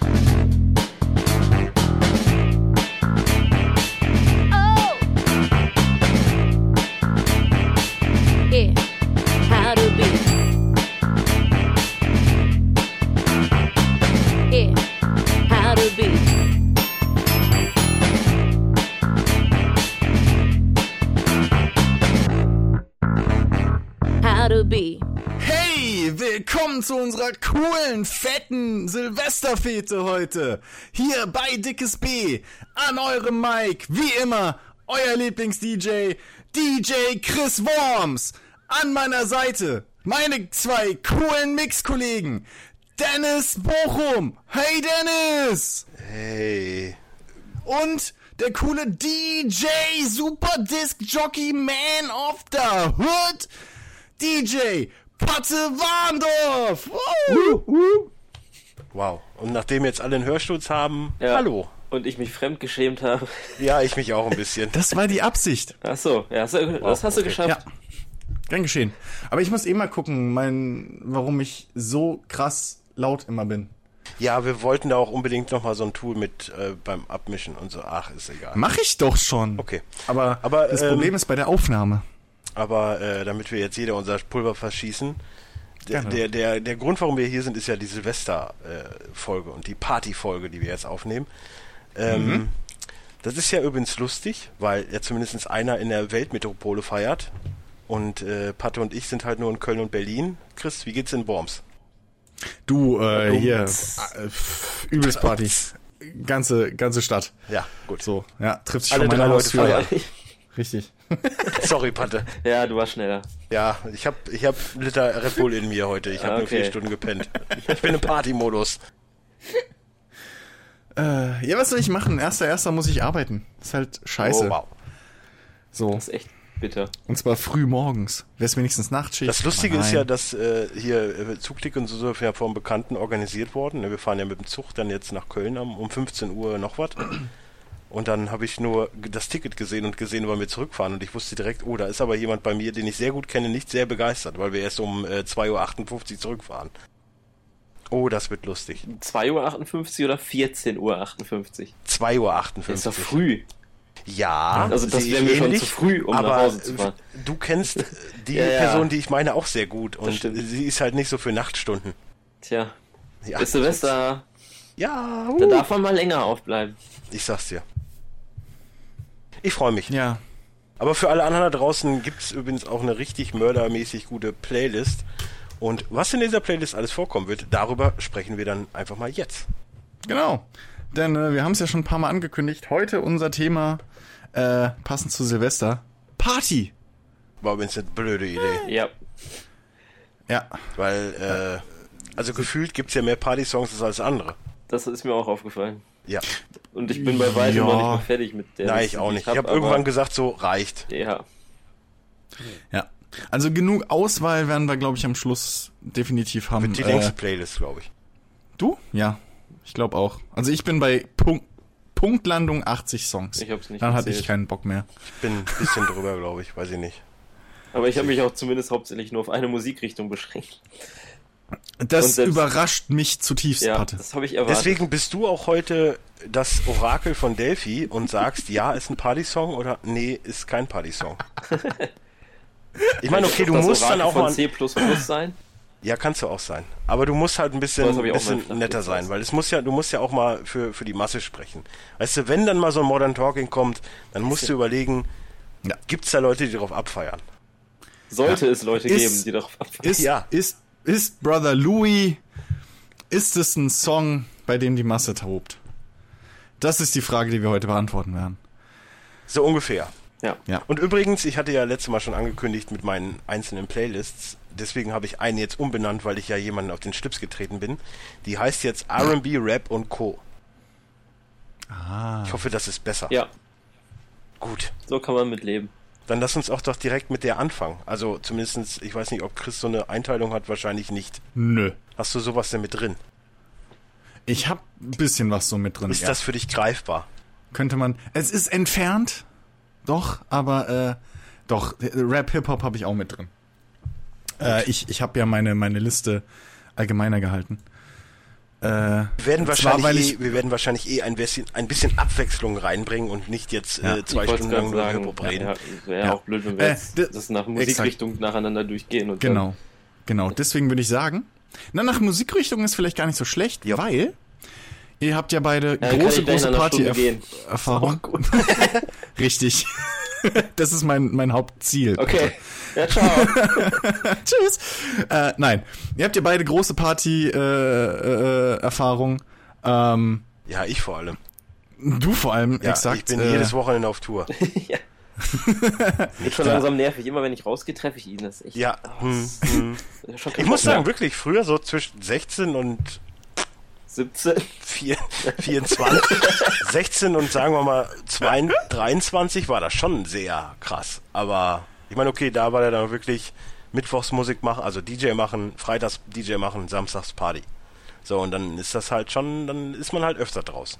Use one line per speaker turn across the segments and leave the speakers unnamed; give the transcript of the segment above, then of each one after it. Oh. gotta be. Yeah, how to be. How to be.
Hey, willkommen zu unserer coolen, fetten Silvesterfete heute. Hier bei Dickes B. An eurem Mic, wie immer, euer Lieblings-DJ, DJ Chris Worms. An meiner Seite meine zwei coolen Mix-Kollegen, Dennis Bochum. Hey, Dennis!
Hey.
Und der coole DJ Superdisc Jockey Man of the Hood, DJ Patte Warndorf. Woo!
Wow. Und nachdem jetzt alle einen Hörsturz haben,
Ja.
hallo.
Und ich mich fremdgeschämt habe.
Ja, ich mich auch ein bisschen.
Das war die Absicht.
Ach so, ja, hast du, das hast du
okay.
geschafft.
Ja. Gern geschehen. Aber ich muss eh mal gucken, mein, warum ich so krass laut immer bin.
Ja, wir wollten da auch unbedingt nochmal so ein Tool mit äh, beim Abmischen und so. Ach, ist egal.
Mach ich doch schon.
Okay.
Aber,
Aber,
das
ähm,
Problem ist bei der Aufnahme.
Aber äh, damit wir jetzt jeder unser Pulver verschießen, der,
Gerne.
der, der, der Grund, warum wir hier sind, ist ja die Silvester-Folge und die Party-Folge, die wir jetzt aufnehmen. Ähm,
Mhm.
Das ist ja übrigens lustig, weil ja zumindest einer in der Weltmetropole feiert. Und äh, Patte und ich sind halt nur in Köln und Berlin. Chris, wie geht's in Worms?
Du, äh, hier,
Ups.
äh, pff, übelst Party. Ganze, ganze Stadt.
Ja, gut.
So, ja, trifft sich
Alle
vor meiner
drei Leute
Haustür.
feiern.
Richtig.
Sorry, Patte.
Ja, du warst schneller.
Ja, ich hab, ich hab einen Liter Red Bull in mir heute. Ich habe nur
Okay.
vier Stunden gepennt. Ich bin im Partymodus.
Äh, ja, was soll ich machen? Erster, erster muss ich arbeiten. Ist halt scheiße.
Oh, wow.
So.
Das ist echt bitter.
Und zwar früh morgens. Wär's wenigstens Nachtschicht.
Das Lustige
aber
ist ja,
nein.
dass äh, hier äh, Zugtick und so sind ja vom Bekannten organisiert worden. ne? Wir fahren ja mit dem Zug dann jetzt nach Köln am, um 15 Uhr noch was. Und dann habe ich nur g- das Ticket gesehen und gesehen, wann wir zurückfahren. Und ich wusste direkt, oh, da ist aber jemand bei mir, den ich sehr gut kenne, nicht sehr begeistert, weil wir erst um äh, 2.58 Uhr zurückfahren. Oh, das wird lustig.
2.58 Uhr oder 14.58 Uhr?
2.58 Uhr.
Das ist doch früh.
Ja,
Also das
sehe
wäre
ich
mir schon
ähnlich,
zu früh, um
aber
nach Hause zu fahren.
Du kennst die
Ja, ja.
Person, die ich meine, auch sehr gut. Und
stimmt.
sie ist halt nicht so für Nachtstunden.
Tja,
Ja,
ist Silvester.
Ja,
Da
uh,
darf man mal länger aufbleiben.
ich sag's dir. Ich freue mich.
Ja.
Aber für alle anderen da draußen gibt's übrigens auch eine richtig mördermäßig gute Playlist. Und was in dieser Playlist alles vorkommen wird, darüber sprechen wir dann einfach mal jetzt.
Genau. Denn äh, wir haben es ja schon ein paar Mal angekündigt. Heute unser Thema, äh, passend zu Silvester, Party.
War übrigens eine blöde Idee.
Ja.
Ja.
Weil, äh, also gefühlt gibt's ja mehr Party-Songs als andere.
Das ist mir auch aufgefallen.
Ja.
Und ich bin bei weitem
Ja.
noch nicht mal fertig mit der.
Nein,
Liste,
ich auch
die
nicht. Ich habe
aber-
irgendwann gesagt, so reicht.
Ja,
Ja. Also genug Auswahl werden wir, glaube ich, am Schluss definitiv haben. Äh,
Die längste Playlist, glaube ich.
du? Ja. Ich glaube auch. Also ich bin bei Punkt, Punktlandung 80 Songs.
Ich hab's nicht
Dann hatte ich
gezählt.
keinen Bock mehr.
Ich bin ein bisschen drüber, glaube ich. Weiß ich nicht.
aber ich habe mich auch zumindest hauptsächlich nur auf eine Musikrichtung beschränkt. Und
Das
selbst-
überrascht mich zutiefst,
Ja,
Patte.
das habe ich erwartet.
Deswegen bist du auch heute das Orakel von Delphi und sagst, ja, ist ein Partysong oder nee, ist kein Partysong. Ich meine, okay, du
das
musst dann
Orakel
auch
von
mal.
C++ sein.
Ja, kannst du auch sein. Aber du musst halt ein
Das
bisschen,
hab ich auch mal
bisschen
gedacht,
netter
jetzt
sein,
weiß.
weil es muss ja, du musst ja auch mal für, für die Masse sprechen. Weißt du, wenn dann mal so ein Modern Talking kommt, dann musst du überlegen,
Ja.
gibt's da Leute, die darauf abfeiern?
Sollte es Leute
Ist-
geben, die darauf abfahren.
Ist,
Ja.
ist, ist Brother Louis, ist es ein Song, bei dem die Masse tobt? Das ist die Frage, die wir heute beantworten werden.
So ungefähr.
Ja.
Ja.
Und übrigens, ich hatte ja letztes Mal schon angekündigt mit meinen einzelnen Playlists. Deswegen habe ich einen jetzt umbenannt, weil ich ja jemanden auf den Schlips getreten bin. Die heißt jetzt R&B, Rap und Co. Ah. Ich hoffe, das ist besser.
ja,
Gut.
so kann man mitleben.
Dann lass uns auch doch direkt mit der anfangen. Also zumindestens, ich weiß nicht, ob Chris so eine Einteilung hat, wahrscheinlich nicht.
Nö.
Hast du sowas denn mit drin?
Ich hab ein bisschen was so mit drin.
Ist
ja.
das für dich greifbar?
Könnte man. Es ist entfernt, doch, aber äh, doch, äh, Rap, Hip-Hop habe ich auch mit drin. Äh, ich ich habe ja meine, meine Liste allgemeiner gehalten. Äh,
Wir werden
und zwar,
wahrscheinlich,
weil
eh, wir werden wahrscheinlich eh ein bisschen, ein bisschen Abwechslung reinbringen und nicht jetzt
Ja.
äh, zwei
Ich wollt's
Stunden
grad
lang über
sagen,
Hip-Hop reden.
Ja, wäre
Ja.
auch blöd, wenn wir
Äh,
jetzt
d-
das nach Musikrichtung nacheinander durchgehen. Und
Genau, genau. Deswegen würde ich sagen, na, nach Musikrichtung ist vielleicht gar nicht so schlecht,
Ja.
weil ihr habt ja beide
Ja, dann Äh, kann
große,
ich gleich
große
in einer Stunde gehen.
Party-Erfahrung. Richtig. das ist mein, mein Hauptziel.
Dann, okay, ja, ciao.
Tschüss. Äh, nein, ihr habt ja beide große äh, Party-Erfahrung. ähm,
Ja, ich vor allem.
du vor allem,
Ja,
exakt.
ich bin
äh,
jedes Wochenende auf Tour.
ja. Wird schon langsam nervig. Immer wenn ich rausgehe, treffe ich ihn. Das ist echt,
Ja.
Oh,
Hm,
das
hm.
ist schon kein
Ich muss
Bock mehr.
sagen, wirklich, früher so zwischen 16 und
17.
vier- 24, 16 und sagen wir mal 22, 23 war das schon sehr krass. Aber ich meine, okay, da war er dann wirklich mittwochs Musik machen, also DJ machen, freitags DJ machen, samstags Party. So, und dann ist das halt schon, dann ist man halt öfter draußen.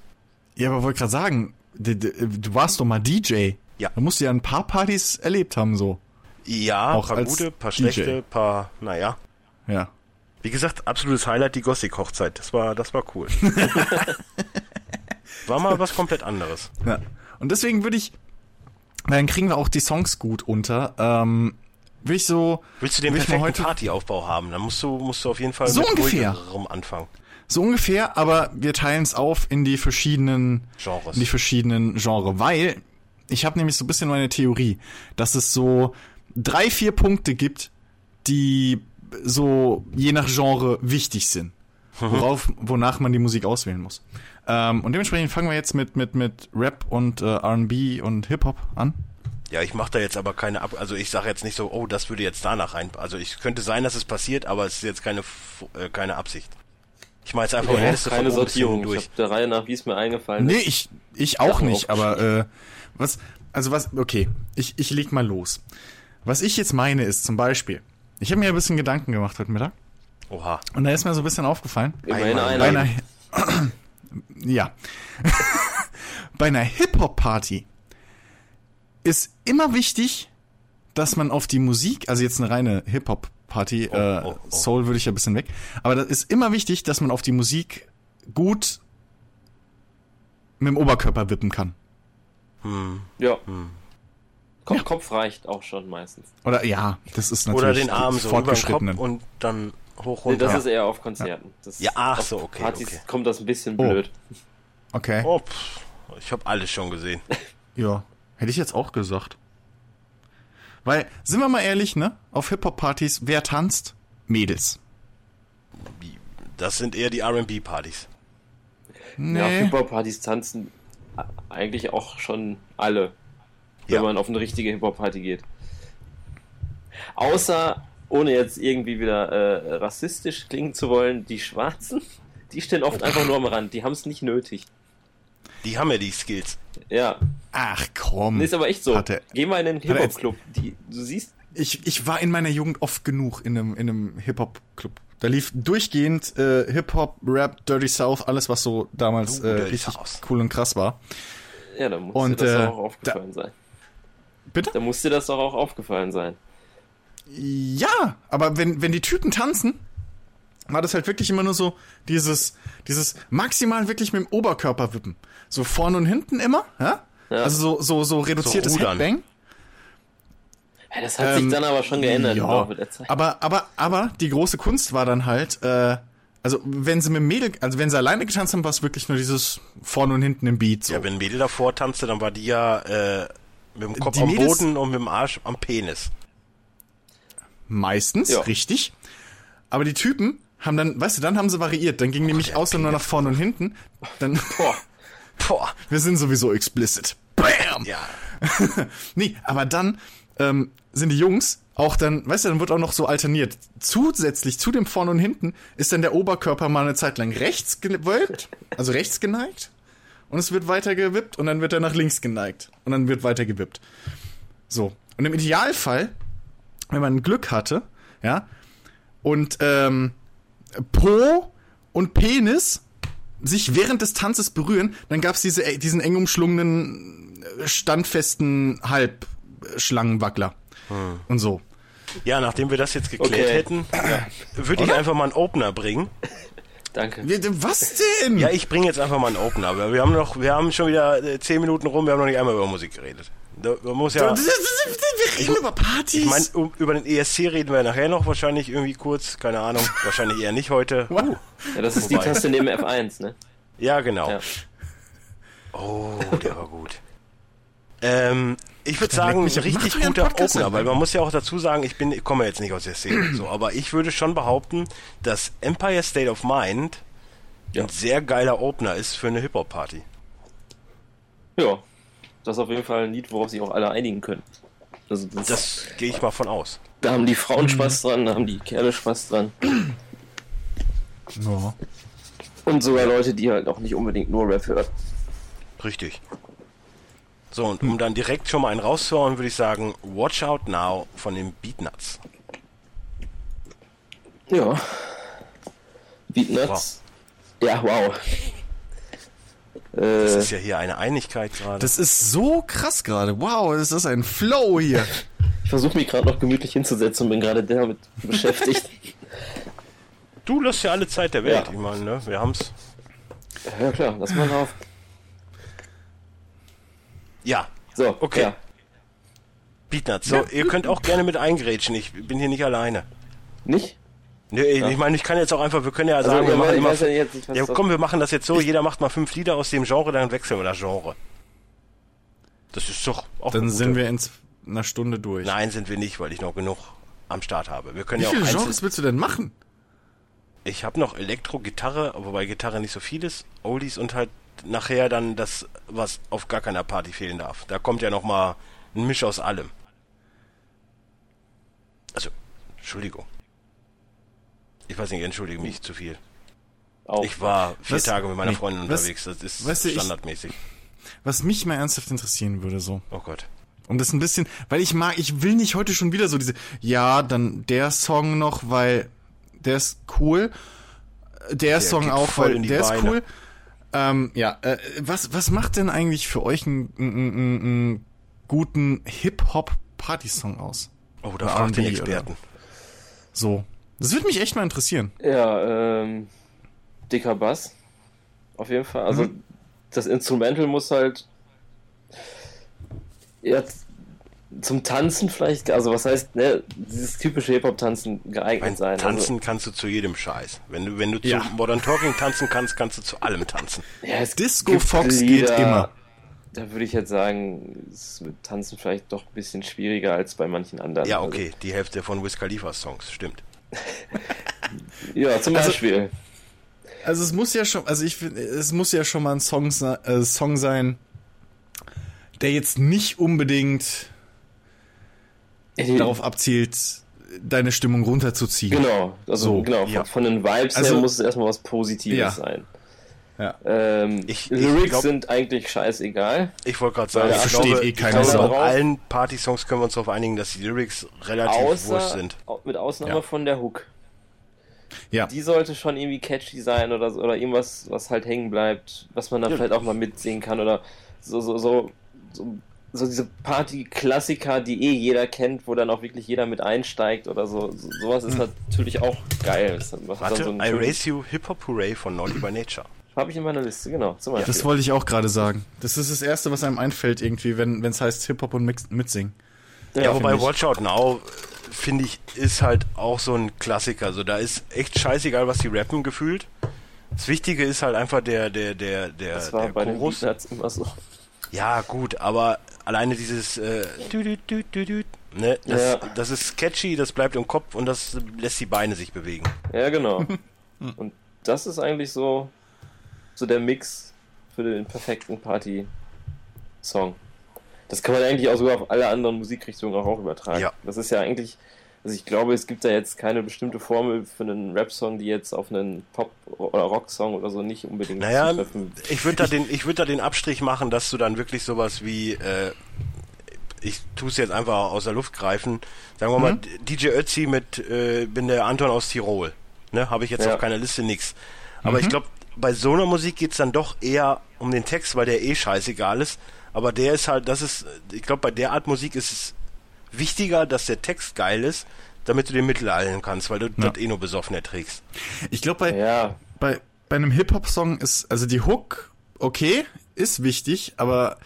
Ja, aber wollte gerade sagen, du, du warst doch mal DJ.
Ja.
Da musst du ja ein paar Partys erlebt haben, so.
Ja,
Auch
paar
als
gute, paar
DJ.
schlechte, paar, naja.
Ja.
Wie gesagt, absolutes Highlight, die Gothic-Hochzeit. Das war, das war cool. war mal was komplett anderes.
Ja. Und deswegen würde ich, weil dann kriegen wir auch die Songs gut unter, ähm, würde ich so,
Willst du den
Will ich mal
perfekten
heute-
Partyaufbau haben, dann musst du, musst du auf jeden Fall
So ungefähr.
ruhigerem anfangen.
so ungefähr, aber wir teilen es auf in die verschiedenen,
Genres.
die verschiedenen Genre, weil ich habe nämlich so ein bisschen meine Theorie, dass es so drei, vier Punkte gibt, die so je nach Genre wichtig sind, worauf, wonach man die Musik auswählen muss. Ähm, und dementsprechend fangen wir jetzt mit mit mit Rap und äh, R&B und Hip Hop an.
Ja, ich mache da jetzt aber keine Ab also ich sage jetzt nicht so, oh, das würde jetzt danach rein. Also ich könnte sein, dass es passiert, aber es ist jetzt keine F- äh, keine Absicht. Ich mache jetzt einfach eine
Ja,
Liste
keine
von oben bis hinten
Sortierung. Ich
durch.
hab der Reihe nach, wie es mir eingefallen
Nee,
ist.
ich, ich auch
Sachen
nicht, aber äh, was, also was, okay, ich, ich leg mal los. Was ich jetzt meine ist zum Beispiel, ich habe mir ein bisschen Gedanken gemacht heute Mittag
Oha.
und da ist mir so ein bisschen aufgefallen,
Immerhin
Einmal.
einer.
bei einer, ja, bei einer Hip-Hop-Party ist immer wichtig, dass man auf die Musik, also jetzt eine reine Hip-Hop-Party,
Oh,
äh,
oh, oh.
Soul würde ich ja ein bisschen weg, aber das ist immer wichtig, dass man auf die Musik gut mit dem Oberkörper wippen kann.
Hm.
Ja.
Hm.
Kopf,
Ja.
Kopf reicht auch schon meistens.
Oder ja, das ist natürlich
Oder den Arm so über den
fortgeschrittenen.
Kopf und dann hoch
Nee,
runter.
das ist eher auf Konzerten. Das
Ja, ach
auf
so, okay,
Partys
okay.
kommt das ein bisschen
Oh.
blöd.
okay.
oh, pff, ich habe alles schon gesehen.
Ja, hätte ich jetzt auch gesagt. Weil, sind wir mal ehrlich, ne? Auf Hip-Hop-Partys, wer tanzt? Mädels.
Das sind eher die R&B-Partys.
Ja,
Nee.
Hip-Hop-Partys tanzen eigentlich auch schon alle, wenn
Ja.
man auf eine richtige Hip-Hop-Party geht. Außer, ohne jetzt irgendwie wieder äh, rassistisch klingen zu wollen, die Schwarzen, die stehen oft einfach nur am Rand, die haben es nicht nötig.
Die haben ja die Skills.
Ja,
Ach komm.
nee, ist aber echt so.
Hatte-
Geh mal in den
er
Hip-Hop-Club, die- du siehst,
Ich, ich war in meiner Jugend oft genug in einem, in einem Hip-Hop-Club. Da lief durchgehend äh, Hip-Hop, Rap, Dirty South, alles, was so damals
Oh,
äh,
Dirty
richtig
South.
cool und krass war.
ja, da muss
Und,
dir das
äh,
auch aufgefallen sein.
Bitte?
Da muss dir das doch auch aufgefallen sein.
Ja, aber wenn, wenn die Typen tanzen, war das halt wirklich immer nur so dieses, dieses maximal wirklich mit dem Oberkörper wippen. So vorne und hinten immer, ja?
Ja.
Also so, so, so reduziertes
So rudern.
Headbang.
Ja, das hat
Ähm,
sich dann aber schon geändert im
Ja,
Laufe der Zeit.
aber, aber, aber die große Kunst war dann halt, äh, also wenn sie mit dem Mädel, also wenn sie alleine getanzt haben, war es wirklich nur dieses vorne und hinten im Beat. So.
Ja, wenn ein Mädel davor tanzte, dann war die ja äh, mit dem Kopf
Die
am
Mädels-
Boden und mit dem Arsch am Penis.
Meistens,
Ja.
richtig. Aber die Typen haben dann, weißt du, dann haben sie variiert. Dann ging nämlich außer nur nach vorne und hinten. Dann,
Boah,
Boah,
wir sind sowieso explicit. Bam!
ja.
Nee, aber dann ähm, sind die Jungs auch dann, weißt du, dann wird auch noch so alterniert. Zusätzlich zu dem vorne und hinten ist dann der Oberkörper mal eine Zeit lang rechts gewölbt, also rechts geneigt. Und es wird weiter gewippt und dann wird er nach links geneigt. Und dann wird weiter gewippt. So. Und im Idealfall, wenn man Glück hatte, ja, und ähm, Po und Penis sich während des Tanzes berühren, dann gab's diese, diesen eng umschlungenen standfesten Halbschlangenwackler.
Hm.
Und so.
Ja, nachdem wir das jetzt geklärt
Okay.
hätten, würde ich einfach mal einen Opener bringen.
Danke.
Wie- Was denn?
Ja, ich bringe jetzt einfach mal einen Opener, aber wir haben noch, wir haben schon wieder äh, zehn Minuten rum, wir haben noch nicht einmal über Musik geredet. Da, man muss ja,
Wir reden über Partys.
ich meine, um, über den ESC reden wir nachher noch wahrscheinlich irgendwie kurz, keine Ahnung, wahrscheinlich eher nicht heute.
Wow.
Ja, das ist die
Wobei.
Taste neben F1, ne?
Ja, genau.
Ja.
Oh, der war gut. Ähm, ich würde
Dann
sagen,
leg mich ab. Mach
richtig
doch ihren
guter
Podcast
Opener,
an.
weil man muss ja auch dazu sagen, ich bin, ich komme jetzt nicht aus der Szene, so, aber ich würde schon behaupten, dass Empire State of Mind
Ja.
ein sehr geiler Opener ist für eine Hip-Hop-Party.
ja. Das ist auf jeden Fall ein Lied, worauf sich auch alle einigen können. Also das,
Das gehe ich mal von aus.
da haben die Frauen Spaß dran, da haben die Kerle Spaß dran.
oh.
Ja.
Und sogar Leute, die halt auch nicht unbedingt nur Rap hören.
Richtig. So, und
Hm.
um dann direkt schon mal einen rauszuhauen, würde ich sagen, Watch Out Now von den Beatnuts.
Ja. Beatnuts. Ja, wow.
Das
Äh,
ist ja hier eine Einigkeit gerade.
Das ist so krass gerade. Wow, das ist ein Flow hier.
ich versuche mich gerade noch gemütlich hinzusetzen und bin gerade damit beschäftigt.
Du lässt ja alle Zeit der Welt,
Ja.
ich meine, ne? Wir haben's.
ja klar, lass mal auf.
Ja,
So,
Okay.
Ja.
Beatnuts. So, ihr könnt auch gerne mit eingrätschen. Ich bin hier nicht alleine.
Nicht?
Nee, ich meine, ich kann jetzt auch einfach, wir können ja sagen, wir
ich
machen
weiß- ich
immer.
weiß ja Also, jetzt nicht, was
Ja,
das-
komm, wir machen das jetzt so, jeder macht mal fünf Lieder aus dem Genre, dann wechseln wir das Genre. Das ist doch auch.
Dann
eine
sind
gute-
wir in z- einer Stunde durch.
Nein, sind wir nicht, weil ich noch genug am Start habe. Wir können
Wie
ja auch
viele
einzeln.
Genres willst du denn machen?
Ich habe noch Elektro-Gitarre, wobei Gitarre nicht so viel ist, Oldies und halt nachher dann das, was auf gar keiner Party fehlen darf. Da kommt ja noch mal ein Misch aus allem. Also, Entschuldigung. Ich weiß nicht, entschuldige mich zu viel.
Auch.
Ich war vier
Was?
Tage mit meiner
Nee.
Freundin
Was?
unterwegs. Das ist
Weißt du, ich-
standardmäßig.
Was mich mal ernsthaft interessieren würde, so.
oh Gott.
Um das ein bisschen, weil ich mag, ich will nicht heute schon wieder so diese, ja, dann der Song noch, weil der ist cool. Der, Song
geht
auch,
voll
weil
in die
der ist
Beine.
cool. Ähm, ja, äh, was, was macht denn eigentlich für euch einen, einen, einen, einen guten Hip-Hop-Party-Song aus?
Oh, da fragt den
R&B, oder?
Experten.
So. Das würde mich echt mal interessieren.
Ja, ähm, dicker Bass. Auf jeden Fall. Also
Mhm.
das Instrumental muss halt ja, z- zum Tanzen vielleicht, also was heißt, ne, dieses typische Hip-Hop-Tanzen geeignet
Mein
sein. Also,
Tanzen kannst du zu jedem Scheiß. Wenn du, wenn du
Ja.
zu Modern Talking tanzen kannst, kannst du zu allem tanzen.
Also, ja, es
Disco
gibt
Fox geht immer.
Da würde ich jetzt sagen, ist mit Tanzen vielleicht doch ein bisschen schwieriger als bei manchen anderen.
Ja, okay, die Hälfte von Wiz Khalifa's Songs, stimmt.
Also, ja, zum
Also-
Beispiel.
Also es muss ja schon, also ich finde, es muss ja schon mal ein Song, se- äh, Song sein, der jetzt nicht unbedingt darauf abzielt, deine Stimmung runterzuziehen.
Hm. Genau, also
So,
genau,
ja.
von, von den Vibes
Also-
her muss es erstmal was Positives
Ja.
sein.
Ja.
Ähm,
Ich- ich
Lyrics
glaub-
sind eigentlich scheißegal.
Ich wollte gerade sagen,
Ja,
ich
versteht
glaube,
eh
ich
keiner
glaube
Sau.
bei allen Party-Songs können wir uns darauf einigen, dass die Lyrics relativ wurscht
Außer,
sind.
au- mit Ausnahme
Ja.
von der Hook.
Ja.
Die sollte schon irgendwie catchy sein oder so, oder irgendwas, was halt hängen bleibt, was man dann vielleicht auch mal mitsehen kann oder so, so, so, so, so diese Party-Klassiker, die eh jeder kennt, wo dann auch wirklich jeder mit einsteigt oder so. so sowas
Hm.
ist natürlich auch geil. Das macht
Warte,
dann so einen
I
schönen-
Raise You Hip Hop Hooray von Naughty by Nature.
Hab ich in meiner Liste, genau. Zum Beispiel.
Das wollte ich auch gerade sagen. Das ist das Erste, was einem einfällt irgendwie, wenn es heißt Hip-Hop und Mix mitsingen.
Ja, wobei
find ich.
Watch Out Now, äh, finde ich, ist halt auch so ein Klassiker. Also da ist echt scheißegal, was die rappen gefühlt. Das Wichtige ist halt einfach der, der, der, der,
Das war
Äh, der
bei den Beatnuts immer so.
Ja, gut, aber alleine dieses äh, dü, dü, dü, dü, dü, ne, das,
Ja.
das ist catchy, das bleibt im Kopf und das lässt die Beine sich bewegen.
Ja, genau. Und das ist eigentlich so, so der Mix für den perfekten Party-Song. Das kann man eigentlich auch sogar auf alle anderen Musikrichtungen auch, auch übertragen.
Ja.
Das ist ja eigentlich, also ich glaube, es gibt da jetzt keine bestimmte Formel für einen Rap-Song, die jetzt auf einen Pop- oder Rock-Song oder so nicht unbedingt
Naja,
zutreffen.
ich würde da, den- ich würd da den Abstrich machen, dass du dann wirklich sowas wie, äh, ich tue es jetzt einfach aus der Luft greifen, sagen wir mal, DJ Ötzi mit, äh, bin der Anton aus Tirol. Ne, habe ich jetzt
Ja.
auf keiner Liste nix. Aber ich glaube, bei so einer Musik geht's dann doch eher um den Text, weil der eh scheißegal ist. Aber der ist halt, das ist, ich glaube, bei der Art Musik ist es wichtiger, dass der Text geil ist, damit du den mitleiden kannst, weil du das eh nur besoffen erträgst.
Ich glaube, bei,
Ja,
bei, bei einem Hip-Hop-Song ist, also die Hook, okay, ist wichtig, aber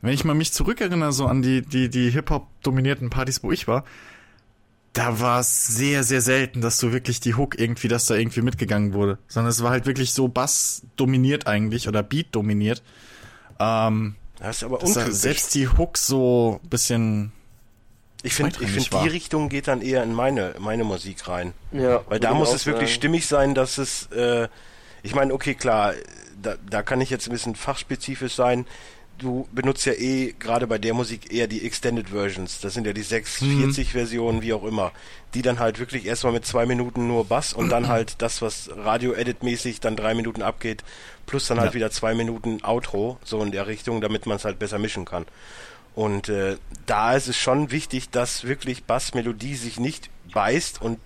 wenn ich mal mich zurückerinnere, so an die, die, die Hip-Hop-dominierten Partys, wo ich war, da war es sehr, sehr selten, dass du wirklich die Hook irgendwie, dass da irgendwie mitgegangen wurde. Sondern es war halt wirklich so Bass dominiert eigentlich oder Beat dominiert. Ähm,
Das ist aber
dass da
untypisch.
selbst die Hook so ein bisschen.
ich finde, ich
zweitrangig
find,
war.
die Richtung geht dann eher in meine, meine Musik rein.
Ja,
Weil da muss es wirklich
stimmen.
stimmig sein, dass es, äh, ich meine, okay, klar, da, da kann ich jetzt ein bisschen fachspezifisch sein. Du benutzt ja eh gerade bei der Musik eher die Extended Versions. Das sind ja die 640 Versionen, wie auch immer. Die dann halt wirklich erstmal mit zwei Minuten nur Bass und dann halt das, was Radio-Edit-mäßig dann drei Minuten abgeht, plus dann halt wieder zwei Minuten Outro, so in der Richtung, damit man es halt besser mischen kann. Und äh, da ist es schon wichtig, dass wirklich Bassmelodie sich nicht beißt und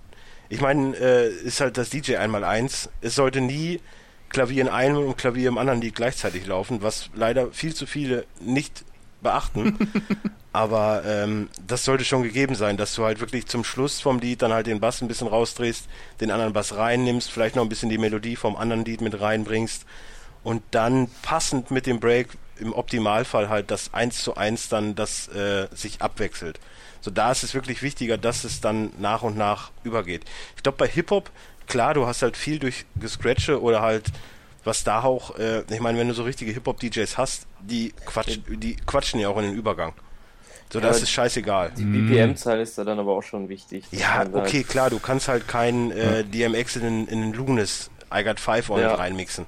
ich meine, äh, ist halt das DJ einmal eins. Es sollte nie Klavier in einem und Klavier im anderen Lied gleichzeitig laufen, was leider viel zu viele nicht beachten. Aber ähm, das sollte schon gegeben sein, dass du halt wirklich zum Schluss vom Lied dann halt den Bass ein bisschen rausdrehst, den anderen Bass reinnimmst, vielleicht noch ein bisschen die Melodie vom anderen Lied mit reinbringst und dann passend mit dem Break im Optimalfall halt das eins zu eins dann das äh, sich abwechselt. So da ist es wirklich wichtiger, dass es dann nach und nach übergeht. Ich glaube bei Hip Hop klar, du hast halt viel durch Gescratche oder halt was da auch. Äh, ich meine, wenn du so richtige Hip Hop DJs hast, die quatsch, die quatschen ja auch in den Übergang. So das
aber
ist scheißegal.
Die BPM-Zahl ist da dann aber auch schon wichtig. dass
Ja,
man sagt,
okay, klar, du kannst halt keinen äh, DMX in, den- in den Lunis I Got Five on
Ja.
reinmixen.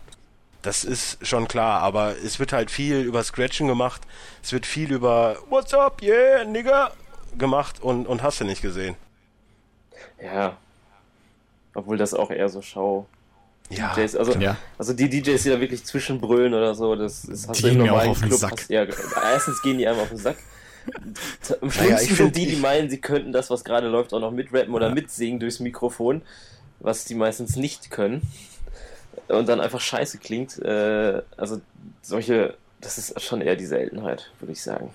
Das ist schon klar, aber es wird halt viel über Scratchen gemacht, es wird viel über What's up, yeah, nigga gemacht und, und hast du nicht gesehen.
Ja. Obwohl das auch eher so Schau.
Ja,
DJs, also,
Ja.
also die DJs, die da wirklich zwischenbrüllen oder so, das, das hast
Die
du im
gehen mir auch
normalen
auf den
Club.
Sack.
Hast, ja, erstens gehen die einem auf den Sack.
Naja,
Im
ich
schlimmsten
find-
sind die, die
ich-
meinen, sie könnten das, was gerade läuft, auch noch mitrappen oder
Ja.
mitsingen durchs Mikrofon, was die meistens nicht können. Und dann einfach scheiße klingt. Äh, also solche, das ist schon eher die Seltenheit, würde ich sagen.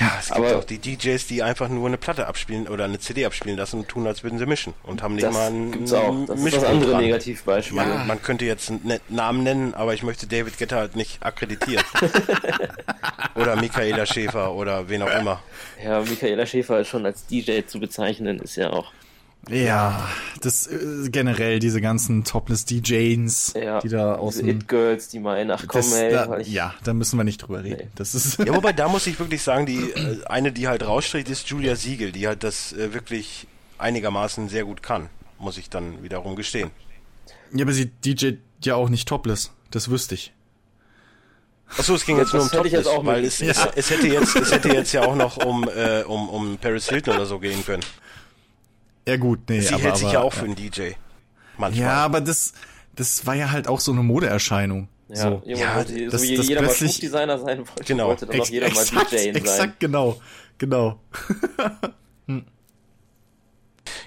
ja es gibt
aber-
auch die DJs, die einfach nur eine Platte abspielen oder eine CD abspielen lassen und tun, als würden sie mischen und haben nicht
Das
mal einen
gibt's auch. Das ist das
Mischpult
andere
dran.
Negativbeispiel.
Man, man könnte jetzt einen netten Namen nennen, aber ich möchte David Getter halt nicht akkreditieren. oder Michaela Schäfer oder wen auch immer.
Ja, Michaela Schäfer schon als DJ zu bezeichnen, ist ja auch.
Ja, das äh, generell diese ganzen topless DJs,
Ja,
die da aus
Diese
dem.
It-Girls, die meinen, ach komm,
Das,
ey.
da,
ich,
ja, da müssen wir nicht drüber reden. Das ist.
Ja, wobei da muss ich wirklich sagen, die äh, eine, die halt rausstricht, ist Julia Siegel, die halt das äh, wirklich einigermaßen sehr gut kann, muss ich dann wiederum gestehen.
Ja, aber sie DJ ja auch nicht topless. Das wüsste ich.
Achso, es ging jetzt nur
Das
um
hätte ich jetzt
Topless,
auch
weil es,
möglich.
es,
Ja.
es hätte jetzt es hätte jetzt ja auch noch um äh, um, um Paris Hilton oder so gehen können.
Ja gut, nee,
Sie
aber,
hält sich
aber,
ja auch für einen DJ. Manchmal.
Ja, aber das, das war ja halt auch so eine Modeerscheinung.
ja,
so.
irgendwann
Ja,
mal- so
das-
wie
das
jeder mal
plötzlich-
Schmuckdesigner sein wollte,
Genau.
wollte dann auch
Ex
jeder mal
exakt,
DJ sein.
exakt, genau. Genau.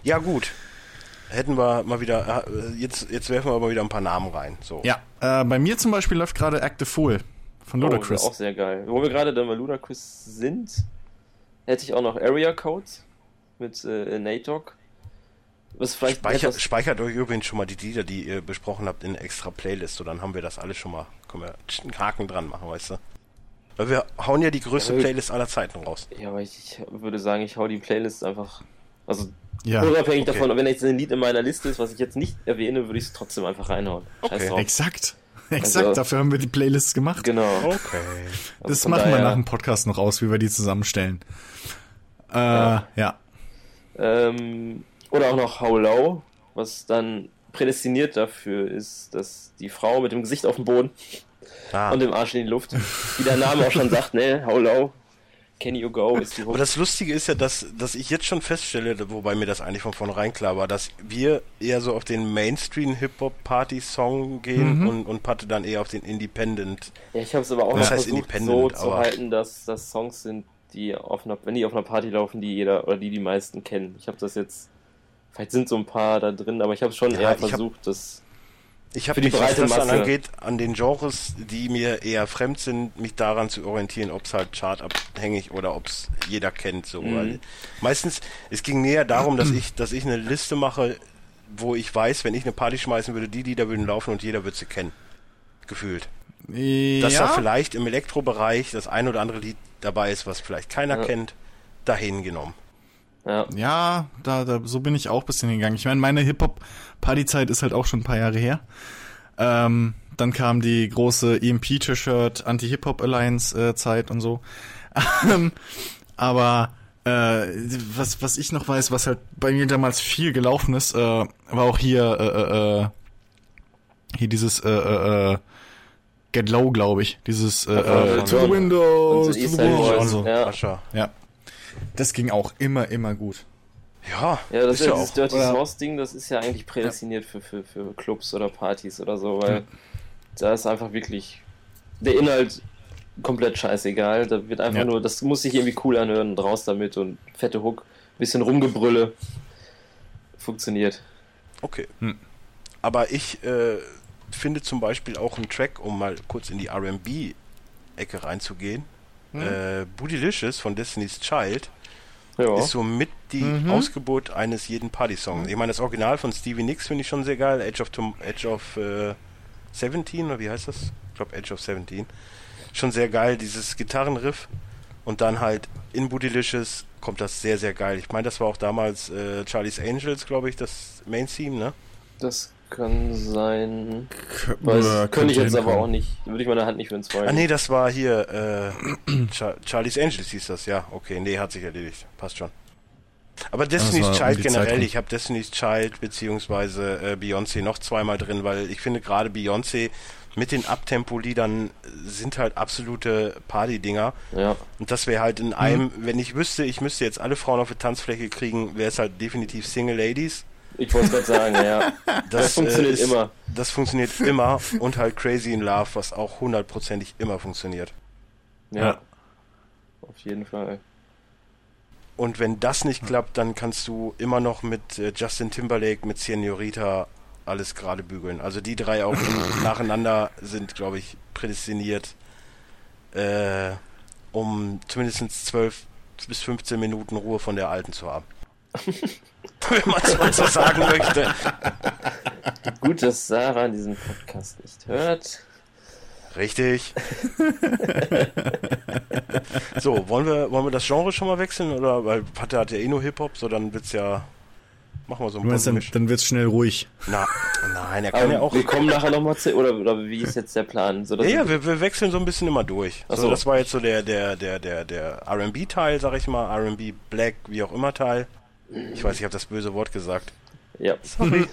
Ja, gut. Hätten wir mal wieder, äh, jetzt, jetzt werfen wir aber wieder ein paar Namen rein. So.
Ja, äh, bei mir zum Beispiel läuft gerade Act the Fool von
Oh,
Ludacris.
Auch sehr geil. Wo wir gerade dann bei Ludacris sind, hätte ich auch noch Area Code mit äh, Nadog. Was vielleicht
Speichert,
etwas-
speichert euch übrigens schon mal die Lieder, die ihr besprochen habt, in eine extra Playlist. So, dann haben wir das alles schon mal. Können wir einen Haken dran machen, weißt du? Weil wir hauen ja die größte
Jawohl.
Playlist aller Zeiten raus.
Ja, aber ich, ich würde sagen, ich hau die Playlist einfach. Also
ja,
unabhängig
okay.
davon, wenn jetzt ein Lied in meiner Liste ist, was ich jetzt nicht erwähne, würde ich es trotzdem einfach reinhauen.
Okay.
Scheiß drauf.
exakt.
Also
Exakt, dafür haben wir die Playlists gemacht.
Genau.
Oh, Okay.
Also
das
von
machen wir
daher,
nach dem Podcast noch aus, wie wir die zusammenstellen. Äh, ja.
Ja. Ähm, oder auch noch How Low, was dann prädestiniert dafür ist, dass die Frau mit dem Gesicht auf dem Boden
Ah.
und dem Arsch in die Luft, wie der Name auch schon sagt, ne, How Low, Can You Go ist die
Aber
Hook.
das Lustige ist ja, dass, dass ich jetzt schon feststelle, wobei mir das eigentlich von vornherein klar war, dass wir eher so auf den Mainstream-Hip-Hop-Party-Song gehen und, und Patte dann eher auf den Independent.
Ja, ich habe es aber auch
Das
noch
heißt
versucht, so
Independent,
zu
aber-
halten, dass das Songs sind, die auf einer, wenn die auf einer Party laufen, die jeder oder die die meisten kennen. Ich habe das jetzt, vielleicht sind so ein paar da drin, aber ich habe schon
Ja,
eher
ich hab-
versucht, das.
Ich habe
Für die
mich, was
breite
das dann
Masse.
angeht, an den Genres, die mir eher fremd sind, mich daran zu orientieren, ob es halt chartabhängig oder ob es
Mhm.
jeder kennt. So. Weil meistens, es ging mir ja darum, dass ich, dass ich eine Liste mache, wo ich weiß, wenn ich eine Party schmeißen würde, die Lieder würden laufen und jeder würde sie kennen. Gefühlt.
Ja.
Dass da vielleicht im Elektrobereich das ein oder andere Lied dabei ist, was vielleicht keiner
Ja.
kennt, dahin genommen.
Ja.
Ja, da, da, so bin ich auch ein bisschen hingegangen. Ich meine, meine Hip-Hop-Party-Zeit ist halt auch schon ein paar Jahre her. Ähm, dann kam die große EMP-T-Shirt, Anti-Hip-Hop-Alliance-Zeit und so. Ähm, Aber äh, was, was ich noch weiß, was halt bei mir damals viel gelaufen ist, äh, war auch hier, äh, äh, äh, hier dieses äh, äh, äh, Get Low, glaube ich. Dieses äh, äh, To
von-
the
von-
Windows, to
von
the
East Side
Walls und
Boys,
so.
Ja.
Ascher.
Ja. Das ging auch immer, immer gut.
Ja,
Ja, das
ist ja
ist ja
auch.
dieses Dirty
oder-
Source Ding, das ist ja eigentlich prädestiniert für, für, für Clubs oder Partys oder so, weil da ist einfach wirklich der Inhalt komplett scheißegal. Da wird einfach
Ja.
nur, das muss sich irgendwie cool anhören, raus damit und fette Hook, bisschen rumgebrülle. Funktioniert.
Okay.
Hm.
Aber ich äh, finde zum Beispiel auch einen Track, um mal kurz in die RB-Ecke reinzugehen. Äh, Bootylicious von Destiny's Child
Ja.
ist somit die Ausgebot eines jeden Party-Songs. Ich meine, das Original von Stevie Nicks finde ich schon sehr geil. Edge of, Tom Edge of äh, 17, oder wie heißt das? Ich glaube, Edge of 17. Schon sehr geil, dieses Gitarrenriff. Und dann halt in Bootylicious kommt das sehr, sehr geil. Ich meine, das war auch damals äh, Charlie's Angels, glaube ich, das Main-Theme, ne?
Das kann sein.
Kö-
Weiß,
äh,
könnte ich jetzt
hinkommen.
aber auch nicht. Würde ich meine Hand nicht für ins Feuer.
Ah nee, das war hier äh, Char Charlie's Angels hieß das, ja. Okay, nee, hat sich erledigt. Passt schon. Aber Destiny's
war um
Child
die Zeit
generell,
rum.
ich habe Destiny's Child beziehungsweise äh, Beyoncé noch zweimal drin, weil ich finde gerade Beyoncé mit den Abtempo-Liedern sind halt absolute Party-Dinger.
Ja.
Und das wäre halt
Mhm.
in einem, wenn ich wüsste, ich müsste jetzt alle Frauen auf die Tanzfläche kriegen, wäre es halt definitiv Single Ladies.
Ich wollte es gerade sagen, ja.
Das,
funktioniert
ist,
immer.
Das funktioniert immer und halt Crazy in Love, was auch hundertprozentig immer funktioniert.
Ja.
Ja.
Auf jeden Fall.
Und wenn das
Hm.
nicht klappt, dann kannst du immer noch mit äh, Justin Timberlake, mit Senorita alles gerade bügeln. Also die drei auch in- nacheinander sind, glaube ich, prädestiniert, äh, um zumindest 12 bis 15 Minuten Ruhe von der Alten zu haben. wenn man es mal so sagen möchte.
Gut, dass Sarah diesen Podcast nicht hört.
Richtig. so, wollen wir, wollen wir das Genre schon mal wechseln? Oder weil Patte hat ja eh nur Hip-Hop, so dann wird's ja. Machen wir so ein
Du meinst, dann,
Misch.
dann wird's schnell ruhig.
Na, nein, er kann
Aber
ja auch.
Ähm, wir kommen nachher nochmal zu. Oder, oder wie ist jetzt der Plan? So,
Ja,
dass
ja, wir, wir wechseln so ein bisschen immer durch.
Ach
So,
so.
das war jetzt so der, der, der, der, der RB-Teil, sag ich mal, RB Black, wie auch immer Teil. Ich weiß, ich habe das böse Wort gesagt.
ja.
Sorry.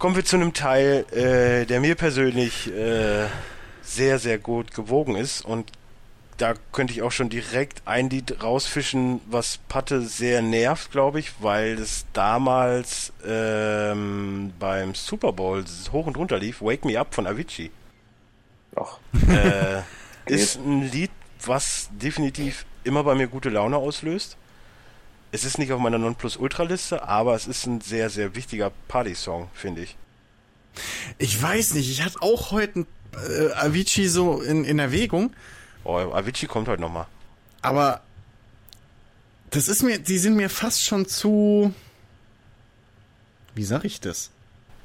Kommen wir zu einem Teil, äh, der mir persönlich äh, sehr, sehr gut gewogen ist. Und da könnte ich auch schon direkt ein Lied rausfischen, was Patte sehr nervt, glaube ich, weil es damals ähm, beim Super Bowl hoch und runter lief. Wake Me Up von Avicii
Ach,
äh, ist ein Lied, was definitiv immer bei mir gute Laune auslöst. Es ist nicht auf meiner Nonplusultra-Liste, aber es ist ein sehr, sehr wichtiger Party-Song, finde ich.
Ich weiß nicht, ich hatte auch heute äh, Avicii so in, in Erwägung,
Oh, Avicii kommt heute nochmal.
aber das ist mir, die sind mir fast schon zu. Wie sag ich das?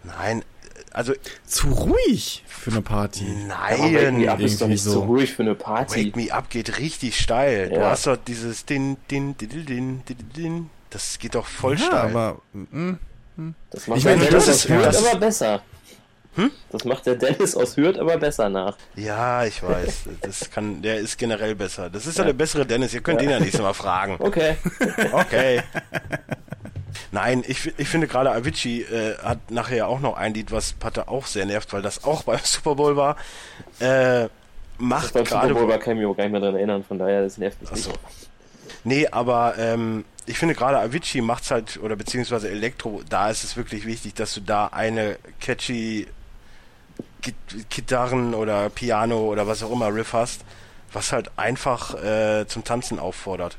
Nein, also,
Zu ruhig für eine Party.
aber Wake
nein,
Me Up ist doch
irgendwie
nicht so.
so.
ruhig für eine Party.
Wake Me Up geht richtig steil. Du
Ja.
hast doch dieses Din, Din, Din, Din, Din, Din. Das geht doch voll
Ja,
steil.
aber. mm,
Das macht
Ich
der
meine,
Dennis
das
aus
ist-
Hürth
das-
aber besser.
Hm?
Das macht der Dennis aus Hürth aber besser nach.
Ja, ich weiß. Das kann, der ist generell besser. Das ist ja, der bessere Dennis. Ihr könnt ihn ja nächstes Mal fragen.
Okay.
Okay. Nein, ich, fi- ich finde gerade Avicii äh, hat nachher auch noch ein Lied, was Patte auch sehr nervt, weil das auch beim Super Bowl war. Äh, macht
Beim Super Bowl
gerade.
war kann ich mich auch gar nicht mehr dran erinnern, von daher, das nervt mich
Ach so.
nicht.
Nee, aber ähm, ich finde gerade Avicii macht's halt, oder beziehungsweise Elektro, da ist es wirklich wichtig, dass du da eine catchy Git Gitarren oder Piano oder was auch immer Riff hast, was halt einfach äh, zum Tanzen auffordert.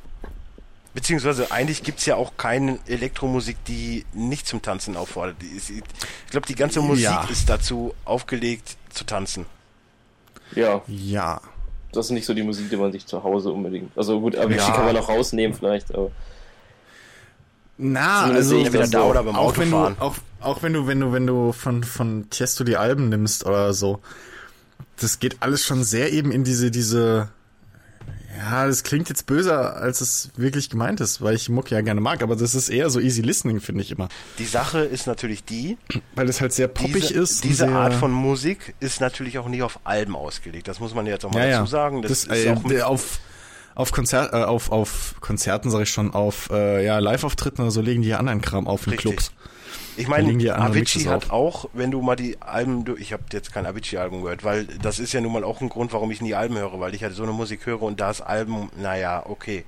Beziehungsweise eigentlich gibt's ja auch keine Elektromusik, die nicht zum Tanzen auffordert. Die ist- Ich glaube, die ganze Musik
Ja.
ist dazu aufgelegt zu tanzen.
Ja,
Ja.
das ist nicht so die Musik, die man sich zu Hause unbedingt. Also gut, Avicii
Ja.
kann man noch rausnehmen vielleicht, aber
Na,
Zumindest
also
sehe ich das
da
so.
oder beim
auch wenn du,
Autofahren.
auch, auch wenn du, wenn du, wenn du von, von Tiesto die Alben nimmst oder so, das geht alles schon sehr eben in diese, diese, ja, das klingt jetzt böser, als es wirklich gemeint ist, weil ich Muck ja gerne mag, aber das ist eher so easy listening, finde ich immer.
Die Sache ist natürlich die,
Weil es halt sehr poppig
diese,
ist. und
diese
sehr,
Art von Musik ist natürlich auch nicht auf Alben ausgelegt. Das muss man jetzt auch mal
ja, ja.
dazu sagen.
Das,
Das, ist
äh,
auch mit,
auf, auf Konzert, äh, auf, auf Konzerten, sage ich schon, auf, äh, ja, Live-Auftritten oder so legen die ja anderen Kram auf in
Richtig.
Clubs.
Ich
Da liegen die
meine,
anderen
Avicii
Mixes
hat auch, wenn du mal die Alben, durch- ich habe jetzt kein Avicii-Album gehört, weil das ist ja nun mal auch ein Grund, warum ich nie Alben höre, weil ich halt so eine Musik höre und das Album, naja, okay.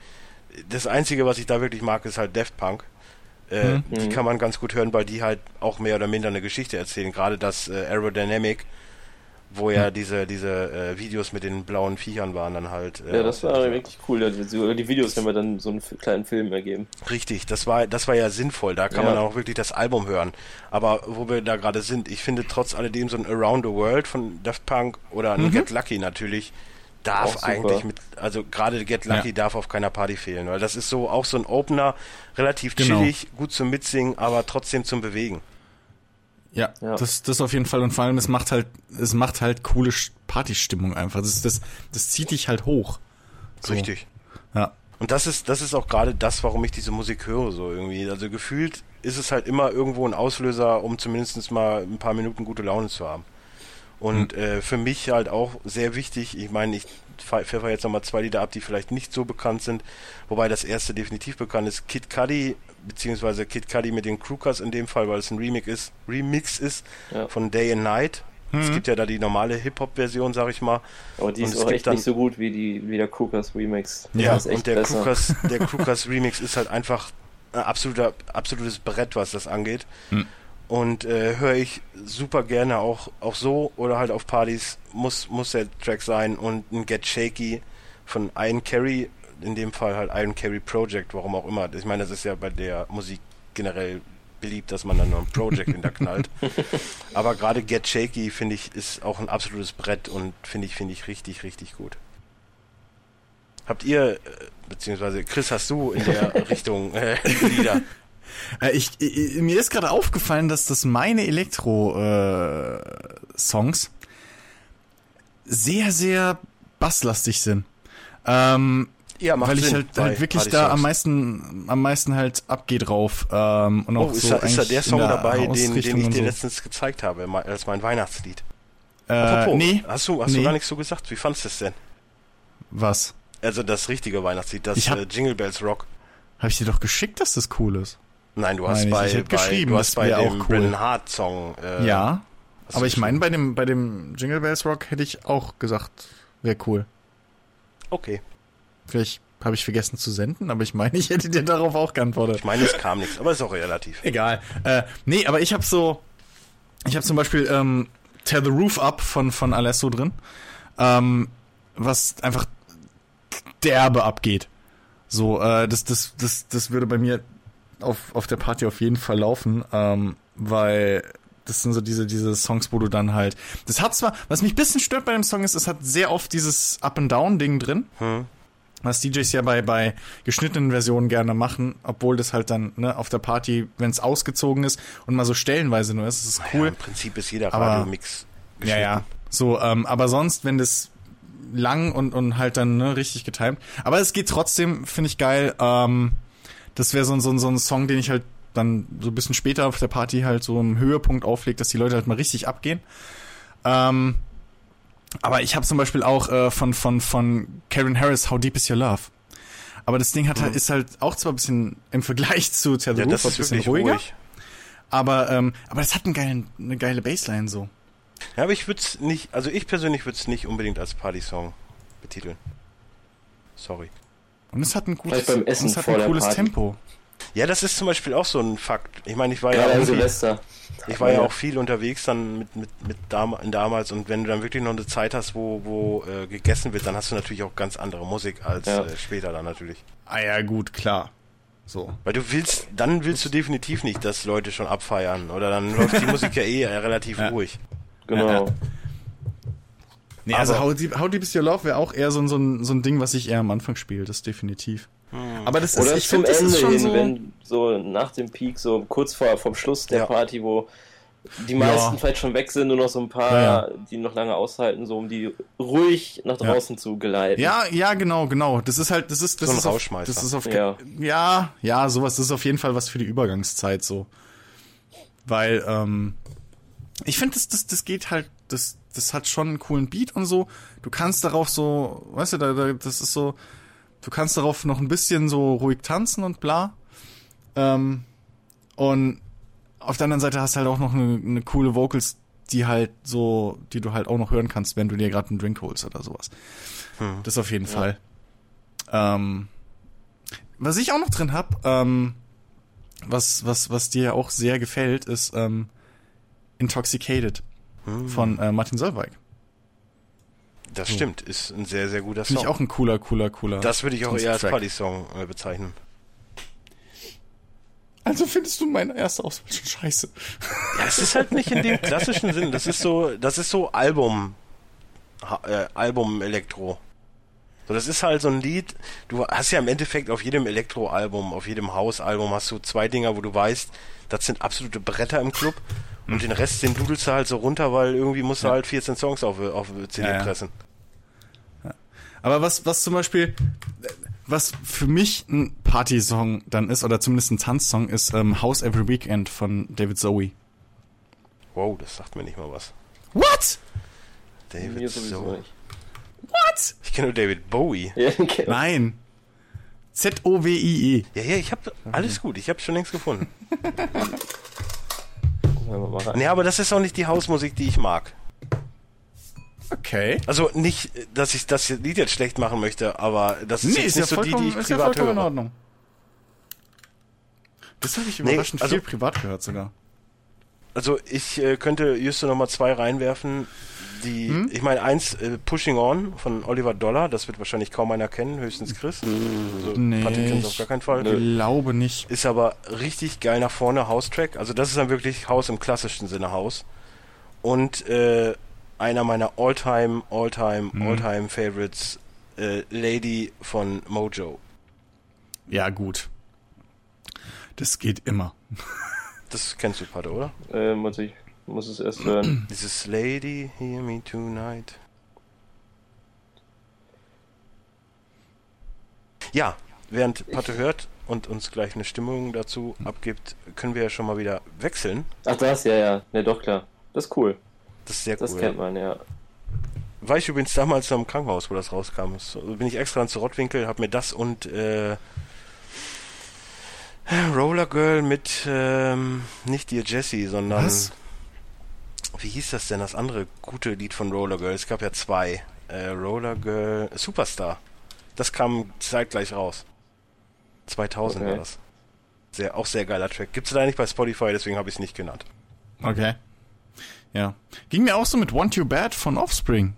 Das Einzige, was ich da wirklich mag, ist halt Daft Punk. Äh,
Mhm.
Mhm.
Die kann man ganz gut hören, weil die halt auch mehr oder minder eine Geschichte erzählen. Gerade das äh, Aerodynamic, wo ja
Mhm.
diese, diese äh, Videos mit den blauen Viechern waren dann halt. äh,
Ja, das war wirklich cool. Die, die Videos haben wir dann so einen f- kleinen Film ergeben.
Richtig, das war, das war ja sinnvoll. Da kann
Ja.
man auch wirklich das Album hören. Aber wo wir da gerade sind, ich finde trotz alledem so ein Around the World von Daft Punk oder ein Get Lucky natürlich
Auch
darf
super.
eigentlich mit, also gerade Get Lucky
Ja.
darf auf keiner Party fehlen, weil das ist so auch so ein Opener, relativ
Genau.
chillig, gut zum Mitsingen, aber trotzdem zum Bewegen.
Ja,
Ja.
Das, das auf jeden Fall. Und vor allem, es macht halt, es macht halt coole Sch- Partystimmung einfach. Das, ist- das, das zieht dich halt hoch. So.
Richtig.
Ja.
Und das ist, das ist auch gerade das, warum ich diese Musik höre, so irgendwie. Also gefühlt ist es halt immer irgendwo ein Auslöser, um zumindest mal ein paar Minuten gute Laune zu haben. Und äh, für mich halt auch sehr wichtig, ich meine, ich pfe- pfeffer jetzt nochmal zwei Lieder ab, die vielleicht nicht so bekannt sind, wobei das erste definitiv bekannt ist, Kid Cudi, beziehungsweise Kid Cudi mit den Crookers in dem Fall, weil es ein Remix ist, Remix ist
Ja.
von Day and Night. Es gibt ja da die normale Hip-Hop-Version, sag ich mal.
Aber die
Und
ist
es
auch
gibt
echt
dann-
nicht so gut wie, die, wie der Cookers Remix.
Ja,
Ja,
Das ist echt
und der
besser.
Krukas, der Krukas Remix ist halt einfach ein absoluter, absolutes Brett, was das angeht.
Hm.
Und äh, höre ich super gerne auch, auch so oder halt auf Partys, muss, muss der Track sein. Und ein Get Shaky von Iron Carry, in dem Fall halt Iron Carry Project, warum auch immer. Ich meine, das ist ja bei der Musik generell beliebt, dass man dann nur ein Project hinterknallt. Aber gerade Get Shaky, finde ich, ist auch ein absolutes Brett und finde ich, finde ich richtig, richtig gut. Habt ihr, äh, beziehungsweise Chris, hast du in der Richtung äh, Lieder?
Äh, ich, ich, mir ist gerade aufgefallen, dass das meine Elektro-Songs sehr, sehr basslastig sind. Ähm,
Ja,
weil ich halt, halt wirklich da am meisten, am meisten halt abgehe drauf. Ähm, und auch
Oh, ist,
so
da, ist da
eigentlich
der
in
Song
der
dabei, den, den
Ausrichtung
ich
und
dir
so.
letztens gezeigt habe, me- als mein Weihnachtslied?
Äh,
Apropos,
nee,
hast du, hast
nee.
du gar nichts so gesagt? Wie fandst du es denn?
was?
Also das richtige Weihnachtslied, das
Ich hab-
äh, Jingle Bells Rock.
Habe ich dir doch geschickt, dass das cool ist?
Nein, du hast
Nein, ich-
bei,
ich hätte
bei,
geschrieben,
du hast
das
bei
wär
dem
auch cool.
Brennan Hart Song. Äh,
ja,
hast du
aber ich meine,
geschrieben.
bei dem, bei dem Jingle Bells Rock hätte ich auch gesagt, wäre cool.
Okay.
Vielleicht habe ich vergessen zu senden, aber ich meine, ich hätte dir darauf auch geantwortet.
Ich meine, es kam nichts, aber ist auch relativ.
Egal. Äh, nee, aber ich habe so, ich habe zum Beispiel ähm, Tear the Roof Up von, von Alesso drin, ähm, was einfach derbe abgeht. So, äh, das, das, das, das würde bei mir auf, auf der Party auf jeden Fall laufen, ähm, weil das sind so diese, diese Songs, wo du dann halt. Das hat zwar, was mich ein bisschen stört bei dem Song ist, es hat sehr oft dieses Up-and-Down-Ding drin. Was DJs ja bei, bei geschnittenen Versionen gerne machen, obwohl das halt dann ne, auf der Party, wenn es ausgezogen ist und mal so stellenweise nur ist, das ist
Ja,
cool.
Im Prinzip ist jeder
Aber-
Radiomix
Ja, ja. So, ähm, aber sonst, wenn das lang und, und halt dann ne, richtig getimt. Aber es geht trotzdem, finde ich geil. Ähm, das wäre so, ein- so, ein- so ein Song, den ich halt dann so ein bisschen später auf der Party halt so im Höhepunkt auflege, dass die Leute halt mal richtig abgehen. Ähm, aber ich habe zum Beispiel auch äh, von, von, von Karen Harris, How Deep Is Your Love? Aber das Ding hat, halt- ist halt auch zwar ein bisschen im Vergleich zu Tear the
Mhm. Ja,
Roof
das
ein
ist
bisschen
wirklich
ruhiger,
ruhig.
aber ähm, aber das hat einen geilen, eine geile Bassline so.
Ja, aber ich würde es nicht, also ich persönlich würde es nicht unbedingt als Party-Song betiteln. Sorry.
Und es hat ein gutes,
Vielleicht beim Essen
und es hat
vor
ein
der
cooles
Party.
Tempo.
Ja, das ist zum Beispiel auch so ein Fakt. Ich meine, ich war ja,
Gerade an
auch viel,
Silvester.
ich war ja
also Ja.
auch viel unterwegs dann mit, mit, mit dam damals und wenn du dann wirklich noch eine Zeit hast, wo, wo äh, gegessen wird, dann hast du natürlich auch ganz andere Musik als
Ja.
äh, später dann natürlich.
Ah ja, gut, klar. So.
Weil du willst, dann willst du definitiv nicht, dass Leute schon abfeiern oder dann läuft die Musik ja eh äh, relativ ruhig.
Genau.
Nee, also How Deep, How Deep Is Your Love wäre auch eher so, ein- so, ein, so ein Ding, was ich eher am Anfang spiele, das definitiv. Aber das ist,
Oder
ich
zum
finde, das
Ende
ist schon
hin,
so.
wenn so nach dem Peak, so kurz vor vom Schluss der
Ja.
Party, wo die
Ja.
meisten vielleicht schon weg sind, nur noch so ein paar,
Ja,
die noch lange aushalten, so um die ruhig nach
Ja.
draußen zu geleiten.
Ja, ja, genau, genau. Das ist halt, das ist, das
So ein
ist auf,
Rauschmeister.
das ist auf, ja.
Ja.
ja, ja, sowas, das ist auf jeden Fall was für die Übergangszeit so, weil ähm, ich finde, das, das, das geht halt, das, das hat schon einen coolen Beat und so. Du kannst darauf so, weißt du, da, da, das ist so, du kannst darauf noch ein bisschen so ruhig tanzen und bla. Ähm, und auf der anderen Seite hast du halt auch noch eine, eine coole Vocals, die halt so, die du halt auch noch hören kannst, wenn du dir gerade einen Drink holst oder sowas. Das auf jeden Fall. Ähm, was ich auch noch drin hab, ähm, was, was, was dir ja auch sehr gefällt, ist ähm, Intoxicated
Hm.
von äh, Martin Solveig.
Das stimmt, ist ein sehr, sehr guter Song.
Finde ich auch ein cooler, cooler, cooler.
das würde ich auch eher als
Track.
Party-Song äh, bezeichnen.
Also findest du meine erste Auswahl schon scheiße.
Ja, es ist halt nicht in dem klassischen Sinn. Das ist so, das ist so Album, ha- äh, Album-Elektro. So, das ist halt so ein Lied. Du hast ja im Endeffekt auf jedem Elektro-Album, auf jedem House-Album hast du zwei Dinger, wo du weißt, das sind absolute Bretter im Club. Und
Hm.
den Rest, den dudelst du halt so runter, weil irgendwie musst du halt 14 Songs auf, auf CD
Ja, ja.
pressen.
Aber was, was zum Beispiel, äh, was für mich ein Party-Song dann ist, oder zumindest ein Tanzsong, ist ähm, House Every Weekend von David Zoe.
Wow, das sagt mir nicht mal was.
What?
Mir
David
sowieso
so.
nicht.
What?
Ich kenne nur David Bowie.
Ja, okay.
Nein. Z-O-W-I-E.
Ja, ja, ich habe
Mhm.
alles gut. Ich habe schon längst gefunden.
Gucken wir mal rein.
Nee, aber das ist auch nicht die Hausmusik, die ich mag.
Okay.
Also nicht, dass ich das Lied jetzt schlecht machen möchte, aber das ist
Nee, ist
jetzt
ja
nicht so die,
vollkommen,
die ich
ist ja
privat
vollkommen in
höre.
Ordnung. Das habe ich
Nee,
überraschend
also-
viel privat gehört sogar.
Also ich äh, könnte Jüste nochmal zwei reinwerfen, die,
Hm?
ich meine eins, äh, Pushing On von Oliver Dollar, das wird wahrscheinlich kaum einer kennen,
Hm.
höchstens Chris. Also
Nee,
Patrick kennt auf
ich-
gar keinen Fall.
Glaube nicht.
Ist aber richtig geil nach vorne, House-Track. Also das ist dann wirklich House im klassischen Sinne House. Und äh, einer meiner All-Time, All-Time,
Hm.
All-Time Favorites, äh, Lady von Mojo.
Ja, gut. Das geht immer.
Das kennst du, Pato, oder?
Äh, muss ich muss es erst hören.
Dieses Lady, hear me tonight. Ja, während Patte hört und uns gleich eine Stimmung dazu abgibt, können wir ja schon mal wieder wechseln.
Ach das, ja, ja. Ne, doch klar. Das ist cool.
Das ist sehr
Das
cool.
kennt man, ja.
War ich übrigens damals noch im Krankenhaus, wo das rauskam. So bin ich extra ins Rottwinkel, hab mir das und äh, Roller Girl mit ähm, nicht Dear Jessie, sondern
Was?
wie hieß das denn, das andere gute Lied von Roller Girl? Es gab ja zwei. Äh, Roller Girl, Superstar. Das kam zeitgleich raus. 2000 war
Okay.
das. Sehr, auch sehr geiler Track. Gibt's leider nicht bei Spotify, deswegen habe ich es nicht genannt.
Okay. Ja. Ging mir auch so mit Want You Bad von Offspring.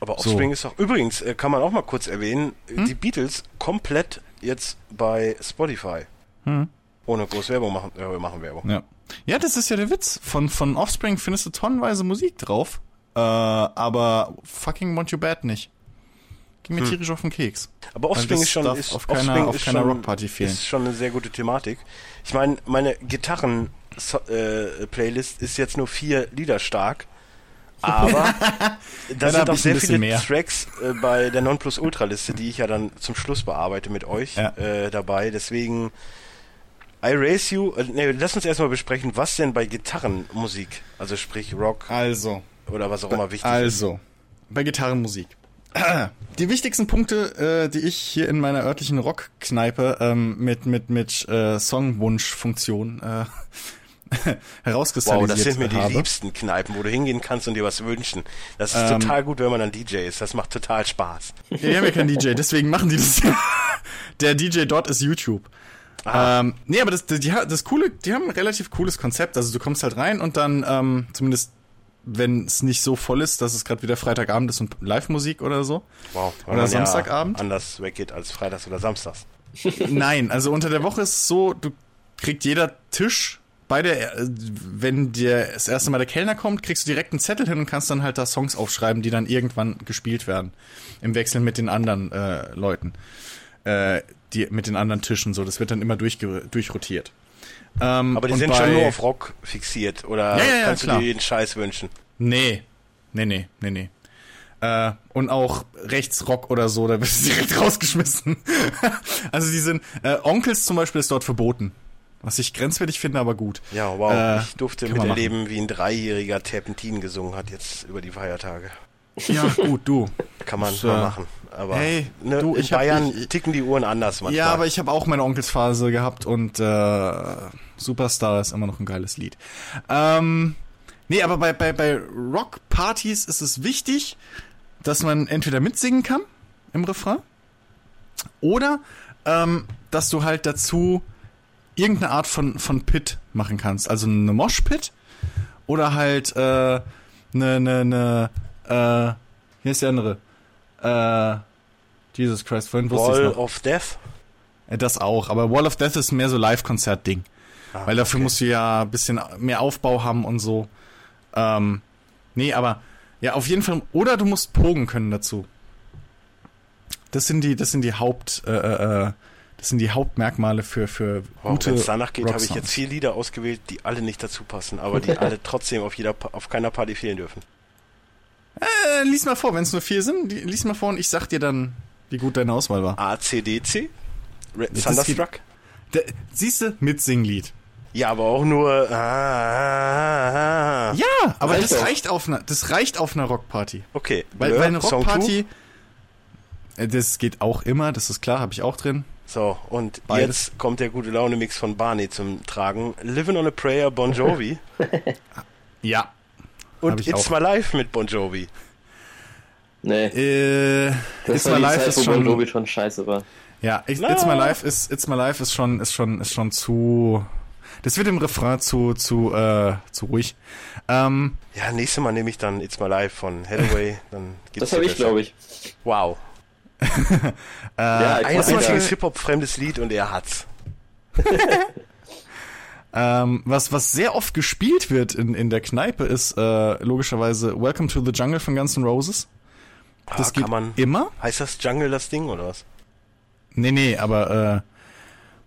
Aber
So.
Offspring ist auch. Übrigens äh, kann man auch mal kurz erwähnen, äh, die Beatles komplett jetzt bei Spotify. Ohne groß Werbung machen. Ja, wir machen Werbung.
Ja. Ja, das ist ja der Witz. Von, von Offspring findest du tonnenweise Musik drauf, äh, aber fucking Want You Bad nicht. Ging
Hm.
mir tierisch auf den Keks.
Aber
Weil
Offspring
das
ist schon
darf
ist,
auf keiner-
Offspring
auf
ist
keiner
schon,
Rockparty fehlen.
Ist schon eine sehr gute Thematik. Ich meine, meine Gitarren so, äh, Playlist ist jetzt nur vier Lieder stark. Aber
da hab
da sind auch
ich ein
sehr
bisschen
viele
mehr.
Tracks äh, bei der Nonplusultra-Liste, die ich ja dann zum Schluss bearbeite mit euch
Ja.
äh, dabei. Deswegen I Race You. Äh, nee, lass uns erstmal besprechen, was denn bei Gitarrenmusik, also sprich Rock
Also,
oder was auch immer wichtig ist.
Also, bei Gitarrenmusik. Die wichtigsten Punkte, äh, die ich hier in meiner örtlichen Rockkneipe ähm, mit mit mit äh, Songwunschfunktion äh,
Wow,
herauskristallisiert
das sind mir die
habe.
liebsten Kneipen, wo du hingehen kannst und dir was wünschen. Das ist
Ähm,
total gut, wenn man ein DJ ist. Das macht total Spaß.
Ja, die haben ja keinen DJ, deswegen machen die das. Der DJ dort ist YouTube.
Ah.
Ähm, nee, aber das, die, die, das coole, die haben ein relativ cooles Konzept. Also du kommst halt rein und dann, ähm, zumindest wenn es nicht so voll ist, dass es gerade wieder Freitagabend ist und Live-Musik oder so.
Wow. wenn
Oder
man
Samstagabend?
Ja anders weggeht als freitags oder samstags.
Nein, also unter der Woche ist es so, du kriegt jeder Tisch bei der, äh, wenn dir das erste Mal der Kellner kommt, kriegst du direkt einen Zettel hin und kannst dann halt da Songs aufschreiben, die dann irgendwann gespielt werden. Im Wechsel mit den anderen äh, Leuten. äh, die, mit den anderen Tischen so. Das wird dann immer durchge durchrotiert. Ähm,
Aber die
und
sind schon
bei-
nur auf Rock fixiert. Oder
Ja, ja, ja,
kannst
klar.
du dir den Scheiß wünschen?
Nee, nee, nee, nee, nee. Äh, und auch Rechtsrock oder so, da bist du direkt rausgeschmissen. also die sind, äh, Onkels zum Beispiel ist dort verboten. Was ich grenzwertig finde, aber gut.
Ja, wow.
Äh,
ich durfte
kann man
miterleben, wie ein Dreijähriger Terpentin gesungen hat jetzt über die Feiertage.
Ja, gut, du.
Kann man
Das,
mal
äh,
machen. Aber
hey,
ne,
du,
in
ich hab-
Bayern
ich-
ticken die Uhren anders manchmal.
Ja, aber ich habe auch meine Onkelsphase gehabt und äh, Superstar ist immer noch ein geiles Lied. Ähm, nee, aber bei, bei, bei Rockpartys ist es wichtig, dass man entweder mitsingen kann im Refrain oder ähm, dass du halt dazu irgendeine Art von, von Pit machen kannst. Also eine Moshpit oder halt äh, eine, eine, eine, äh, hier ist die andere. Äh, Jesus Christ, vorhin wusste ich
Wall
noch.
of Death.
Ja, Äh, Das auch, aber Wall of Death ist mehr so Live-Konzert-Ding.
Ah,
weil dafür
okay.
musst du ja ein bisschen mehr Aufbau haben und so. Ähm, nee, aber ja, auf jeden Fall. Oder du musst pogen können dazu. Das sind die, das sind die Haupt, äh, äh, äh, das sind die Hauptmerkmale für, für
Wow,
gute
wenn es danach geht, habe ich
Rocksongs.
jetzt vier Lieder ausgewählt, die alle nicht dazu passen, aber die alle trotzdem auf jeder, Pa- auf keiner Party fehlen dürfen.
Äh, lies mal vor, wenn es nur vier sind, li- lies mal vor und ich sag dir dann, wie gut deine Auswahl
Ah.
war.
ACDC? Red
Das
Thunderstruck?
Da, siehst du, Mitsinglied.
Ja, aber auch nur. Ah, ah, ah, ah.
Ja, aber
Reicht
das
doch.
reicht auf einer, das reicht auf einer Rockparty.
Okay.
Weil,
Blur,
weil eine
Song two.
Rockparty, äh, das geht auch immer, das ist klar, habe ich auch drin.
So, und
Beides.
jetzt kommt der gute Laune-Mix von Barney zum Tragen. Living on a Prayer, Bon Jovi.
Ja.
und
Hab ich
It's
auch.
My Life mit Bon Jovi.
Nee.
Äh,
Das
It's
war
My
die
Life
Zeit,
ist
wo Bon Jovi
schon,
schon scheiße war.
ja, It's,
Na.
It's My Life ist, It's My Life ist schon, ist schon, ist schon zu, das wird im Refrain zu, zu, äh, zu ruhig. Ähm,
Ja, nächstes Mal nehme ich dann It's My Life von Hathaway. Dann
Das habe ich, glaube ich.
ich. Wow.
ja, ich
Ein
weiß nicht.
einziges Hip-Hop-fremdes Lied und er hat's.
ähm, was, was sehr oft gespielt wird in, in der Kneipe ist, äh, logischerweise Welcome to the Jungle von Guns N' Roses. Das
Ah,
geht
kann man.
immer.
Heißt das Jungle das Ding oder was?
Nee, nee, aber äh,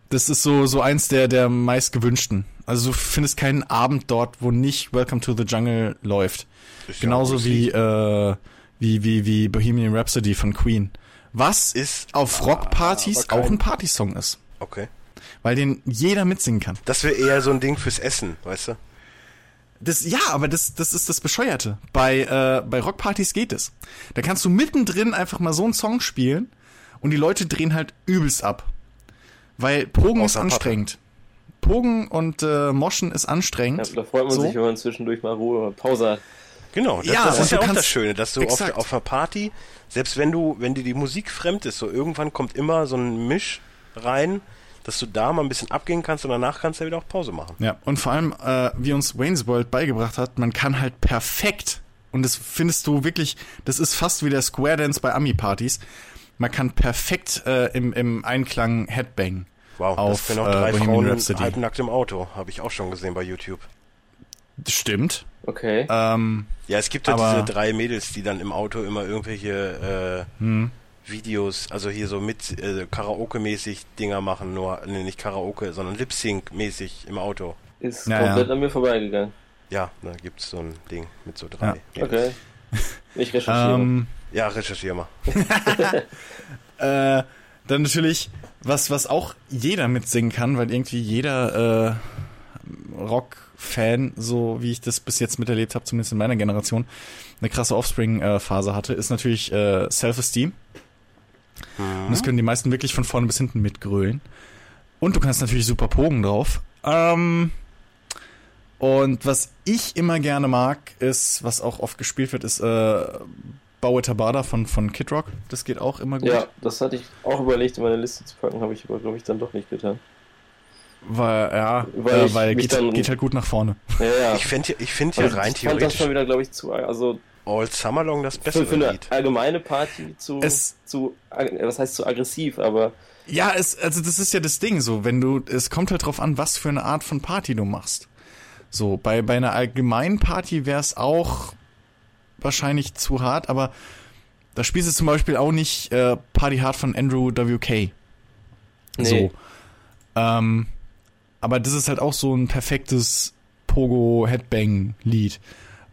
das ist so, so eins der, der meistgewünschten. Also du findest keinen Abend dort, wo nicht Welcome to the Jungle läuft.
Ist ja ein
Genauso
gutes
wie,
Lied.
äh, wie, wie, wie Bohemian Rhapsody von Queen. Was
Ist-
auf Rockpartys
aber kein-
auch ein Partysong ist.
Okay.
Weil den jeder mitsingen kann.
Das wäre eher so ein Ding fürs Essen, weißt du?
Das, ja, aber das, das ist das Bescheuerte. Bei, äh, bei Rockpartys geht es. Da kannst du mittendrin einfach mal so einen Song spielen und die Leute drehen halt übelst ab. Weil Pogen ist
Außer Pappe.
anstrengend. Pogen und äh, Moschen ist
Ja,
anstrengend.
da freut man
so.
sich, wenn man zwischendurch mal Ruhe oder Pause hat.
Genau, das,
Ja,
das
und
ist ja
du
auch
kannst-
das Schöne, dass du auf,
Exakt.
auf einer Party, selbst wenn du, wenn dir die Musik fremd ist, so irgendwann kommt immer so ein Misch rein, dass du da mal ein bisschen abgehen kannst und danach kannst du ja wieder auch Pause machen.
Ja, und vor allem, äh, wie uns Wayne's World beigebracht hat, man kann halt perfekt, und das findest du wirklich, das ist fast wie der Square Dance bei Ami-Partys, man kann perfekt äh, im, im Einklang Headbang.
Wow,
Auf,
das können auch
äh,
drei
Bohemian
Frauen
Rhapsody.
halbnackt im Auto, habe ich auch schon gesehen bei YouTube.
Stimmt.
Okay.
Ah,
Ähm,
Ja, es gibt ja
Aber-
diese drei Mädels, die dann im Auto immer irgendwelche äh,
Hm.
Videos, also hier so mit äh, Karaoke-mäßig Dinger machen, nur, nee, nicht Karaoke, sondern Lip-Sync-mäßig im Auto.
Ist
naja.
komplett an mir vorbeigegangen.
Ja, da gibt's so ein Ding mit so drei. Mädels.
Okay. Ich recherchiere.
ähm,
Ja, recherchiere mal.
äh, dann natürlich, was, was auch jeder mitsingen kann, weil irgendwie jeder äh, Rock-Fan, so wie ich das bis jetzt miterlebt habe, zumindest in meiner Generation, eine krasse Offspring-Phase hatte, ist natürlich äh, Self-Esteem. Und das können die meisten wirklich von vorne bis hinten mitgrölen. Und du kannst natürlich super Pogen drauf. Ähm, und was ich immer gerne mag, ist, was auch oft gespielt wird, ist äh, Baue Tabada von, von Kid Rock. Das geht auch immer gut.
ja, das hatte ich auch überlegt, in meine Liste zu packen, habe ich aber, glaube ich, dann doch nicht getan.
Weil, ja,
Weil
weil, äh,
ich
weil
mich
geht,
dann-
geht halt gut nach vorne.
Ja, ja.
Ich fänd ja, ich find ja
Also,
rein
ich fand das schon
theoretisch
wieder, glaube ich, zu. Also
All Summer Long das
für, für
bessere
eine
Lied.
allgemeine Party zu.
Es-
zu ag- das heißt zu aggressiv, aber.
Ja, es, also das ist ja das Ding so, wenn du, es kommt halt drauf an, was für eine Art von Party du machst. So, bei, bei einer allgemeinen Party wär's auch wahrscheinlich zu hart, aber da spielst du zum Beispiel auch nicht äh, Party Hard von Andrew WK.
Nee.
So. Ähm, aber das ist halt auch so ein perfektes Pogo-Headbang-Lied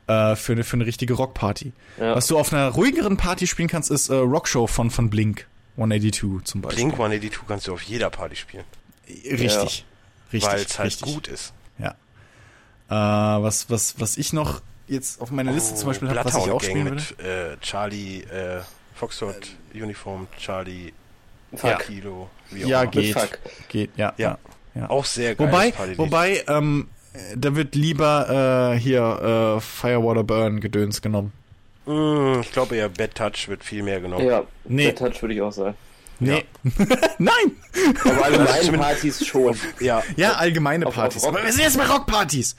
äh, für, eine, für eine richtige Rockparty.
Ja.
Was du auf einer ruhigeren Party spielen kannst, ist äh, Rockshow von, von Blink 182 zum Beispiel.
Blink 182 kannst du auf jeder Party spielen,
Richtig. Richtig.
weil es halt
richtig.
gut ist.
Ja. Äh, was, was, was ich noch jetzt auf meiner Liste zum Beispiel habe, was ich
Oh, Bloodhound
auch
Gang
spielen würde.
mit äh, Charlie, äh, Foxtrot Uniform, Charlie,
Fuck.
Kilo, wie auch
Ja,
immer.
geht.
Fuck.
Geht, ja.
Oh, Ja.
ja.
Auch sehr geil.
Wobei, wobei, ähm, äh, da wird lieber äh, hier äh, Firewater Burn Gedöns genommen.
Mm, ich glaube eher Bad Touch wird viel mehr genommen.
Ja,
Nee.
der Touch würde ich auch sagen.
Nee. Nein!
Aber allgemein
Also zumindest-
Partys schon.
Ja,
Ja, allgemeine
Auf- auf
Partys.
Rock-
Aber wir sind jetzt bei Rockpartys.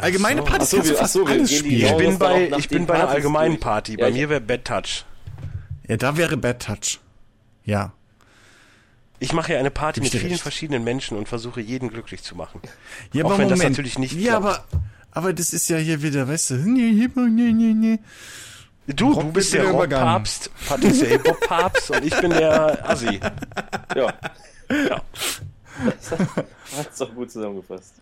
Allgemeine
so.
Partys
Ach so,
kannst du
wir-
fast
ach so, wir
alles
gehen die
spielen.
Genre-
ich bin
das war
bei,
auch nach
ich bin
den
bei einer
Partys
allgemeinen
durch.
Party.
Ja,
Bei
ich-
mir wäre Bad Touch.
Ja, da wäre Bad Touch. Ja.
Ich mache ja eine Party
Gib ich
mit
dir
vielen
recht.
verschiedenen Menschen und versuche jeden glücklich zu machen.
Ja,
Auch
aber
wenn das
Moment.
natürlich nicht
Ja,
klappt.
aber, aber das ist ja hier wieder, weißt du, nee, nee, nee, nee, nee.
Du,
Rock
du bist
wird
der
wieder übergangen.
Rock-Papst, Patrick ist der Hip-Hop-Papst und ich bin der Assi.
Ja.
Ja.
Hat's doch gut zusammengefasst.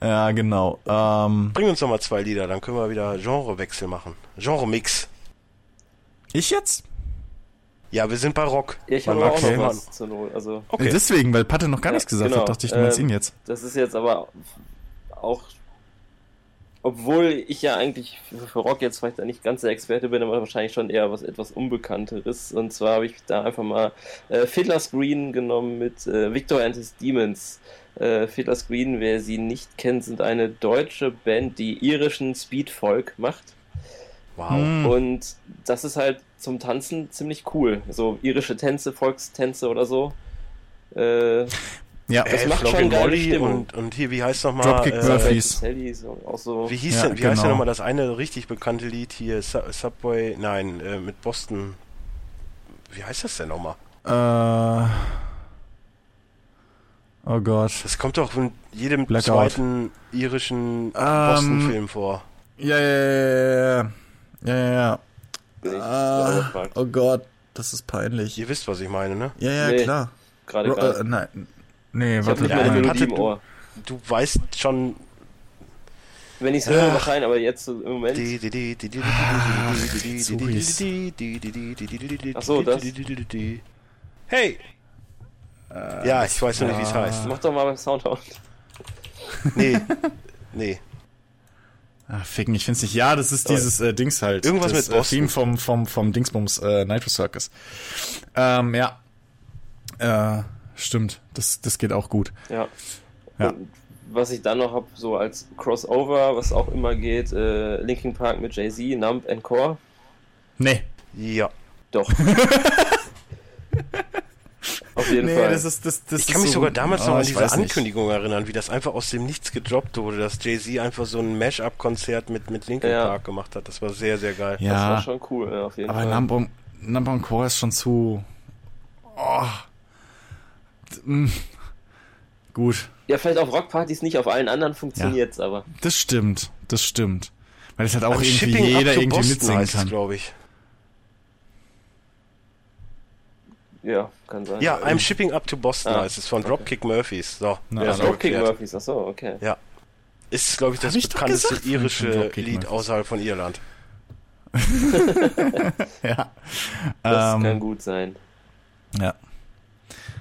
Ja, genau. Ähm,
Bring uns doch mal zwei Lieder, dann können wir wieder Genrewechsel machen. Genre-Mix.
ich jetzt?
Ja, wir sind bei Rock.
Ja, ich
Man
habe aber
mag
auch noch
schon mal-
was zur Not. Also,
Okay.
Deswegen, weil Patte noch gar
Ja,
nichts gesagt
genau.
hat, dachte ich, du
Ähm,
meinst ihn jetzt.
das ist jetzt aber auch. Obwohl ich ja eigentlich für für Rock jetzt vielleicht nicht ganz der Experte bin, aber wahrscheinlich schon eher was etwas Unbekannteres. Und zwar habe ich da einfach mal äh, Fiddler's Green genommen mit äh, Victor and his Demons. Äh, Fiddler's Green, wer sie nicht kennt, sind eine deutsche Band, die irischen Speedfolk macht.
Wow.
Mhm.
Hm.
Und das ist halt zum Tanzen ziemlich cool. So irische Tänze, Volkstänze oder so. Äh,
Ja.
Äh,
macht
Flogging
schon geile
Molly
Stimmung.
und, und hier, wie heißt äh, nochmal?
Dropkick Murphy. Fies.
Sally, so, auch so.
Wie hieß
Ja,
denn, wie heißt denn
genau.
nochmal das eine richtig bekannte Lied hier? Su Subway, nein, äh, mit Boston. Wie heißt das denn nochmal?
Äh, oh Gott.
Das kommt doch in jedem
Blackout. Ähm.
zweiten irischen Boston-Film vor.
Ja, ja, ja, ja, ja. Ja, ja,
bin ich gerade
ja.
gefragt.
oh Gott, das ist peinlich.
Ihr wisst, was ich meine, ne?
Ja, ja,
Nee.
klar.
Gerade
Ro
gerade.
äh, nein. Nee,
ich habe
warte, äh,
nicht mehr eine
nein.
Melodie im
Hatte-
Ohr.
Du weißt schon.
Wenn ich es höre,
Ach.
wahrscheinlich, aber jetzt so im
Äh,
Moment. Ach so, das.
Hey!
Äh,
Ja, ich weiß noch nicht, wie es heißt.
Mach doch mal beim Soundhound.
Nee. Nee.
Ah, ficken, ich find's nicht. Ja, das ist dieses äh, Dings halt.
Irgendwas
das,
mit Boston.
Äh, Theme vom, vom, vom Dingsbums äh, Nitro Circus. Ähm, ja. Äh, stimmt. Das, das geht auch gut.
Ja.
Ja.
Und was ich dann noch habe, so als Crossover, was auch immer geht, äh, Linkin Park mit Jay-Z, Numb and Core.
Nee.
Ja.
Doch. Auf jeden
Nee,
Fall.
das ist, Ah, das, das
Ich kann mich sogar damals noch an diese
Ankündigung.
Ankündigung erinnern, wie das einfach aus dem Nichts gedroppt wurde, dass Jay-Z einfach so ein Mash-Up-Konzert mit, mit Linkin
Ja.
Park gemacht hat. Das war sehr, sehr geil.
das war
Ja,
schon cool, ja, auf jeden
aber
Fall.
Number, Number on Core ist schon zu. Oh. D- mm. Gut.
Ja, vielleicht auf Rockpartys nicht, auf allen anderen funktioniert's aber.
Das stimmt. Das stimmt. Weil das halt auch
I'm
irgendwie
Also shipping up
jeder
to
irgendwie
Boston
mitsingen
heißt es,
kann.
glaube ich.
Ja, kann sein.
Ja, I'm shipping up to Boston
Ah,
heißt es von Dropkick Murphys. So,
Na,
wäre
also
es
Dropkick
geklärt.
Murphys, achso, okay.
Ist, glaube ich, das
Hab ich doch
bekannteste
gesagt, von
irische
Dropkick
Lied
Murphys.
außerhalb von Irland.
Ja.
Das
Ähm,
kann gut sein.
ja.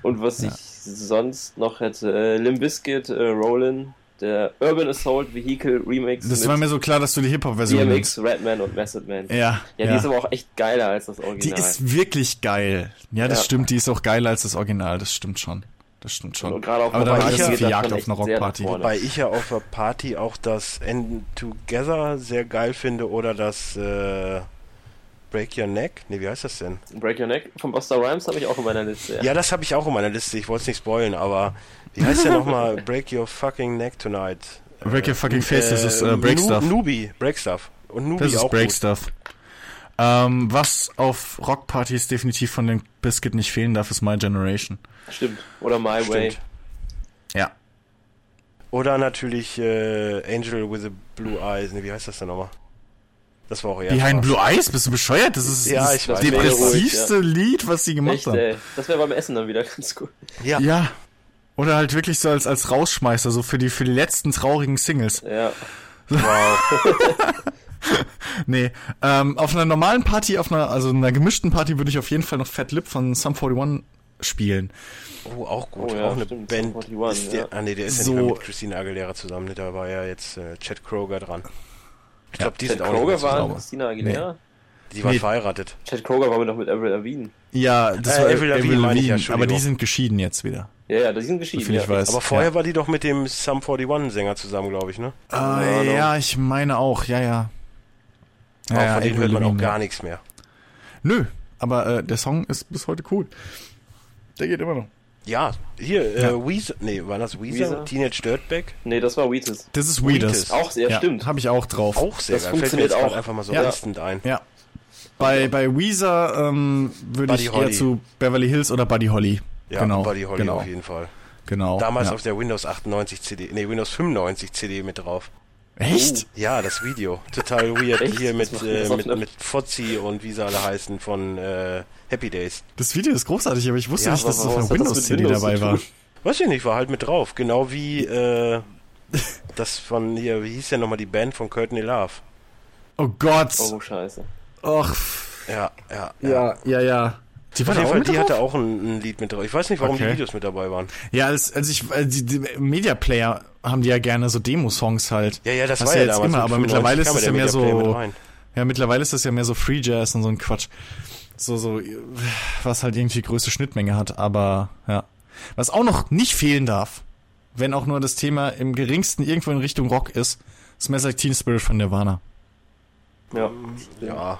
Und was ich sonst noch hätte, äh, Limbiskit, äh, Rollin, der Urban Assault Vehicle Remix
Das war mir so klar, dass du die Hip-Hop-Version nimmst.
DMX, Redman und Method Man. Ja,
Ja.
die ist aber auch echt geiler als das
Die
Original.
ist wirklich geil. Ja, das
Ja.
stimmt. Die ist auch geiler als das Original. Das stimmt schon. Das stimmt schon.
Und Also gerade auf
aber da
einer
war
Party
alles
geht
viel
das
Jagd
schon
auf
echt
einer
sehr nach
Rockparty.
vorne.
Wobei ich ja auf der Party auch das End Together sehr geil finde oder das äh, Break Your Neck. Ne, wie heißt das denn?
Break Your Neck von Buster Rhymes habe ich auch in meiner Liste.
Ja, das habe ich auch in meiner Liste. Ich wollte es nicht spoilen, aber wie heißt der nochmal? Break Your Fucking Neck Tonight. ähm,
Break Your Fucking Face, das ist, äh, Break
Nu-
Stuff.
Nubi, Break Stuff. Und Nubi
Das ist
auch
Break
gut.
Stuff. Ähm, was auf Rockpartys definitiv von den Biscuit nicht fehlen darf, ist My Generation.
Stimmt. Oder My Way.
Stimmt.
Ja.
Oder natürlich äh, Angel with the Blue Eyes. Ne, wie heißt das denn nochmal? Das war auch eher.
Behind
Spaß.
Blue Eyes? Bist du bescheuert? Das ist
Ja,
das
ich weiß.
depressivste Lied, was sie gemacht
Echt,
haben.
ey. Das wäre beim Essen dann wieder ganz cool.
Ja.
Ja. Oder halt wirklich so als, als Rausschmeißer, so für die, für die letzten traurigen Singles.
Ja.
Wow.
Nee, ähm, auf einer normalen Party, auf einer, also einer gemischten Party würde ich auf jeden Fall noch Fat Lip von Sum 41 spielen.
Oh, auch gut.
Oh ja,
auch eine
stimmt,
Band.
41,
ist der,
ja.
Ah, nee, der ist
So.
ja nicht mehr mit Christine Aguilera zusammen. ne? Da war ja jetzt äh, Chad Kroger dran. Ich glaube, die
Chad
sind auch nicht mehr
Kroger war
zusammen.
Christina Aguilera.
Die waren
Nee.
verheiratet.
Chad Kroger war aber noch mit Avril Lavigne.
Ja, das
Äh,
war
Avril Lavigne meine ich ja,
aber
Entschuldigung.
die sind geschieden jetzt wieder.
Ja, ja, die sind geschieden.
Soviel
ja.
ich weiß.
Aber vorher war die doch mit dem Sum 41-Sänger zusammen, glaube ich, ne?
Ah,
Keine Ahnung.
ja, ich meine auch, ja, ja.
Aber von denen hört man auch
Lavigne.
gar nichts mehr.
Nö, aber äh, der Song ist bis heute cool. Der geht immer noch.
Ja, hier, äh,
Ja.
Weezer, nee, war das Weezer?
Weezer?
Teenage Dirtbag?
Nee, das war Wheatus.
Das ist
Weedus.
Weedus.
Auch sehr, stimmt.
Habe ich auch drauf.
Auch sehr
Das
geil. Fällt mir
funktioniert
jetzt
auch.
auch einfach mal so
Ja.
instant ein.
Ja. Bei, bei Weezer ähm, würde
Buddy
ich eher
Holly.
zu Beverly Hills oder Buddy Holly.
Ja,
genau.
Buddy Holly
genau.
auf jeden Fall.
Genau.
Damals
ja.
auf der Windows 98 CD, nee, Windows 95 CD mit drauf.
Echt?
Ja, das Video. Total weird.
Echt?
Hier mit,
Das macht mir
äh,
das auch
mit,
nicht.
mit Fozzi und wie sie alle heißen von äh, Happy Days.
Das Video ist großartig, aber ich wusste
Ja,
nicht,
aber
dass das
was
auf einer
hat das mit
Windows-CD
Windows zu
dabei
tun?
war.
Weiß ich nicht, war halt mit drauf. Genau wie äh, das von hier, wie hieß ja nochmal die Band von Courtney Love?
Oh Gott.
Oh, scheiße.
Och.
Ja, ja,
Ja, ja, ja. Die
Auf
waren
jeden
auch
Fall,
mit
die
drauf?
hatte auch ein, ein Lied mit drauf. Ich weiß nicht, warum
Okay.
die Videos mit dabei waren.
Ja, als, als ich, äh, die, die Media Player haben die ja gerne so Demo-Songs halt.
Ja, ja, das
Hast
war
du
ja
jetzt
damals
immer,
mit
aber
95
mittlerweile ist
kam
es ja mehr
der Media Player mit
so,
rein.
ja, mittlerweile ist das ja mehr so Free Jazz und so ein Quatsch. So, so, äh, was halt irgendwie größte Schnittmenge hat, aber, ja. Was auch noch nicht fehlen darf, wenn auch nur das Thema im geringsten irgendwo in Richtung Rock ist, Smells Like Teen Spirit von Nirvana.
Ja,
Ja,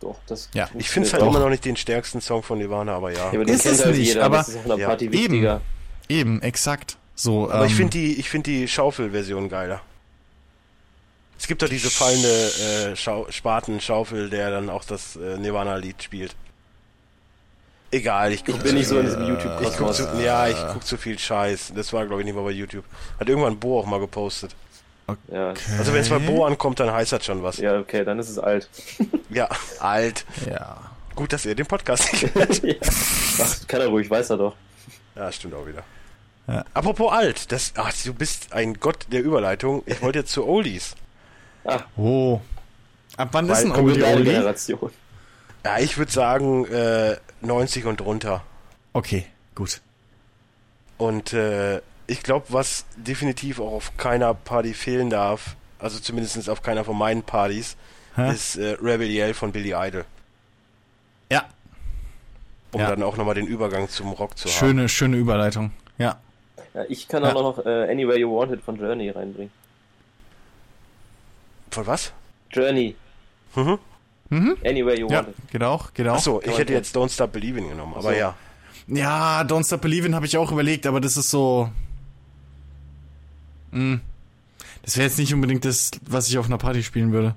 doch, das.
Ja.
ich finde es halt immer noch nicht den stärksten Song von Nirvana, aber ja.
Ja, aber den
Ist
kennt
es
halt
nicht,
jeder,
aber-
das ist auf einer
Ja.
Party
Eben.
wichtiger.
Eben, exakt. So,
Aber ich
ähm,
finde die, ich find die Schaufel-Version geiler. Es gibt doch diese fallende äh, Schau Spaten-Schaufel, der dann auch das äh, Nirvana-Lied spielt. Egal, ich guck Äh,
Ich bin nicht so in diesem
Ich guck zu,
YouTube-Kosmos.
ja, ich guck zu viel Scheiß. Das war, glaube ich, nicht mal bei YouTube. Hat irgendwann Bo auch mal gepostet.
Ja.
Also, wenn es bei Bo ankommt, dann heißt das schon was. Ja,
ja, okay, dann ist es alt.
alt.
ja.
Gut, dass ihr den Podcast nicht hört.
Ach, kann er ruhig, weiß er doch.
Ja, stimmt auch wieder.
Ja.
Apropos alt, das, ach, du bist ein Gott der Überleitung. Ich wollte jetzt zu Oldies.
Oh. Ab wann ist
Weil-
denn
Kommt
Oldie
deine
Oldie?
Generation.
Ja, ich würde sagen äh, 90 und runter.
Okay, gut.
Und äh, ich glaube, was definitiv auch auf keiner Party fehlen darf, also zumindest auf keiner von meinen Partys,
Hä?
ist äh, Rebel Yell von Billy Idol.
Ja,
Um
Ja.
dann auch nochmal den Übergang zum Rock zu haben.
schöne, schöne Überleitung. Ja.
Ja, ich kann
Ja.
auch noch äh, Anywhere You Want It von Journey reinbringen.
Von was?
Journey.
Mhm.
Anywhere You
Ja,
Want It.
geht auch, geht auch.
Achso,
man
ich hätte
ja.
jetzt Don't Stop Believing genommen, aber
so.
ja.
Ja, Don't Stop Believin' habe ich auch überlegt, aber das ist so. Hm. Das wäre jetzt nicht unbedingt das, was ich auf einer Party spielen würde.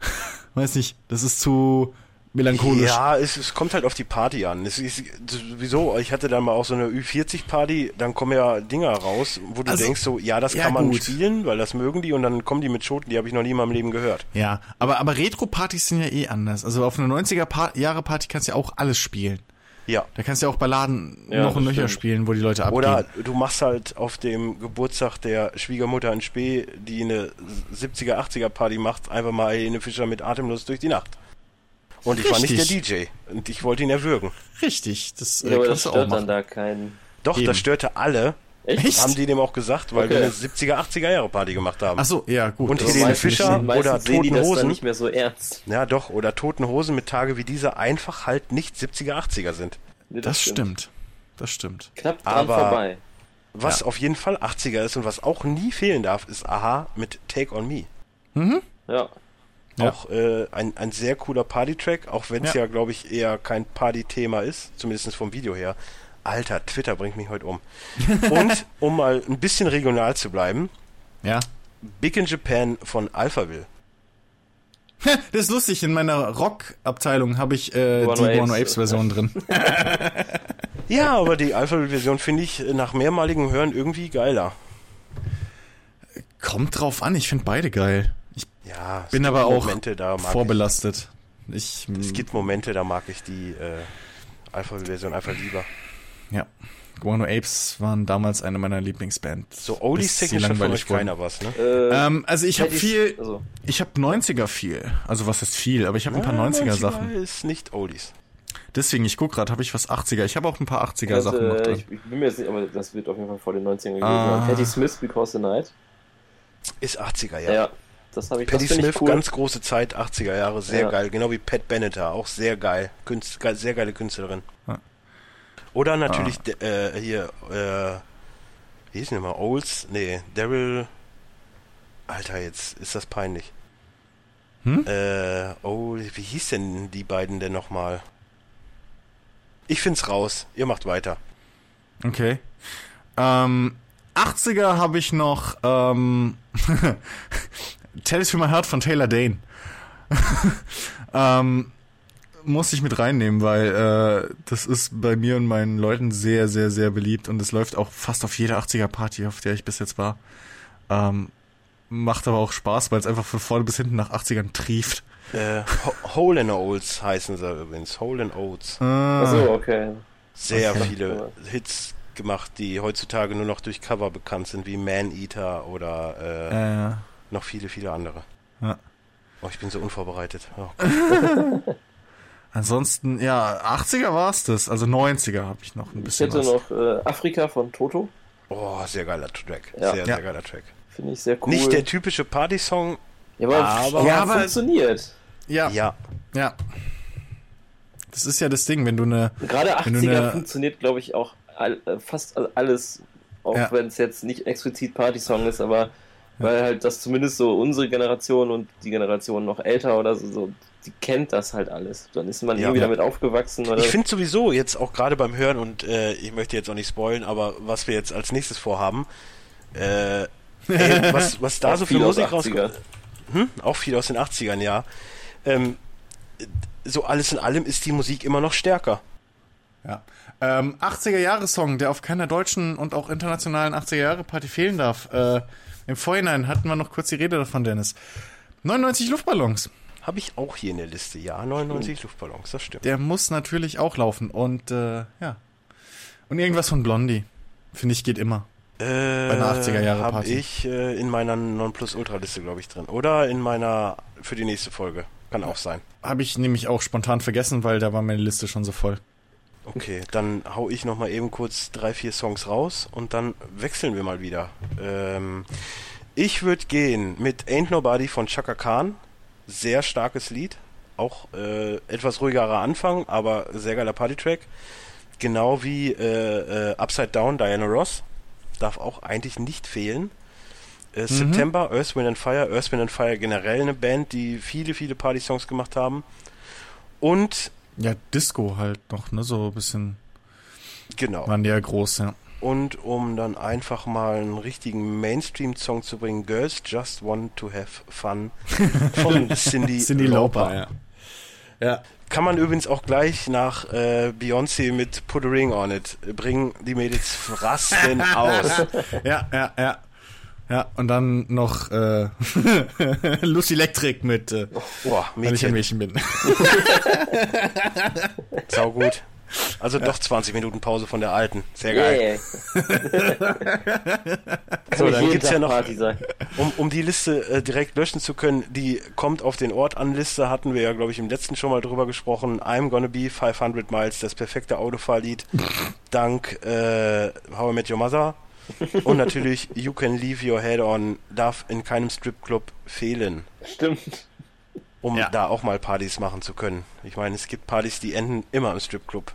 Weiß nicht, das ist zu melancholisch.
Ja, es, es kommt halt auf die Party an. Es ist sowieso, ich hatte dann mal auch so eine Ü40-Party, dann kommen ja Dinger raus, wo du
Also-
denkst so, ja, das
Ja,
kann man
gut.
spielen, weil das mögen die und dann kommen die mit Schoten, die habe ich noch nie in meinem Leben gehört.
Ja, aber, aber Retro-Partys sind ja eh anders. Also auf einer 90er-Jahre-Party kannst du ja auch alles spielen.
Ja.
Da kannst du ja auch Balladen
Ja,
noch und
das
nöcher
stimmt.
spielen, wo die Leute abgehen.
Oder du machst halt auf dem Geburtstag der Schwiegermutter in Spee, die eine 70er, 80er Party macht, einfach mal Helene Fischer mit Atemlos durch die Nacht. Und ich war
Richtig.
nicht der DJ und ich wollte ihn erwürgen.
Richtig, das
Ich
äh,
glaube, das
kannst du auch
stört dann
machen.
da keinen.
Doch,
Eben.
das störte alle,
Echt?
haben die dem auch gesagt, weil wir
Okay.
eine 70er, 80er Jahre Party gemacht haben.
Ach so, ja, gut.
Und
das
Helene
weiß ich
Fischer-
nicht.
meistens
oder
sehen die das
Totenhosen.
dann nicht mehr so ernst.
Ja, doch, oder Toten Hosen mit Tage wie dieser einfach halt nicht 70er, 80er sind.
Nee,
Das stimmt. Das stimmt.
Knapp dran
Aber-
vorbei.
Was auf jeden Fall 80er ist und was auch nie fehlen darf, ist Aha mit Take on Me.
Ja.
Ja.
Auch äh, ein, ein sehr cooler Party-Track, auch wenn es
Ja.
ja, glaube ich, eher kein Party-Thema ist, zumindest vom Video her. Alter, Twitter bringt mich heute um. Und um mal ein bisschen regional zu bleiben,
Ja.
Big in Japan von Alphaville.
Das ist lustig, in meiner Rock-Abteilung habe ich äh, die
108
Guano Apes Version drin.
Ja, aber die Alphaville-Version finde ich äh, nach mehrmaligem Hören irgendwie geiler.
Kommt drauf an, ich finde beide geil. Ich
Ja, Ja, es
Bin
gibt
aber auch
Momente, da mag
Vorbelastet. Ich,
ich, es gibt Momente, da mag ich die äh, Alpha-Version einfach lieber.
mm, ja. Guano Apes waren damals eine meiner Lieblingsbands.
So Oldie
bis sie
Signature von
langweilig
euch
wurden.
keiner was, ne?
Äh,
Ähm, also ich habe
hätte ich-
viel,
Also,
ich habe 90er viel. Also was ist viel, aber ich habe ein paar
Ja,
90er Sachen.
ist nicht Oldies.
Deswegen, ich guck gerade, habe ich was 80er. Ich habe auch ein paar 80er
also,
Sachen noch
äh,
drin.
ich, ich bin mir jetzt nicht, aber das wird auf jeden Fall vor den 90ern gewesen
Ah.
sein. Patti Smith, Because the Night.
Ist 80er,
Ja,
ja.
das habe ich,
Patti
das finde
Smith,
ich cool.
ganz große Zeit, 80er Jahre, sehr
Ja.
geil. Genau wie Pat Benatar, auch sehr geil. Künst, ge- sehr geile Künstlerin.
Ja.
Oder
Ah.
natürlich de- äh, hier, äh, wie hieß denn mal? Olds? Nee, Daryl. Alter, jetzt ist das peinlich.
Hm?
Äh, oh, wie hieß denn die beiden denn nochmal? Ich find's raus. Ihr macht weiter.
Okay. Ähm, 80er habe ich noch ähm, Tales from My Heart von Taylor Dane. ähm, muss ich mit reinnehmen, weil äh, das ist bei mir und meinen Leuten sehr, sehr, sehr beliebt und es läuft auch fast auf jeder 80er Party, auf der ich bis jetzt war. Ähm, macht aber auch Spaß, weil es einfach von vorne bis hinten nach 80ern trieft.
Äh, Ho- Hole and Olds heißen sie übrigens. Hole and Olds.
Ah,
Achso, okay.
sehr
Okay.
viele Hits gemacht, die heutzutage nur noch durch Cover bekannt sind, wie Man Eater oder äh,
äh,
noch viele, viele andere.
Ja.
Oh, ich bin so unvorbereitet. Oh, Gott.
ansonsten, ja, 80er war es das, also 90er habe ich noch ein
Ich
bisschen.
hätte
was.
noch äh, Afrika von Toto.
oh, sehr geiler Track.
Ja.
Sehr,
Ja.
sehr geiler Track.
Finde ich sehr cool.
Nicht der typische Party-Song.
ja, aber,
aber-
aber,
Ja, aber-
funktioniert.
Ja,
Ja,
Ja. Das ist ja das Ding, wenn du eine.
Gerade
Wenn du
80er
eine-
funktioniert, glaube ich, auch all, äh, fast all- alles. Auch
Ja.
wenn es jetzt nicht explizit Party-Song ist, aber weil halt das zumindest so unsere Generation und die Generation noch älter oder so, so die kennt das halt alles. Dann ist man
Ja.
irgendwie
Ja.
damit aufgewachsen oder.
ich finde sowieso jetzt auch gerade beim Hören und äh, ich möchte jetzt auch nicht spoilen, aber was wir jetzt als nächstes vorhaben, äh, ey, was, was da
auch
so viel
viel aus
Musik rauskommt.
80er.
Hm? Auch viel aus den 80ern, ja. Ähm, so alles in allem ist die Musik immer noch stärker.
Ja. Ähm, 80er-Jahre-Song, der auf keiner deutschen und auch internationalen 80er-Jahre-Party fehlen darf. Äh, Im Vorhinein hatten wir noch kurz die Rede davon, Dennis. 99 Luftballons.
Habe ich auch hier in der Liste, ja. 99 Luftballons, das stimmt.
Der muss natürlich auch laufen. Und äh, ja. Und irgendwas von Blondie. Finde ich, geht immer.
Äh,
einer 80er Jahre
Habe
Party.
ich äh, in meiner Nonplusultra-Liste, glaube ich, drin. Oder in meiner für die nächste Folge. Kann auch sein.
Habe ich nämlich auch spontan vergessen, weil da war meine Liste schon so voll.
Okay, dann hau ich nochmal eben kurz drei, vier Songs raus und dann wechseln wir mal wieder. Ähm, ich würde gehen mit Ain't Nobody von Chaka Khan. Sehr starkes Lied. Auch äh, etwas ruhigerer Anfang, aber sehr geiler Partytrack. Genau wie äh, äh, Upside Down, Diana Ross. Darf auch eigentlich nicht fehlen. Äh, September, Earth, Wind and Fire. Earth, Wind and Fire generell eine Band, die viele, viele Party-Songs gemacht haben. Und,
Ja, Disco halt noch, ne? So ein bisschen.
genau.
Waren die ja groß, ja.
Und um dann einfach mal einen richtigen Mainstream-Song zu bringen, Girls Just Want to Have Fun von Cindy,
Cindy Lauper, ja. Ja.
Kann man übrigens auch gleich nach äh, Beyoncé mit Put a Ring on It äh, bringen. Die Mädels rasten aus.
Ja, ja, ja. Ja, und dann noch äh, Lucy Electric mit, äh,
Boah,
weil ich ein
Mädchen,
Mädchen bin.
saugut. Also doch 20 Minuten Pause von der alten. Sehr geil.
Yeah. Kann
dann
ich jeden
gibt's
Tag
ja noch-
Party sein.
Um, um die Liste äh, direkt löschen zu können, die kommt auf den Ort an Liste, hatten wir ja, glaube ich, im letzten schon mal drüber gesprochen. I'm Gonna Be 500 Miles, das perfekte Autofahrlied, dank äh, How I Met Your Mother. Und natürlich You Can Leave Your Head On darf in keinem Stripclub fehlen,
Stimmt.
um
Ja.
da auch mal Partys machen zu können. Ich meine, es gibt Partys, die enden immer im Stripclub.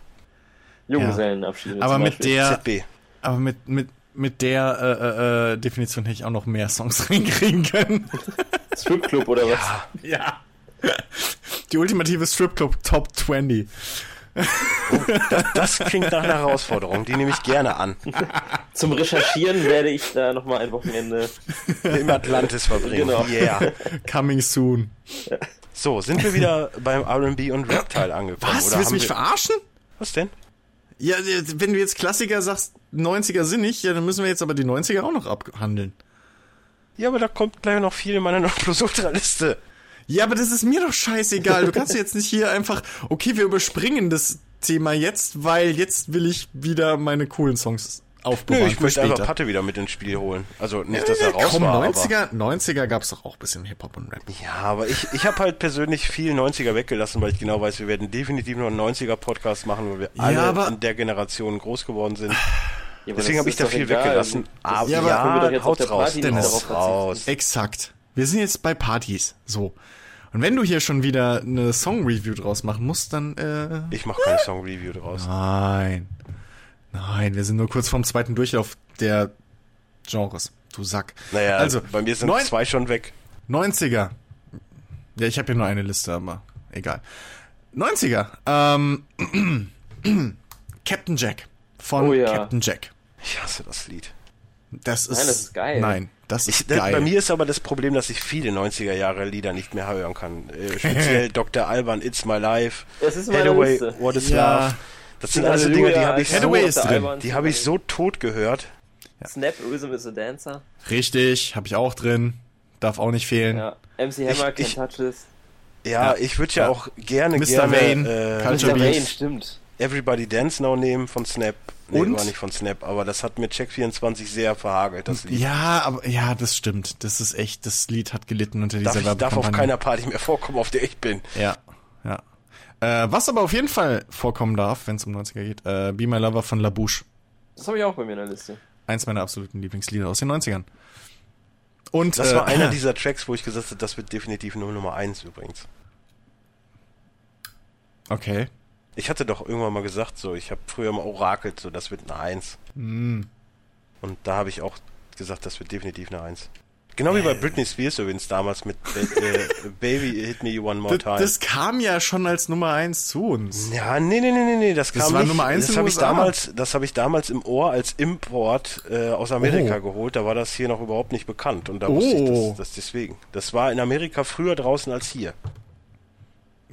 Junggesellenabschiede.
Aber
zum
mit
Beispiel.
der,
ZB.
aber mit, mit, mit der äh, äh, äh, Definition hätte ich auch noch mehr Songs reinkriegen können.
Stripclub oder was?
ja. Die ultimative Stripclub Top 20.
Das klingt nach einer Herausforderung, die nehme ich gerne an.
Zum Recherchieren werde ich da nochmal ein Wochenende.
Im Atlantis verbringen.
Genau.
Yeah.
Coming soon.
So, sind wir wieder beim R&B und Rap-Teil angekommen?
Was? Willst
oder haben
du mich
wir-
verarschen?
Was denn?
Ja, wenn du jetzt Klassiker sagst, 90er sinnig, ja, dann müssen wir jetzt aber die 90er auch noch abhandeln.
Ja, aber da kommt gleich noch viel in meiner Nonplusultra-Liste.
Ja, aber das ist mir doch scheißegal. Du kannst jetzt nicht hier einfach, okay, wir überspringen das Thema jetzt, weil jetzt will ich wieder meine coolen Songs
Nö,
aufbewahren.
ich
für
möchte einfach
später.
Patte wieder mit ins Spiel holen. Also nicht, dass er raus
Komm,
war,
90er, 90er gab's doch auch ein bisschen Hip-Hop und Rap.
aber... Ja, aber ich, ich habe halt persönlich viel 90er weggelassen, weil ich genau weiß, wir werden definitiv noch einen 90er-Podcast machen, weil wir alle
Ja, aber-
in der Generation groß geworden sind.
Ja, aber
Deswegen
Ah, das
habe ich
ist
da
doch
viel
egal.
weggelassen. Ah, Aber
ja,
aber-
können wir doch jetzt auf
haut's
der Party nicht
Dennis.
darauf
raus.
verzichten.
Exakt. Wir sind jetzt bei Partys. So. Und wenn du hier schon wieder eine Song-Review draus machen musst, dann, äh,
Ich mache keine Song-Review draus.
Nein. Nein, wir sind nur kurz vorm zweiten Durchlauf der Genres. Du Sack.
Naja,
also,
also, bei mir sind
neun-
zwei schon weg.
90er. Ja, ich habe hier nur eine Liste, aber egal. 90er. Ähm, Captain Jack von
Oh ja.
Captain Jack.
Ich hasse das Lied.
Das ist,
Nein, das ist geil.
Nein, das ist
Ich, das,
geil.
Ne, bei mir ist aber das Problem, dass ich viele 90er Jahre Lieder nicht mehr hören kann. Äh, speziell Dr. Alban, It's My Life,
Das ist in meiner
Hathaway,
Liste.
What is
Ja.
Love. Das sind alles so Dinge, die habe ich,
Hathaway
so,
ist drin.
die habe ich so tot gehört.
Snap, Rhythm is a Dancer.
Richtig, habe ich auch drin. Darf auch nicht fehlen.
Ja. MC Hammer,
Ich- ich-
Can't Touch This.
Ja,
Ja.
ich würde ja,
Ja.
auch gerne,
Mr.
gerne
Vane,
äh,
Culture
Mr. Rain,
Beats.
stimmt.
Everybody Dance Now nehmen von Snap. Nee,
Und?
war nicht von Snap, aber das hat mir Check24 sehr verhagelt, das Lied.
Ja, aber ja, das stimmt. Das ist echt, das Lied hat gelitten unter
darf,
dieser
ich, darf auf
Werbekampagne.
keiner Party mehr vorkommen, auf der ich bin.
Ja, ja. Äh, was aber auf jeden Fall vorkommen darf, wenn es um 90er geht, äh, Be My Lover von Labouche.
Das habe ich auch bei mir in der Liste.
Eins meiner absoluten Lieblingslieder aus den 90ern. Und
Das
äh,
war einer dieser Tracks, wo ich gesagt habe, das wird definitiv nur Nummer eins übrigens.
Okay.
Ich hatte doch irgendwann mal gesagt, so, ich habe früher mal orakelt, so, das wird eine Eins.
Hm.
Und da habe ich auch gesagt, das wird definitiv eine Eins. Genau wie
Äh.
bei Britney Spears übrigens damals mit äh, äh, Baby Hit Me One More
Das,
Time.
das kam ja schon als Nummer eins zu uns.
ja, nee, nee, nee, nee, nee, das kam
war
nicht.
Nummer eins in
das
den
habe ich
USA.
damals, das habe ich damals im Ohr als Import äh, aus Amerika
Oh.
geholt. Da war das hier noch überhaupt nicht bekannt und da
Oh.
wusste ich das, das deswegen. Das war in Amerika früher draußen als hier.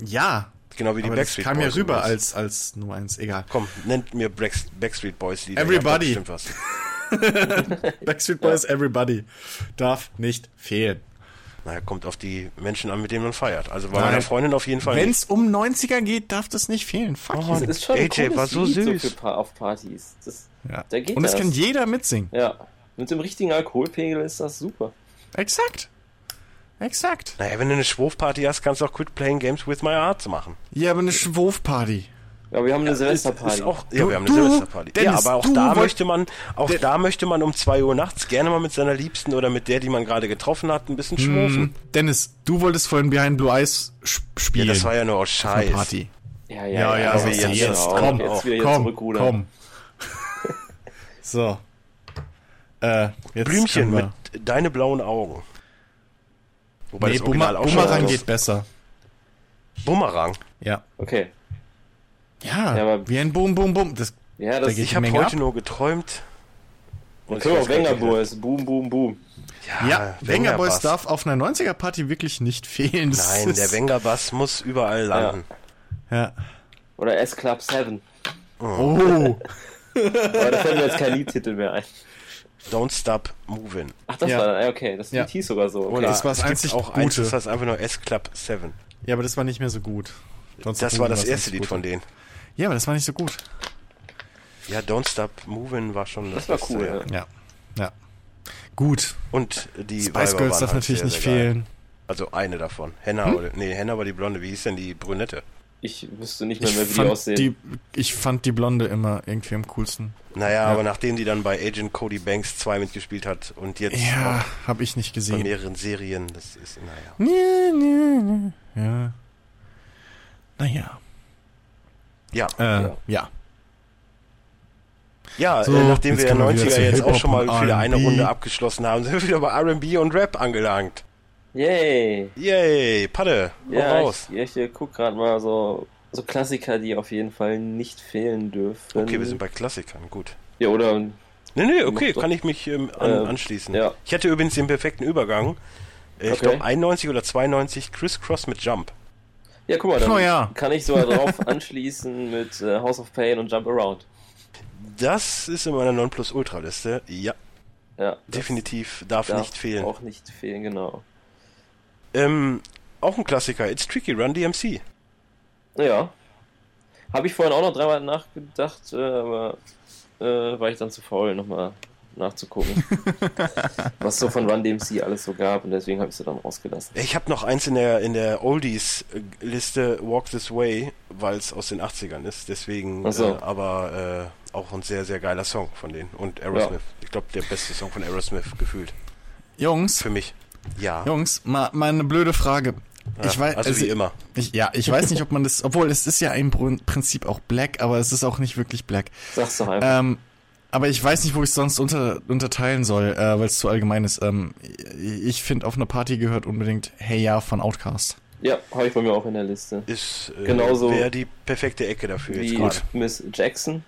Ja.
Genau wie die
aber das
Backstreet
kam ja
Boys.
rüber als,
übrigens.
als Nummer eins. Egal.
Komm, nennt mir Brex- Backstreet Boys Lieder.
Everybody.
Ihr habt da bestimmt was.
Backstreet Boys, Everybody. Darf nicht fehlen.
Naja, kommt auf die Menschen an, mit denen man feiert. Also bei meiner
Nein.
Freundin auf jeden Fall.
Wenn
nicht.
es um 90er geht, darf das nicht fehlen. Fuck
Das
you.
ist schon ein
AJ
cooles
war so
Lied,
süß.
So für pa auf Partys. Das,
Ja.
Da geht
Und
das.
es kann jeder mitsingen.
ja. Mit dem richtigen Alkoholpegel ist das super.
Exakt. Exakt.
Naja, wenn du eine Schwurfparty hast, kannst du auch Quit Playing Games with My Art machen.
Ja, aber eine Schwurfparty.
Ja, wir haben eine Silvesterparty.
Ist auch, ja,
Du-
wir haben eine
du,
Silvesterparty. ja,
Dennis,
aber auch
du
da
wollt-
möchte man, auch da möchte man um 2 Uhr nachts gerne mal mit seiner Liebsten oder mit der, die man gerade getroffen hat, ein bisschen
Hm.
schwurfen.
Dennis, du wolltest vorhin Behind Blue Eyes sp
Ja,
spielen.
das war ja nur aus
eine
Scheiß.
Party.
Ja,
Ja, ja,
also
aber
das
jetzt-
ist
jetzt
auch-
komm,
jetzt wieder hier
komm,
zurückrudern.
komm. so. Äh, jetzt
Blümchen
können wir-
mit deine blauen Augen. Wobei
Nee,
das Original
Bumer
auch schon
Bumerang
aus-
geht besser.
Bumerang.
Ja.
Okay.
Ja,
Ja, aber-
wie ein Boom, Boom, Boom. Das,
Ja,
Da
das
geht
ist.
Ich
die
habe
Menge
heute
ab.
nur geträumt. Und ich
Können wir
weiß
auch
gar nicht,
Wenger
wie das-
Boys. Boom, boom, boom.
Ah,
ja, Wenger Boys
Wengerbass.
darf auf einer 90er-Party wirklich nicht fehlen. Das
Nein, der
ist-
Wenger-Bass muss überall landen.
Ja.
Oder S Club 7.
Oh,
Aber da fällt mir jetzt kein Liedtitel mehr ein.
Don't stop moving.
Ach, das
Ja.
war dann, okay, das
Ja.
Lied hieß sogar so. Okay.
Oder
das war das
es gibt
einzig
auch eins,
Gute.
das heißt einfach nur S-Club 7.
ja, aber das war nicht mehr so gut. Sonst
Das
hat
war
Bumerang
das
ganz
erste Lied
gut.
von denen.
Ja, aber das war nicht so gut.
Ja, Don't Stop Moving war schon das,
Das war
Beste,
cool.
ja.
Ja.
Ja. Ja. Gut.
Und die
Spice
Weiber
Girls darf
waren halt
natürlich
sehr,
nicht
sehr geil.
fehlen. Hm?
Also eine davon. Henna oder nee, Henna war die blonde, wie hieß denn die brünette?
Ich wüsste nicht mehr,
Ich
mehr wie die
fand
aussehen.
die, ich fand die Blonde immer irgendwie am coolsten.
Naja, aber nachdem die dann bei Agent Cody Banks 2 mitgespielt hat und jetzt
Ja, hab ich nicht
auch bei
gesehen.
mehreren Serien, das ist naja.
Nee, nee, nee. Ja. Naja.
Ja.
Äh, ja.
Ja.
Ja,
So,
äh, nachdem wir
jetzt
ja
kommen wir wieder
90er
zu
jetzt auch
Hip-Hop
schon mal
und
wieder eine
R&B.
Runde abgeschlossen haben, sind wir wieder bei R&B und Rap angelangt.
Yay!
Yay, Padde, hau
Ja,
raus.
ich, ich, ich guck gerade mal so, so Klassiker, die auf jeden Fall nicht fehlen dürfen.
Okay, wir sind bei Klassikern, gut.
Ja, oder
Nee, nee, okay,
doch.
kann ich mich ähm, an,
Ähm,
anschließen.
ja.
Ich hatte übrigens den perfekten Übergang. Äh, Ich
Okay.
glaube 91 oder 92 Criss Cross mit Jump.
Ja, guck mal, dann
Oh ja.
kann ich sogar drauf anschließen mit äh, House of Pain und Jump Around.
Das ist in meiner Nonplusultra-Liste. Ja,
Ja, das
Definitiv, darf,
darf
nicht fehlen.
Auch nicht fehlen, genau.
Ähm, auch ein Klassiker, It's Tricky, Run DMC.
Ja. Habe ich vorhin auch noch dreimal nachgedacht, äh, aber äh, war ich dann zu faul, nochmal nachzugucken, was so von Run DMC alles so gab und deswegen habe ich sie dann rausgelassen.
Ich habe noch eins in der, in der Oldies-Liste, Walk This Way, weil es aus den 80ern ist, deswegen,
Ach so.
äh, aber äh, auch ein sehr, sehr geiler Song von denen und Aerosmith. Ich glaube, der beste Song von Aerosmith gefühlt,
Jungs,
für mich. Ja,
Jungs, mal, mal eine blöde Frage.
ja
ich weiß,
also wie immer.
Ich, ja, ich weiß nicht, ob man das, obwohl es ist ja im Brun- Prinzip auch Black, aber es ist auch nicht wirklich Black.
Sag's doch einfach.
Ähm, aber ich weiß nicht, wo ich es sonst unter, unterteilen soll, äh, weil es zu allgemein ist. Ähm, ich finde, auf einer Party gehört unbedingt Hey Ja von Outcast.
ja, habe ich bei mir auch in der Liste.
Ist äh,
Genauso
wäre die perfekte Ecke dafür jetzt
Wie
gerade.
Miss Jackson.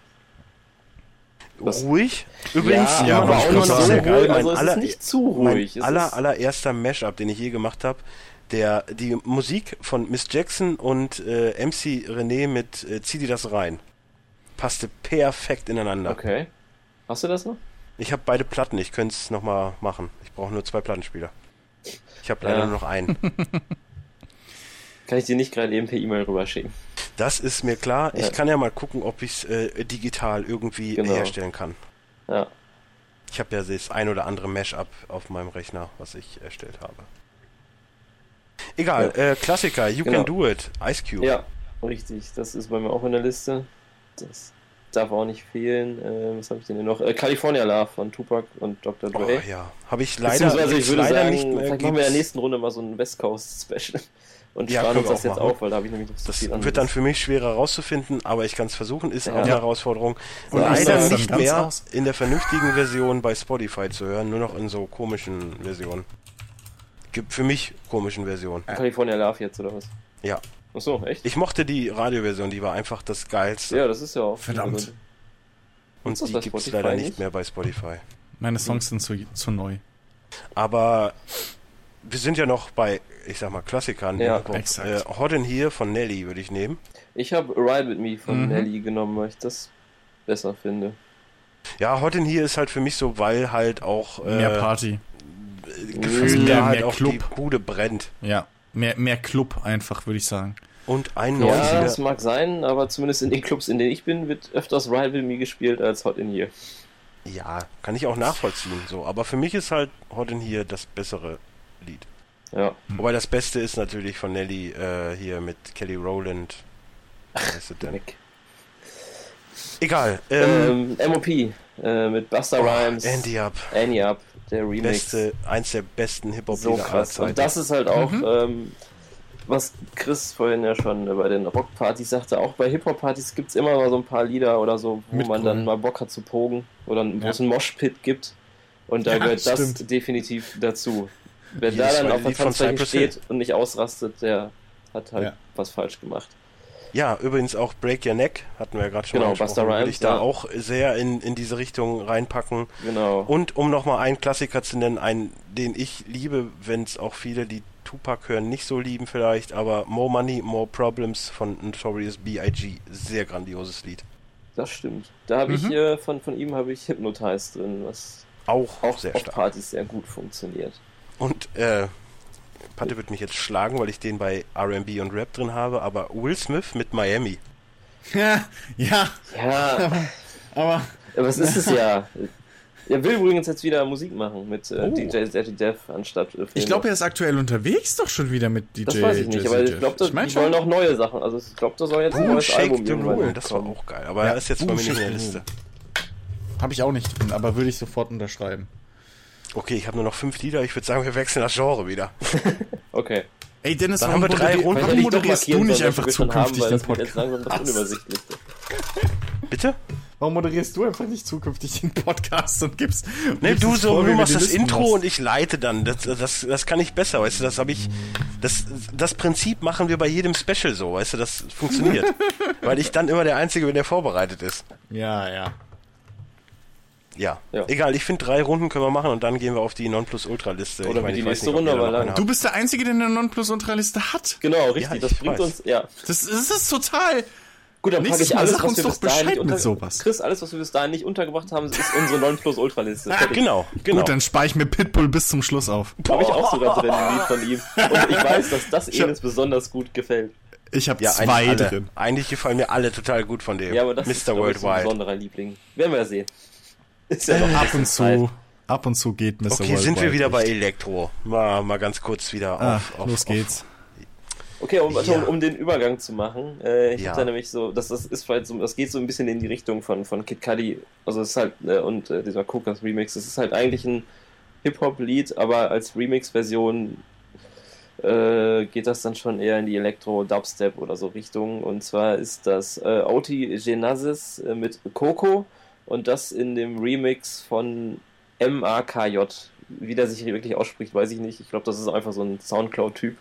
Das-
Ruhig. Übrigens,
ja,
immer
aber
noch
auch
immer
nicht
noch
so
sehr
ruhig,
geil. Mein
also es
aller,
ist nicht zu ruhig.
mein
es
aller,
ist,
allererster Mashup, den ich je gemacht habe, der die Musik von Miss Jackson und äh, MC René mit äh, Zieh dir das rein. Passte perfekt ineinander.
okay. Hast du das noch?
Ich habe beide Platten, ich könnte es nochmal machen. Ich brauche nur zwei Plattenspieler. Ich habe leider
Ja.
nur noch einen.
Kann ich dir nicht gerade eben per E-Mail rüberschicken.
Das ist mir klar.
Ja.
Ich kann ja mal gucken, ob ich es äh, digital irgendwie
Genau.
herstellen kann.
Ja.
Ich habe ja das ein oder andere Mashup auf meinem Rechner, was ich erstellt habe. Egal, äh, Klassiker, You
Genau.
Can Do It, Ice Cube.
Ja, richtig. Das ist bei mir auch in der Liste. Das darf auch nicht fehlen. Äh, was habe ich denn hier noch? Äh, California Love von Tupac und Dr.
oh,
Dre.
ja. Habe ich leider,
Beziehungsweise ich
gibt's
würde
leider
sagen,
nicht mehr.
vielleicht machen wir in der
gibt's-
nächsten Runde mal so ein West Coast Special und
Ja,
sparen
können
uns
wir
das
auch
jetzt
machen.
auf, weil da habe ich nämlich noch so
das
viel anderes.
wird dann für mich schwerer rauszufinden, aber ich kann es versuchen, ist
Ja.
auch eine
Ja.
Herausforderung. Und
Ja, ich
leider
sag's dann
nicht
ganz
mehr
aus.
in der vernünftigen Version bei Spotify zu hören, nur noch in so komischen Versionen. Gibt für mich komischen Versionen.
California Love jetzt oder was?
Ja.
Ach so, echt?
Ich mochte die Radioversion, die war einfach das geilste.
ja, das ist ja auch.
Verdammt.
also,
Und
Ist das
die
bei
gibt es
Spotify
leider nicht
nicht?
mehr bei Spotify.
Meine Songs sind zu, zu neu.
Aber wir sind ja noch bei, ich sag mal, Klassikern.
Ja,
Hip-Hop.
exakt.
Äh, Hot in Here von Nelly würde ich nehmen.
Ich habe Ride With Me von
Mhm.
Nelly genommen, weil ich das besser finde.
Ja, Hot in Here ist halt für mich so, weil halt auch
Mehr
äh,
Party.
Gefühl
Mehr-
da halt
mehr
auch
Club.
die Bude brennt.
Ja. Mehr, mehr Club einfach, würde ich sagen.
Und
Ja,
91er.
das mag sein, aber zumindest in den Clubs, in denen ich bin, wird öfters Ride With Me gespielt als Hot In Here.
Ja, kann ich auch nachvollziehen. So, aber für mich ist halt Hot in Here das bessere Lied.
Ja.
Hm.
Wobei das Beste ist natürlich von Nelly äh, hier mit Kelly Rowland. Was heißt das denn?
Weg.
Egal. Ähm, Oh,
Ähm, MOP äh, mit Buster Rhymes,
Andy Up.
Annie Up, der Remix.
Beste, eins der besten Hip-Hop-Lieder
so
aller
krass.
Zeiten.
Und das ist halt auch,
Mhm.
ähm, was Chris vorhin ja schon bei den Rockpartys sagte, auch bei Hip-Hop-Partys gibt es immer mal so ein paar Lieder oder so, wo man
Mitgründen.
dann mal Bock hat zu pogen oder einen
Ja.
großen Moshpit gibt. Und da
Ja,
gehört das
stimmt.
definitiv dazu. Wer
Jedes
da dann
zweite
auf der
Lied von
Tanzfläche
Cypress Hill.
steht und nicht ausrastet, der hat halt
Ja.
was falsch gemacht.
Ja, übrigens auch Break Your Neck hatten wir ja gerade schon
Genau,
angesprochen.
Busta
Würde
Rhymes,
ich da
ja.
auch sehr in, in diese Richtung reinpacken.
Genau.
Und um nochmal einen Klassiker zu nennen, einen, den ich liebe, wenn es auch viele, die Tupac hören, nicht so lieben vielleicht, aber More Money, More Problems von Notorious B.I.G. Sehr grandioses Lied.
das stimmt. Da habe
Mhm.
ich äh, von, von ihm habe ich Hypnotize drin, was
Auch,
auch
sehr
auf
stark.
Partys sehr gut funktioniert.
Und äh, Patte wird mich jetzt schlagen, weil ich den bei R&B und Rap drin habe, aber Will Smith mit Miami.
Ja, ja,
Ja,
aber
Ja, Was ist es ja? Er will übrigens jetzt wieder Musik machen mit äh, DJ Dirty Dev anstatt. Äh, Filme.
Oh. ich glaube, er ist aktuell unterwegs doch schon wieder mit DJ.
Das weiß ich nicht,
Jazzy
aber ich
Jeff.
glaube, da-
ich mein
die
schon.
wollen auch neue Sachen. Also ich glaube, da soll jetzt ein
Oh,
neues
Shake
Album
the
irgendwann
Rule, das war
kommen.
auch geil, aber
Ja.
er ist jetzt
Oh,
bei mir nicht in
Shake
der
the
Liste.
Habe ich auch nicht drin, aber würde ich sofort unterschreiben.
Okay, ich habe nur noch fünf Lieder. Ich würde sagen, wir wechseln das Genre wieder.
Doch, Dann haben wir drei
Okay.
Runden. Ey, Dennis,
warum moderier-
Vielleicht
Warum
hätte ich doch markieren
du nicht
sollen,
einfach
was wir schon haben,
zukünftig
weil
den
das wird
Podcast?
jetzt langsam das Unübersichtlichste.
Bitte?
Warum moderierst du einfach nicht zukünftig den Podcast und gibst.
Nee,
gibst
du
es
so,
vor, wie
du
wir
machst
die
das
Listen
Intro
machst?
und ich leite dann. Das, das, das kann ich besser, weißt du, das habe ich. Das, das Prinzip machen wir bei jedem Special so, weißt du, das funktioniert. Weil ich dann immer der Einzige bin, der vorbereitet ist.
Ja, ja.
Ja.
Ja.
Egal, ich finde, drei Runden können wir machen und dann gehen wir auf die Nonplusultra-Liste.
Oder
ich
wie die
ich weiß
nächste
nicht, ob
Runde,
ihr da
aber
noch
dann-
eine habt.
Du bist der Einzige, der eine Nonplusultra-Liste hat.
Genau, richtig.
ich
das bringt
weiß.
uns. Ja.
Das, das ist total.
Gut, dann packe
Nächstes
ich
Mal
alles,
sag
was
uns
wir
doch
bis dahin
Bescheid
nicht
mit
unter-
sowas.
Chris, alles, was wir bis dahin nicht untergebracht haben, ist unsere 9 plus Ultra-Liste.
Ah,
Genau, genau.
Gut, dann spare ich mir Pitbull bis zum Schluss auf.
Habe ich auch sogar drin, ein Lied von ihm. Und ich weiß, dass das Enes besonders gut gefällt.
Ich habe
ja,
zwei
eigentlich, alle,
drin.
eigentlich gefallen mir alle total gut von dem.
Ja, aber das ist
Mr.
glaub ich, so ein
Worldwide.
besonderer Liebling. Werden wir ja sehen. Äh, Ist halt- ja noch ein
Ab
bisschen
und
Zeit.
zu, ab und zu geht Mr.
Okay, sind wir
Worldwide
wieder bei
nicht.
Elektro. Mal, mal ganz kurz wieder
Ah,
auf, auf,
los geht's.
Okay, um, also,
Ja.
um den Übergang zu machen, äh, ich
Ja.
hab da nämlich so, das, das ist vielleicht so, das geht so ein bisschen in die Richtung von, von Kid Cudi, also es ist halt, äh, und äh, dieser Kokas Remix, es ist halt eigentlich ein Hip-Hop-Lied, aber als Remix-Version äh, geht das dann schon eher in die Elektro-Dubstep oder so Richtung. Und zwar ist das äh, Oti Genasis äh, mit Coco und das in dem Remix von MAKJ. Wie der sich wirklich ausspricht, weiß ich nicht. Ich glaube, das ist einfach so ein Soundcloud-Typ.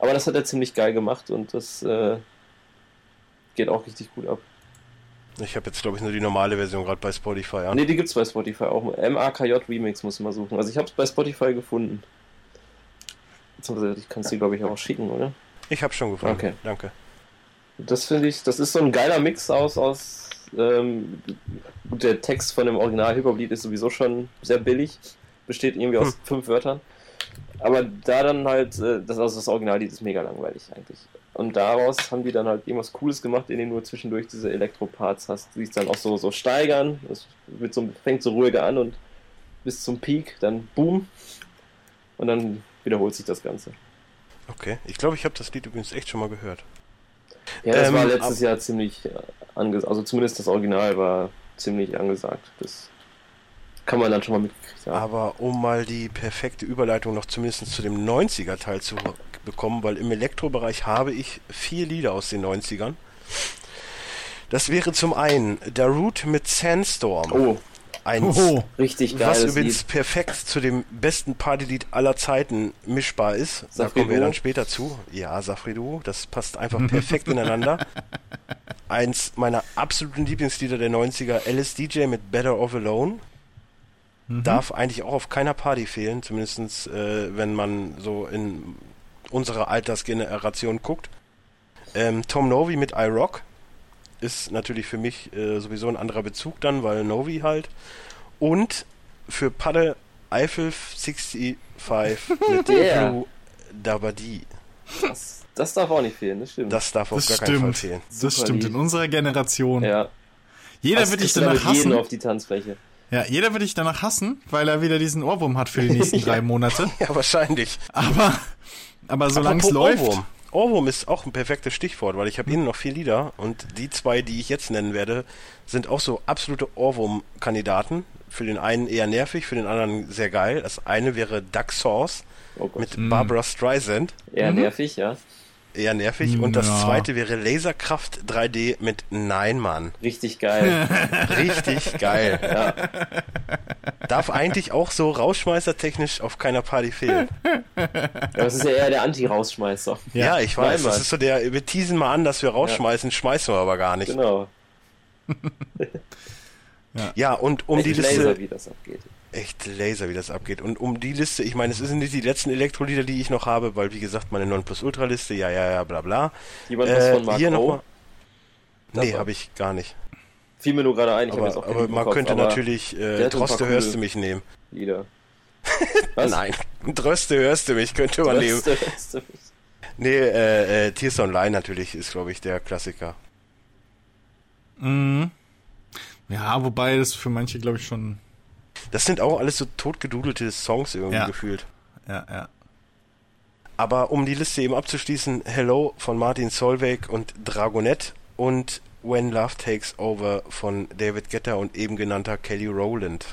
Aber das hat er ziemlich geil gemacht und das äh, geht auch richtig gut ab.
Ich habe jetzt, glaube ich, nur die normale Version gerade bei Spotify an.
Ne, die gibt's bei Spotify auch. MAKJ Remix muss man suchen. Also ich hab's bei Spotify gefunden. Beziehungsweise ich kann's dir, glaube ich, auch schicken, oder?
Ich habe schon gefunden.
Okay.
Danke.
Das finde ich, das ist so ein geiler Mix aus, aus ähm, gut, der Text von dem Original-Hip-Hop-Lied ist sowieso schon sehr billig, besteht irgendwie aus fünf Wörtern. Aber da dann halt, äh, das, also das Originallied ist mega langweilig eigentlich. Und daraus haben die dann halt irgendwas Cooles gemacht, in denen du zwischendurch diese Elektro-Parts hast, die sich dann auch so, so steigern. Es wird so, fängt so ruhiger an und bis zum Peak, dann boom. Und dann wiederholt sich das Ganze.
Okay. Ich glaube, ich habe das Lied übrigens echt schon mal gehört.
Ja, das
Ähm,
war letztes Jahr ziemlich angesagt. Also zumindest das Original war ziemlich angesagt. Das kann man dann schon mal mitgekriegt haben.
Aber um mal die perfekte Überleitung noch zumindest zu dem 90er-Teil zu bekommen, weil im Elektrobereich habe ich vier Lieder aus den 90ern. Das wäre zum einen Darut mit Sandstorm.
Oh,
Ein
Oho.
richtig
was
geiles
übrigens
Lied.
perfekt zu dem besten Partylied aller Zeiten mischbar ist. Da
Safrido.
kommen wir dann später zu. Ja, Safrido, das passt einfach perfekt ineinander. Eins meiner absoluten Lieblingslieder der 90er, Alice DJ mit Better Off Alone.
Mhm.
Darf eigentlich auch auf keiner Party fehlen, zumindestens äh, wenn man so in unsere Altersgeneration guckt. Ähm, Tom Novi mit I Rock ist natürlich für mich äh, sowieso ein anderer Bezug dann, weil Novi halt. Und für Padde Eiffel 65 mit
Yeah.
Blue Dabadi.
Das, das darf auch nicht fehlen, das stimmt.
Das darf auf
Das
gar keinen Fall
stimmt.
fehlen.
Das
Super
stimmt,
Lied.
in unserer Generation.
ja.
Jeder
Das
wird dich
kriegst du damit
danach hassen.
jeden auf die Tanzfläche.
Ja, jeder wird dich danach hassen, weil er wieder diesen Ohrwurm hat für die nächsten drei Monate.
Ja, wahrscheinlich.
Aber, aber solange es
Apropos
läuft.
Ohrwurm. Ohrwurm ist auch ein perfektes Stichwort, weil ich habe Ihnen noch vier Lieder und die zwei, die ich jetzt nennen werde, sind auch so absolute Ohrwurm-Kandidaten. Für den einen eher nervig, für den anderen sehr geil. Das eine wäre Duck Sauce
Oh Gott.
Mm.
mit Mhm. Barbara Streisand.
Eher nervig, ja.
Eher nervig. Und das
Ja.
zweite wäre Laserkraft 3D mit Nein, Mann.
Richtig geil.
Richtig geil. Darf eigentlich auch so rausschmeißertechnisch auf keiner Party fehlen.
Hm. Aber es ist ja eher der Anti-Rausschmeißer.
Ja, ich weiß.
Nein, Mann.
das ist so der, wir teasen mal an, dass wir rausschmeißen, schmeißen wir aber gar nicht.
Genau.
Ja, und um die
Echt
Liste.
Laser, wie das abgeht.
Echt Laser, wie das abgeht. Und um die Liste, ich meine, es sind nicht die letzten Elektrolieder, die ich noch habe, weil wie gesagt, meine Nonplusultra-Liste, ja, ja, ja, bla bla.
Jemand was von Mark
äh, hier
O?
nochmal. Nee,
Das war-
habe ich gar nicht.
Fiel mir nur gerade ein, ich hab
Aber,
jetzt auch
aber
keinen
man
Kopf,
könnte
aber
natürlich
der
äh,
hat ein paar
Troste hörst
coole-
du mich nehmen.
Lieder. Was?
Nein, Troste hörst du mich, könnte man nehmen.
Das, das, das,
Nee, äh, äh, Tears Online natürlich ist, glaube ich, der Klassiker.
Ja, wobei das für manche, glaube ich, schon.
Das sind auch alles so totgedudelte Songs irgendwie
Ja.
gefühlt.
Ja, ja.
Aber um die Liste eben abzuschließen, Hello von Martin Solveig und Dragonette und When Love Takes Over von David Guetta und eben genannter Kelly Rowland.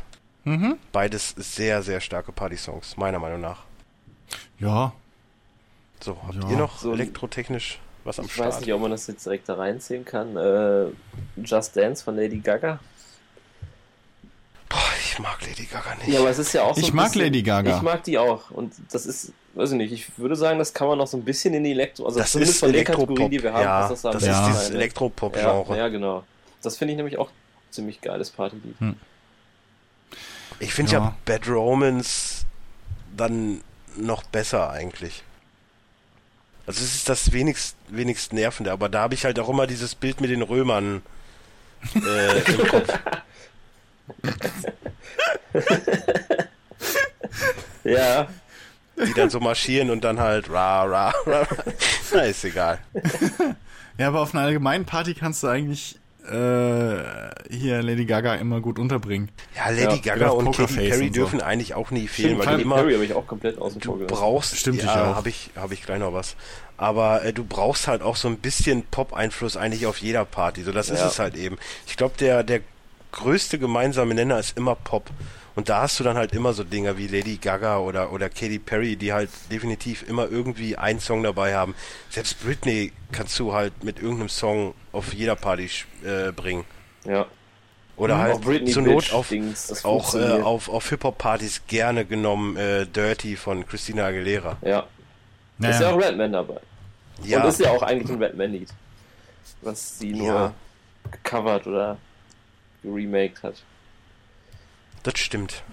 Mhm.
Beides sehr, sehr starke Party-Songs, meiner Meinung nach.
Ja.
So, habt
Ja.
ihr noch
So-
elektrotechnisch was am
Ich
Start?
weiß nicht, ob man das jetzt direkt da reinziehen kann. Äh, Just Dance von Lady Gaga.
Boah, ich mag Lady Gaga nicht.
Ja, aber es ist ja auch so
Ich
ein
mag
bisschen,
Lady Gaga.
Ich mag die auch. Und das ist, weiß ich nicht, ich würde sagen, das kann man noch so ein bisschen in die Elektro... Also
das
zumindest
ist
von den
Elektropop.
Kategorien, die wir haben,
ja,
ist
das,
das am
ist
besten
dieses
eine.
Elektropop-Genre.
ja, ja, genau. Das finde ich nämlich auch ziemlich geiles Partylied.
Ich finde ja.
Ja.
Bad Romance dann noch besser eigentlich. Also es ist das wenigst, wenigst nervende, aber da habe ich halt auch immer dieses Bild mit den Römern äh, im Kopf.
Ja,
Die dann so marschieren und dann halt ra, ra, ra. ra. Na, ist egal.
Ja, aber auf einer allgemeinen Party kannst du eigentlich äh, hier Lady Gaga immer gut unterbringen.
Ja, Lady
Ja,
Gaga
wieder auf
und Katy
Pokerface
Perry
und so.
dürfen eigentlich auch nie fehlen,
Stimmt,
weil
Katy
die immer
Harry habe ich auch komplett außen vor gelassen.
brauchst.
Stimmt, ich
ja,
auch.
habe ich, hab ich gleich noch was. Aber äh, du brauchst halt auch so ein bisschen Pop-Einfluss eigentlich auf jeder Party. So, das ist
Ja.
es halt eben. Ich glaube, der, der größte gemeinsame Nenner ist immer Pop. Und da hast du dann halt immer so Dinger wie Lady Gaga oder, oder Katy Perry, die halt definitiv immer irgendwie einen Song dabei haben. Selbst Britney kannst du halt mit irgendeinem Song auf jeder Party sch- äh, bringen.
Ja.
Oder
Mhm.
halt
Auch Britney
zur
Bitch
Not auf,
Dings, das
auch äh,
funktioniert.
auf, auf Hip-Hop-Partys gerne genommen äh, Dirty von Christina Aguilera.
Ja. Ist ja
Naja,
auch Redman dabei.
Ja,
Und ist ja auch eigentlich ein Redman-Lied. Was sie nur
Ja.
gecovert oder geremaked hat.
das stimmt.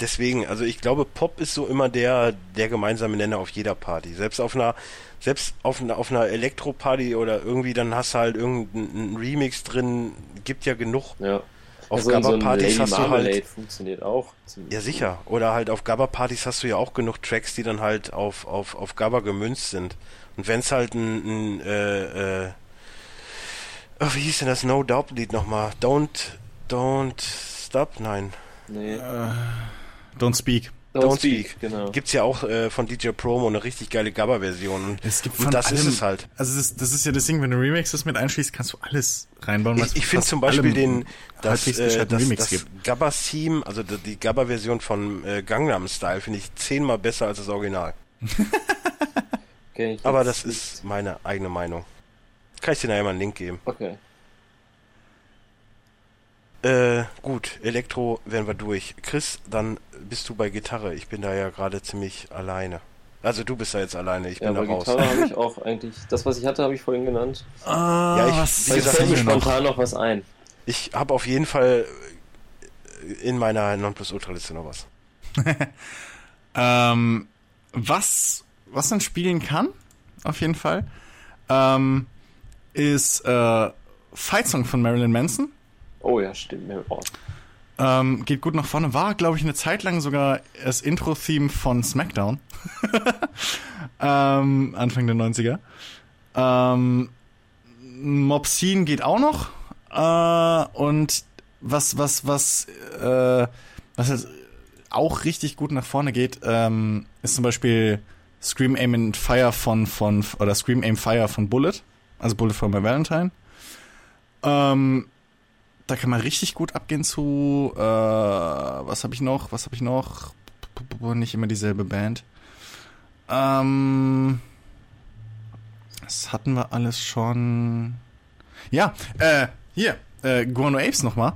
Deswegen, also ich glaube, Pop ist so immer der, der gemeinsame Nenner auf jeder Party. Selbst auf einer, selbst auf einer, auf einer Elektro-Party oder irgendwie, dann hast du halt irgendeinen Remix drin, gibt ja genug.
Ja.
Auf
Also so ein
Gabba-Partys
Lady
hast du
Marmalade
halt.
funktioniert auch. ziemlich
Ja, sicher. Oder halt auf Gabba-Partys hast du ja auch genug Tracks, die dann halt auf, auf, auf Gabba gemünzt sind. Und wenn's halt ein, ein äh, äh, oh, wie hieß denn das No Doubt-Lied nochmal? Don't, don't stop? Nein.
gut. Nee.
don't speak.
Don't, speak. genau.
Gibt's ja auch äh, von DJ Promo eine richtig geile Gabba-Version. Und-
Es gibt von
Und das ist
allem-
es halt.
Also das, das ist ja das Ding, wenn du Remixes mit einschließt, kannst du alles reinbauen. weil es
Ich, ich finde
fast
zum Beispiel
allem
den, das,
halbwegs
äh,
gescheiten
das,
Remix
das
gibt.
Gabba-Theme, also die die Gabba-Version von äh, Gangnam Style, finde ich zehnmal besser als das Original.
Okay, ich-
Aber das ist meine eigene Meinung. Kann ich dir nachher mal einen Link geben.
Okay.
Äh, gut, Elektro wären wir durch. Chris, dann bist du bei Gitarre. Ich bin da ja gerade ziemlich alleine. Also du bist da jetzt alleine, ich
Ja,
bin
bei
da raus.
Gitarre habe ich auch eigentlich. Das, was ich hatte, habe ich vorhin genannt.
Ah,
Ja, ich-
was
wie
Weil
gesagt,
es fällt mir
fehlt mir noch?
spontan noch was ein.
Ich habe auf jeden Fall äh, in meiner Nonplusultra-Liste noch was.
Ähm, was, was man spielen kann, auf jeden Fall, ähm, ist äh, Fight Song von Marilyn Manson.
Oh ja, stimmt. mir- Oh,
Ähm, geht gut nach vorne. War, glaube ich, eine Zeit lang sogar das Intro-Theme von SmackDown. ähm, Anfang der 90er. Ähm, Mob Scene geht auch noch. Äh, und was, was, was, äh, was halt auch richtig gut nach vorne geht, ähm, ist zum Beispiel Scream Aim and Fire von, von, oder Scream Aim Fire von Bullet. Also Bullet for My Valentine. Ähm, da kann man richtig gut abgehen zu, äh, was habe ich noch, was habe ich noch? P- p- p- Nicht immer dieselbe Band. Ähm, das hatten wir alles schon. Ja, äh, hier, äh, Guano Apes nochmal.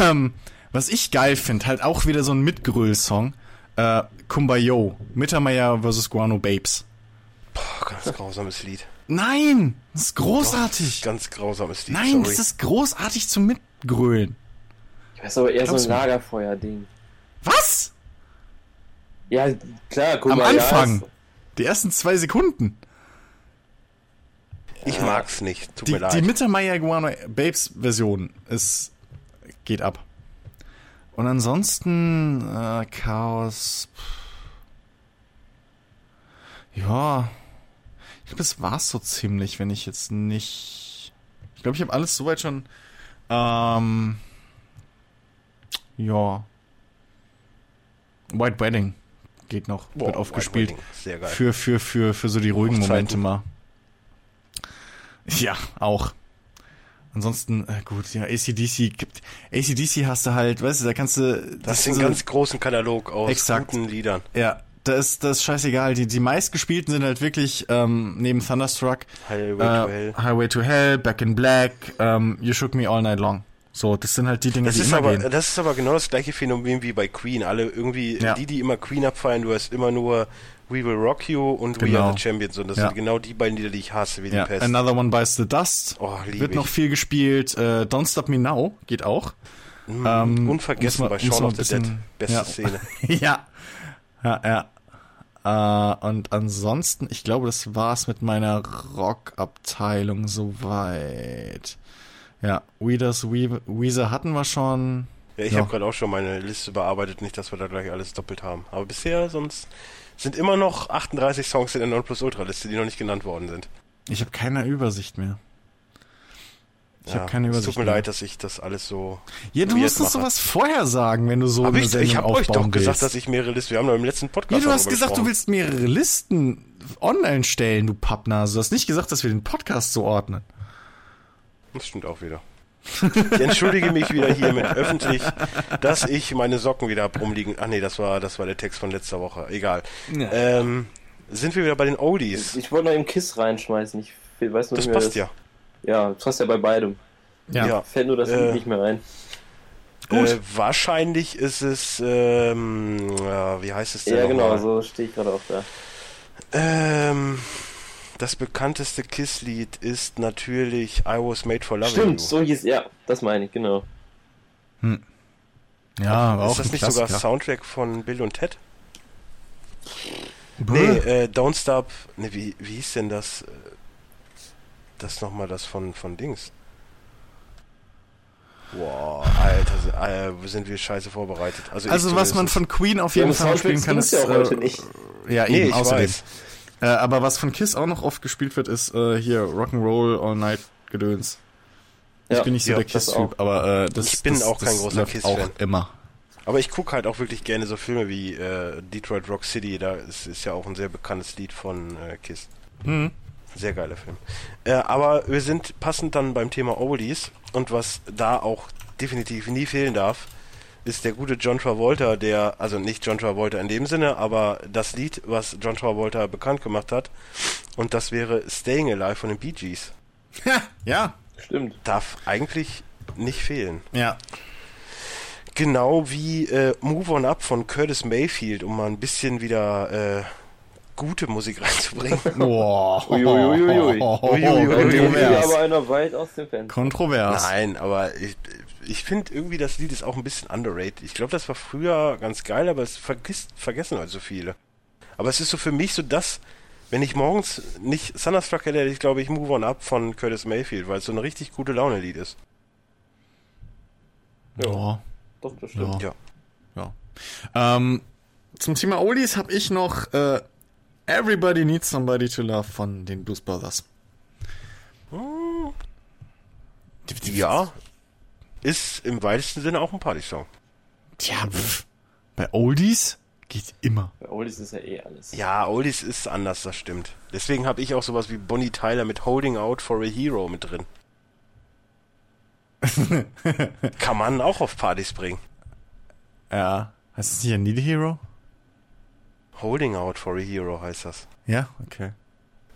Ähm, was ich geil finde, halt auch wieder so ein Mitgröl-Song. Äh, Kumbayo, Mittermeier vs. Guano Babes.
Boah, ganz grausames Lied.
Nein, das ist großartig.
Ganz grausames Lied,
Nein,
sorry.
das ist großartig zum Mitgrölen.
ich weiß aber eher so
Glaubst
ein
du mir?
Lagerfeuer-Ding.
Was?
Ja, klar, guck
Am
mal.
Anfang.
Ja,
Die ersten zwei Sekunden.
ich mag's nicht, tut
äh, Die,
mir leid.
die Mittermeier Guano Babes Version ist, geht ab. Und ansonsten, äh, Chaos. pff. Ja. Ich glaube, das war's so ziemlich, wenn ich jetzt nicht. Ich glaube, ich habe alles soweit schon. Ähm. Ja. White Wedding geht noch.
Boah,
wird aufgespielt.
White Wedding, Sehr geil.
für, für, für, für so die ruhigen
Hochzeiten.
Momente mal. Ja, auch. Ansonsten, äh, gut, ja, ACDC gibt. ACDC hast du halt, weißt du, da kannst du.
das ist ein
so-
ganz großen Katalog aus
Exakt.
guten Liedern.
Ja, da ist das ist scheißegal. Die, die meistgespielten sind halt wirklich ähm, neben Thunderstruck.
Highway to
Äh,
Hell.
Highway to Hell, Back in Black, ähm, You Shook Me All Night Long. So, das sind halt die Dinge,
Das
die
ist,
immer
aber,
gehen.
das ist aber genau das gleiche Phänomen wie bei Queen. Alle irgendwie,
Ja.
die, die immer Queen abfeiern, du hast immer nur We Will Rock You und We
Genau.
Are the Champions. Und das
Ja.
sind genau die beiden Lieder, die ich hasse, wie
Ja.
die Pest.
Another One Bites the Dust.
Oh, lieb
Wird
ich.
noch viel gespielt. Äh, Don't Stop Me Now geht auch.
Mm,
ähm,
Unvergessen
muss man-
bei
muss
Shaun
man
of the
ein bisschen-
Dead. Beste
ja.
Szene.
ja. Ja, Äh, und ansonsten, ich glaube, das war's mit meiner Rock-Abteilung soweit. Ja, Weeders Weave- Weezer hatten wir schon.
Ja, ich
Ja.
habe gerade auch schon meine Liste bearbeitet, nicht, dass wir da gleich alles doppelt haben. Aber bisher sonst sind immer noch 38 Songs in der Nonplusultra-Liste, die noch nicht genannt worden sind.
Ich habe keine Übersicht mehr. Ich
Ja,
habe keine
es
Übersicht.
Tut mir
mehr.
leid, dass ich das alles so.
Ja, du
weird
musstest
mache.
sowas vorher sagen, wenn du so
Hab
eine
ich
Sendung
ich habe euch doch
aufbauen willst.
gesagt, dass ich mehrere Listen. Wir haben doch im letzten Podcast.
Ja, du hast
darüber
gesagt, du
gesprochen.
willst mehrere Listen online stellen, du Pappnase. Du hast nicht gesagt, dass wir den Podcast so ordnen.
Das stimmt auch wieder. Ich entschuldige mich wieder hiermit öffentlich, dass ich meine Socken wieder hab rumliegen. Ach nee, das war, das war der Text von letzter Woche. Egal.
Ja.
Ähm, sind wir wieder bei den Oldies?
Ich wollte noch eben Kiss reinschmeißen. Ich weiß nur
Das
nicht mehr,
passt ja.
Ja, das passt ja bei beidem.
Ja.
Fällt nur das
Äh.
Lied nicht mehr ein.
Gut.
Äh, wahrscheinlich ist es, ähm, ja, wie heißt es denn?
Ja, genau,
nochmal?
so stehe ich gerade auch da.
Ähm, das bekannteste Kiss-Lied ist natürlich I Was Made for Loving
Stimmt,
You.
so hieß, ja, das meine ich, genau.
Ja, aber auch
ist das
ein
nicht
Klassiker.
sogar Soundtrack von Bill und Ted?
Buh.
Nee, äh, Don't Stop. Nee, wie, wie hieß denn das? äh, Das nochmal das von, von Dings. Wow, Alter, äh, sind wir scheiße vorbereitet. Also, ich
also was man
zumindest.
von Queen auf jeden
Ja,
Fall noch spielen
Soundtracks
kann, ist
ging's ja auch heute
äh,
nicht.
ja
Nee,
eben
ich
außerdem.
weiß.
Äh, aber was von Kiss auch noch oft gespielt wird, ist äh, hier Rock'n'Roll All Night Gedöns.
Ja,
ich bin nicht so
ja,
der
das
Kiss-Typ, aber äh, das
Ich bin
das,
auch kein
das
großer
läuft
Kiss-Fan.
auch immer.
Aber ich gucke halt auch wirklich gerne so Filme wie äh, Detroit Rock City. Da ist, ist ja auch ein sehr bekanntes Lied von äh, Kiss.
Mhm.
Sehr geiler Film. Äh, aber wir sind passend dann beim Thema Oldies. Und was da auch definitiv nie fehlen darf, ist der gute John Travolta, der, also nicht John Travolta in dem Sinne, aber das Lied, was John Travolta bekannt gemacht hat. Und das wäre Staying Alive von den Bee Gees.
Ja,
Stimmt.
Darf eigentlich nicht fehlen.
ja.
Genau wie äh, Move On Up von Curtis Mayfield, um mal ein bisschen wieder äh, gute Musik reinzubringen.
Boah.
Uiuiuiui.
Uiuiui.
Bin
Kontrovers.
aber einer weit aus dem Fenster.
Kontrovers.
Nein, aber ich, ich finde irgendwie, das Lied ist auch ein bisschen underrated. Ich glaube, das war früher ganz geil, aber es vergisst, vergessen halt so viele. Aber es ist so für mich so das, wenn ich morgens nicht Thunderstruck hätte, hätte ich glaube ich Move On Up von Curtis Mayfield, weil es so ein richtig gute Laune-Lied ist.
Ja.
Doch, das stimmt.
Ja.
Ähm, zum Thema Oldies habe ich noch äh, Everybody Needs Somebody to Love von den Blues Brothers.
Ja. Ist im weitesten Sinne auch ein Party-Song.
Tja, pff. bei Oldies geht immer.
Bei Oldies ist ja eh alles.
Ja, Oldies ist anders, das stimmt. Deswegen habe ich auch sowas wie Bonnie Tyler mit Holding Out for a Hero mit drin. Kann man auch auf Partys bringen.
Ja. Heißt es nicht I Need a Hero?
Holding Out for a Hero heißt das.
Ja, okay.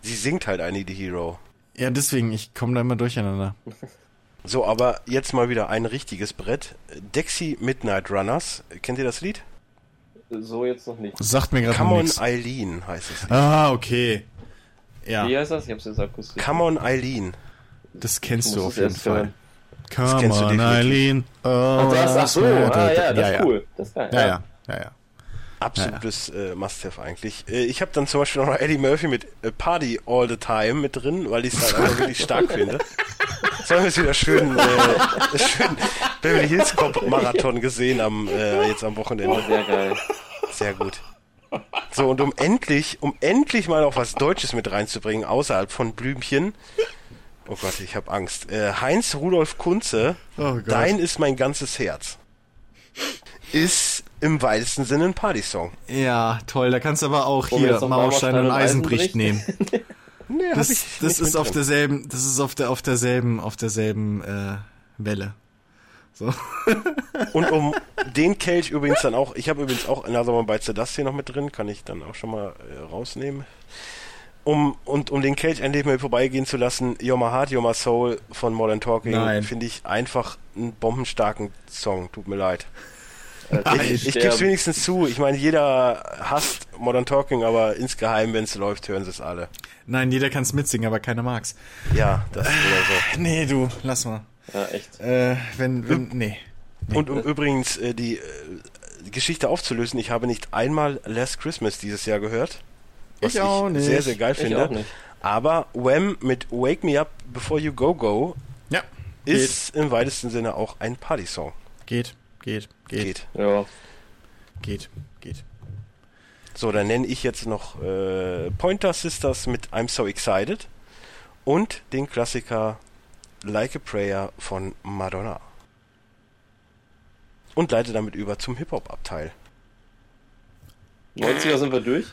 Sie singt halt I Need a Hero.
Ja, deswegen, ich komme da immer durcheinander.
So, aber jetzt mal wieder ein richtiges Brett. Dexy Midnight Runners. Kennt ihr das Lied?
So jetzt noch nicht.
Sagt mir gerade
Come on
nichts.
Eileen heißt es.
Ah, okay. Ja,
Wie heißt das? Ich hab's jetzt akustisch.
Come on Eileen.
das kennst du
muss
auf
es
jeden
erst
Fall.
hören.
Come
kennst du
on,
definitiv.
Eileen. Oh,
Ach, das, ach so, ah ja, das ist cool. Das ist geil.
Ja, ja, ja, ja.
Absolutes äh, Must-Have eigentlich. Äh, ich habe dann zum Beispiel auch noch Eddie Murphy mit äh, Party All the Time mit drin, weil ich es halt einfach wirklich stark finde. Sollen wir es wieder schön, äh, schön Beverly Hills Cop Marathon gesehen am äh, jetzt am Wochenende.
Sehr geil.
Sehr gut. So, und um endlich, um endlich mal auch was Deutsches mit reinzubringen, außerhalb von Blümchen. Oh Gott, ich habe Angst. Äh, Heinz Rudolf Kunze,
Oh Gott.
Dein ist mein ganzes Herz. Ist im weitesten Sinne ein Partysong.
Ja, toll. Da kannst du aber auch
Wollen wir
hier
jetzt noch
Mauerstein und Eisenbricht
Eisenbricht
nehmen.
Nee, hab
Das,
ich
das
nicht
ist
mit
auf
drin.
derselben, das ist auf der auf derselben, auf derselben äh, Welle. So.
Und um den Kelch übrigens dann auch, ich habe übrigens auch Another One Bites the Dust hier noch mit drin, kann ich dann auch schon mal äh, rausnehmen. Um, und um den Kelch ein Leben mir vorbeigehen zu lassen, You're My Heart, You're My Soul von Modern
Nein.
Talking finde ich einfach einen bombenstarken Song. Tut mir leid.
Alter,
Ich, ich
sterben.
gebe es wenigstens zu. Ich meine, jeder hasst Modern Talking, aber insgeheim, wenn es läuft, hören sie es alle.
Nein, jeder kann's mitsingen, aber keiner mag's.
Ja, das ist oder so.
Nee, du, lass mal.
Ja, echt.
Äh, wenn, wenn nee.
Und um, übrigens, äh, die äh, Geschichte aufzulösen, ich habe nicht einmal Last Christmas dieses Jahr gehört. Was
Ich auch nicht.
sehr, sehr geil
Ich
finde.
auch nicht.
Aber Wham mit Wake Me Up Before You Go Go
Ja,
ist im weitesten Sinne auch ein Party-Song.
geht, geht, geht, geht,
Geht.
Ja.
geht. geht.
So, dann nenne ich jetzt noch äh, Pointer Sisters mit I'm So Excited und den Klassiker Like a Prayer von Madonna. Und leite damit über zum Hip-Hop-Abteil.
90er sind wir durch.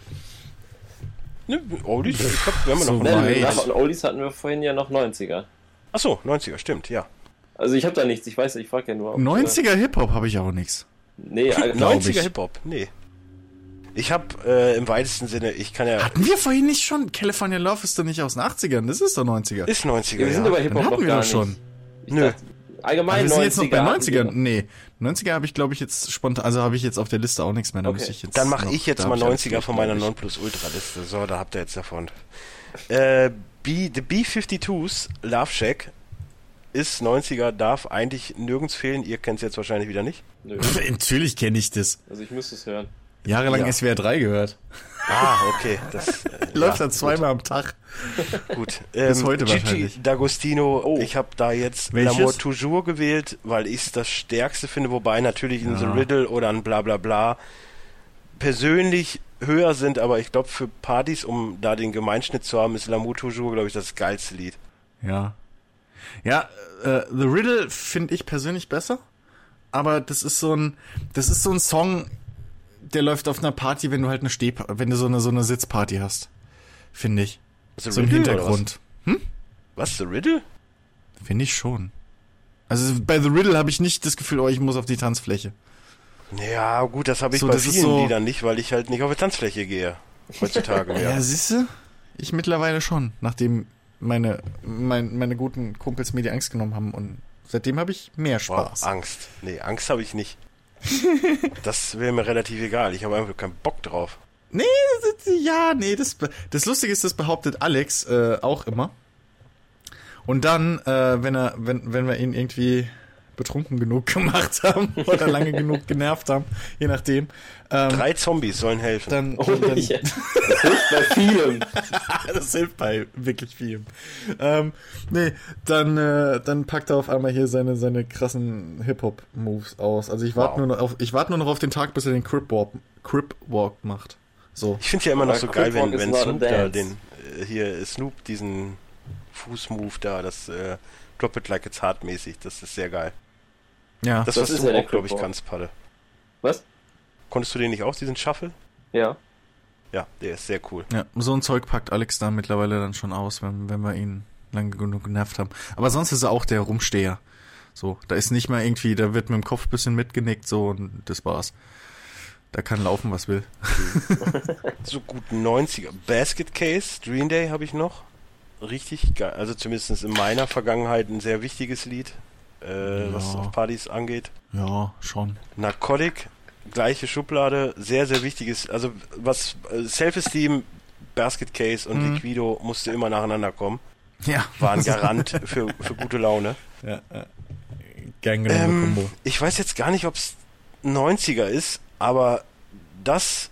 Ne, Oldies, ich glaub, wir haben
So
noch.
weit.
einen.
Nein, nach Oldies hatten wir vorhin ja noch 90er.
Achso, 90er, stimmt, ja.
Also ich habe da nichts, ich weiß, ich frage ja nur. ob- äh,
90er Hip-Hop habe ich auch nichts.
Nee, also,
Glaub ich.
90er Hip-Hop, nee. Ich hab äh, im weitesten Sinne, ich kann ja.
Hatten wir vorhin nicht schon? California Love ist doch nicht aus den 80ern, das ist doch 90er.
Ist 90er.
wir sind
ja.
aber
Dann
Hip-Hop
hatten
noch
wir
gar
das schon.
nicht. Ich
Nö.
dachte, allgemein
Aber wir Also sind
90er.
jetzt noch bei
hatten wir
90ern.
noch.
Nee, 90er habe ich, glaube ich, jetzt spontan, also habe ich jetzt auf der Liste auch nichts mehr. Da
Okay.
müsste ich jetzt
Dann mache
noch-
ich jetzt
da
mal
hab alles
90er von meiner
durch, glaub
Nonplusultra-Liste. So, da habt ihr jetzt davon. Äh, B, the B-52s Love Shack ist 90er, darf eigentlich nirgends fehlen. Ihr kennt es jetzt wahrscheinlich wieder nicht.
Nö.
ich. Pff, Natürlich kenne ich das.
Also ich müsste es hören.
Jahrelang
Ja.
SWR 3 gehört.
Ah, okay. Das äh,
Läuft
ja,
dann zweimal am Tag.
gut. ähm,
Bis heute
Gigi
wahrscheinlich.
D'Agostino,
Oh.
ich habe da jetzt
Welches?
L'amour toujours gewählt, weil ich es das stärkste finde, wobei natürlich ein The Riddle oder ein bla bla bla persönlich höher sind, aber ich glaube für Partys, um da den Gemeinschnitt zu haben, ist L'amour toujours, glaube ich, das geilste Lied.
Ja. Ja, äh, The Riddle finde ich persönlich besser, aber das ist so ein das ist so ein Song, der läuft auf einer Party, wenn du halt eine Steh wenn du so eine so eine Sitzparty hast, finde ich.
The
so im
Riddle oder
Hintergrund.
Was? was, The Riddle?
Finde ich schon. Also bei The Riddle habe ich nicht das Gefühl, oh, ich muss auf die Tanzfläche.
Ja, gut, das habe ich
So,
bei
das ist
vielen
so-
Liedern nicht, weil ich halt nicht auf die Tanzfläche gehe. Heutzutage
Ja,
mehr.
siehste? Ich mittlerweile schon, nachdem meine mein, meine guten Kumpels mir die Angst genommen haben und seitdem habe ich mehr
Wow,
Spaß.
Angst. Nee, Angst habe ich nicht. Das wäre mir relativ egal. Ich habe einfach keinen Bock drauf.
Nee, das, ja, nee, das, be- das Lustige ist, das behauptet Alex äh, auch immer. Und dann, äh, wenn, er, wenn, wenn wir ihn irgendwie betrunken genug gemacht haben oder lange genug genervt haben, je nachdem, ähm,
Drei Zombies sollen helfen.
dann,
Oh,
dann
ja. Das hilft bei vielem.
das hilft bei wirklich viel. Ähm, nee, dann, äh, dann packt er auf einmal hier seine, seine krassen Hip-Hop-Moves aus. Also ich
Wow.
warte nur noch auf, ich warte nur noch auf den Tag, bis er den Crip Walk, Crip Walk macht. So.
ich finde ja immer noch
Aber
so
Crip
geil, wenn,
Walk is
wenn
not a
Snoop da
dance.
den, äh, hier Snoop diesen Fußmove da, das äh, Drop it like it's hard mäßig, das ist sehr geil.
Ja.
Das,
Das
was
ist
du
ja der
auch, glaube
Crip
ich,
Walk.
kannst, Padde.
Was?
Konntest du den nicht auch, diesen Shuffle?
Ja.
Ja, der ist sehr cool.
Ja, so ein Zeug packt Alex da mittlerweile dann schon aus, wenn, wenn wir ihn lange genug genervt haben. Aber sonst ist er auch der Rumsteher. So, da ist nicht mal irgendwie, da wird mit dem Kopf ein bisschen mitgenickt, so und das war's. Da kann laufen, was will.
so gut 90er. Basket Case, Green Day habe ich noch. Richtig geil. Also zumindest in meiner Vergangenheit ein sehr wichtiges Lied, äh, was
Ja.
auf Partys angeht.
Ja, schon.
Narcotic, gleiche Schublade, sehr, sehr wichtiges. Also was äh, Self-Esteem, Basket Case und Liquido musste immer nacheinander kommen.
Ja.
War ein Garant für, für gute Laune.
Ja, ja. Gern genommen,
Ähm,
Kombo.
ich weiß jetzt gar nicht, ob es 90er ist, aber das,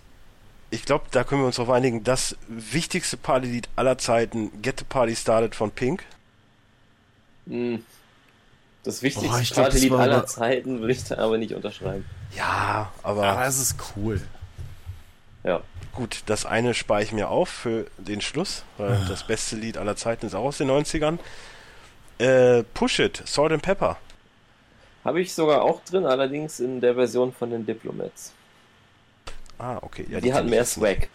ich glaube, da können wir uns darauf einigen, das wichtigste Partylied aller Zeiten, Get the Party Started von Pink.
Hm. Das wichtigste
Boah, ich glaub, das
Partylied
war
aller
aber-
Zeiten würde ich da aber nicht unterschreiben.
Ja, aber
Aber es ist cool.
Ja.
gut, das eine spare ich mir auf für den Schluss, weil das beste Lied aller Zeiten ist auch aus den 90ern. Äh, Push It, Salt and Pepper.
Habe ich sogar auch drin, allerdings in der Version von den Diplomats.
Ah, okay. Ja,
Die hatten
kenn ich
mehr
jetzt
Swag.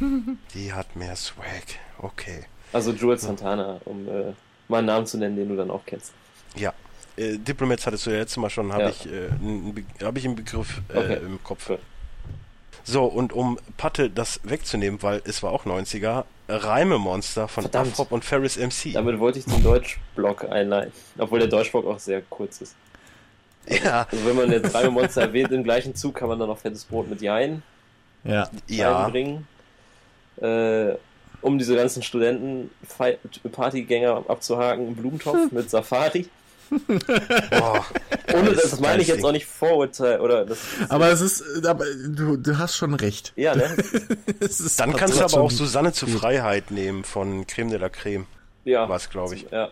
nicht. Die hat mehr Swag. Okay.
Also Joel Santana, um äh, mal einen Namen zu nennen, den du dann auch kennst.
Ja. Äh, Diplomats hattest du ja letztes Mal schon, habe
Ja.
ich, äh, n- Be- hab ich einen Begriff äh,
Okay.
im Kopf.
Gut.
So, und um Patte das wegzunehmen, weil es war auch 90er, Reimemonster von
Verdammt.
Afrop und Ferris MC.
Damit wollte ich den Deutschblock einleiten. Obwohl der Deutschblock auch sehr kurz ist.
ja,
Also wenn man jetzt drei Monster erwähnt, im gleichen Zug kann man dann noch fettes Brot mit Jein
Ja.
ja.
einbringen. Äh, um diese ganzen Studenten-Partygänger abzuhaken, Blumentopf mit Safari.
Boah,
Ohne,
Das
das,
ist ein
meine
geiles
ich jetzt auch nicht Vorurteil oder das.
Aber es ist, aber du, du hast schon recht.
Ja, ne?
Es ist
dann kannst du
trotzdem-
aber auch Susanne zur Freiheit nehmen von Creme de la Creme.
Ja.
War's, glaub ich.
Zum, ja.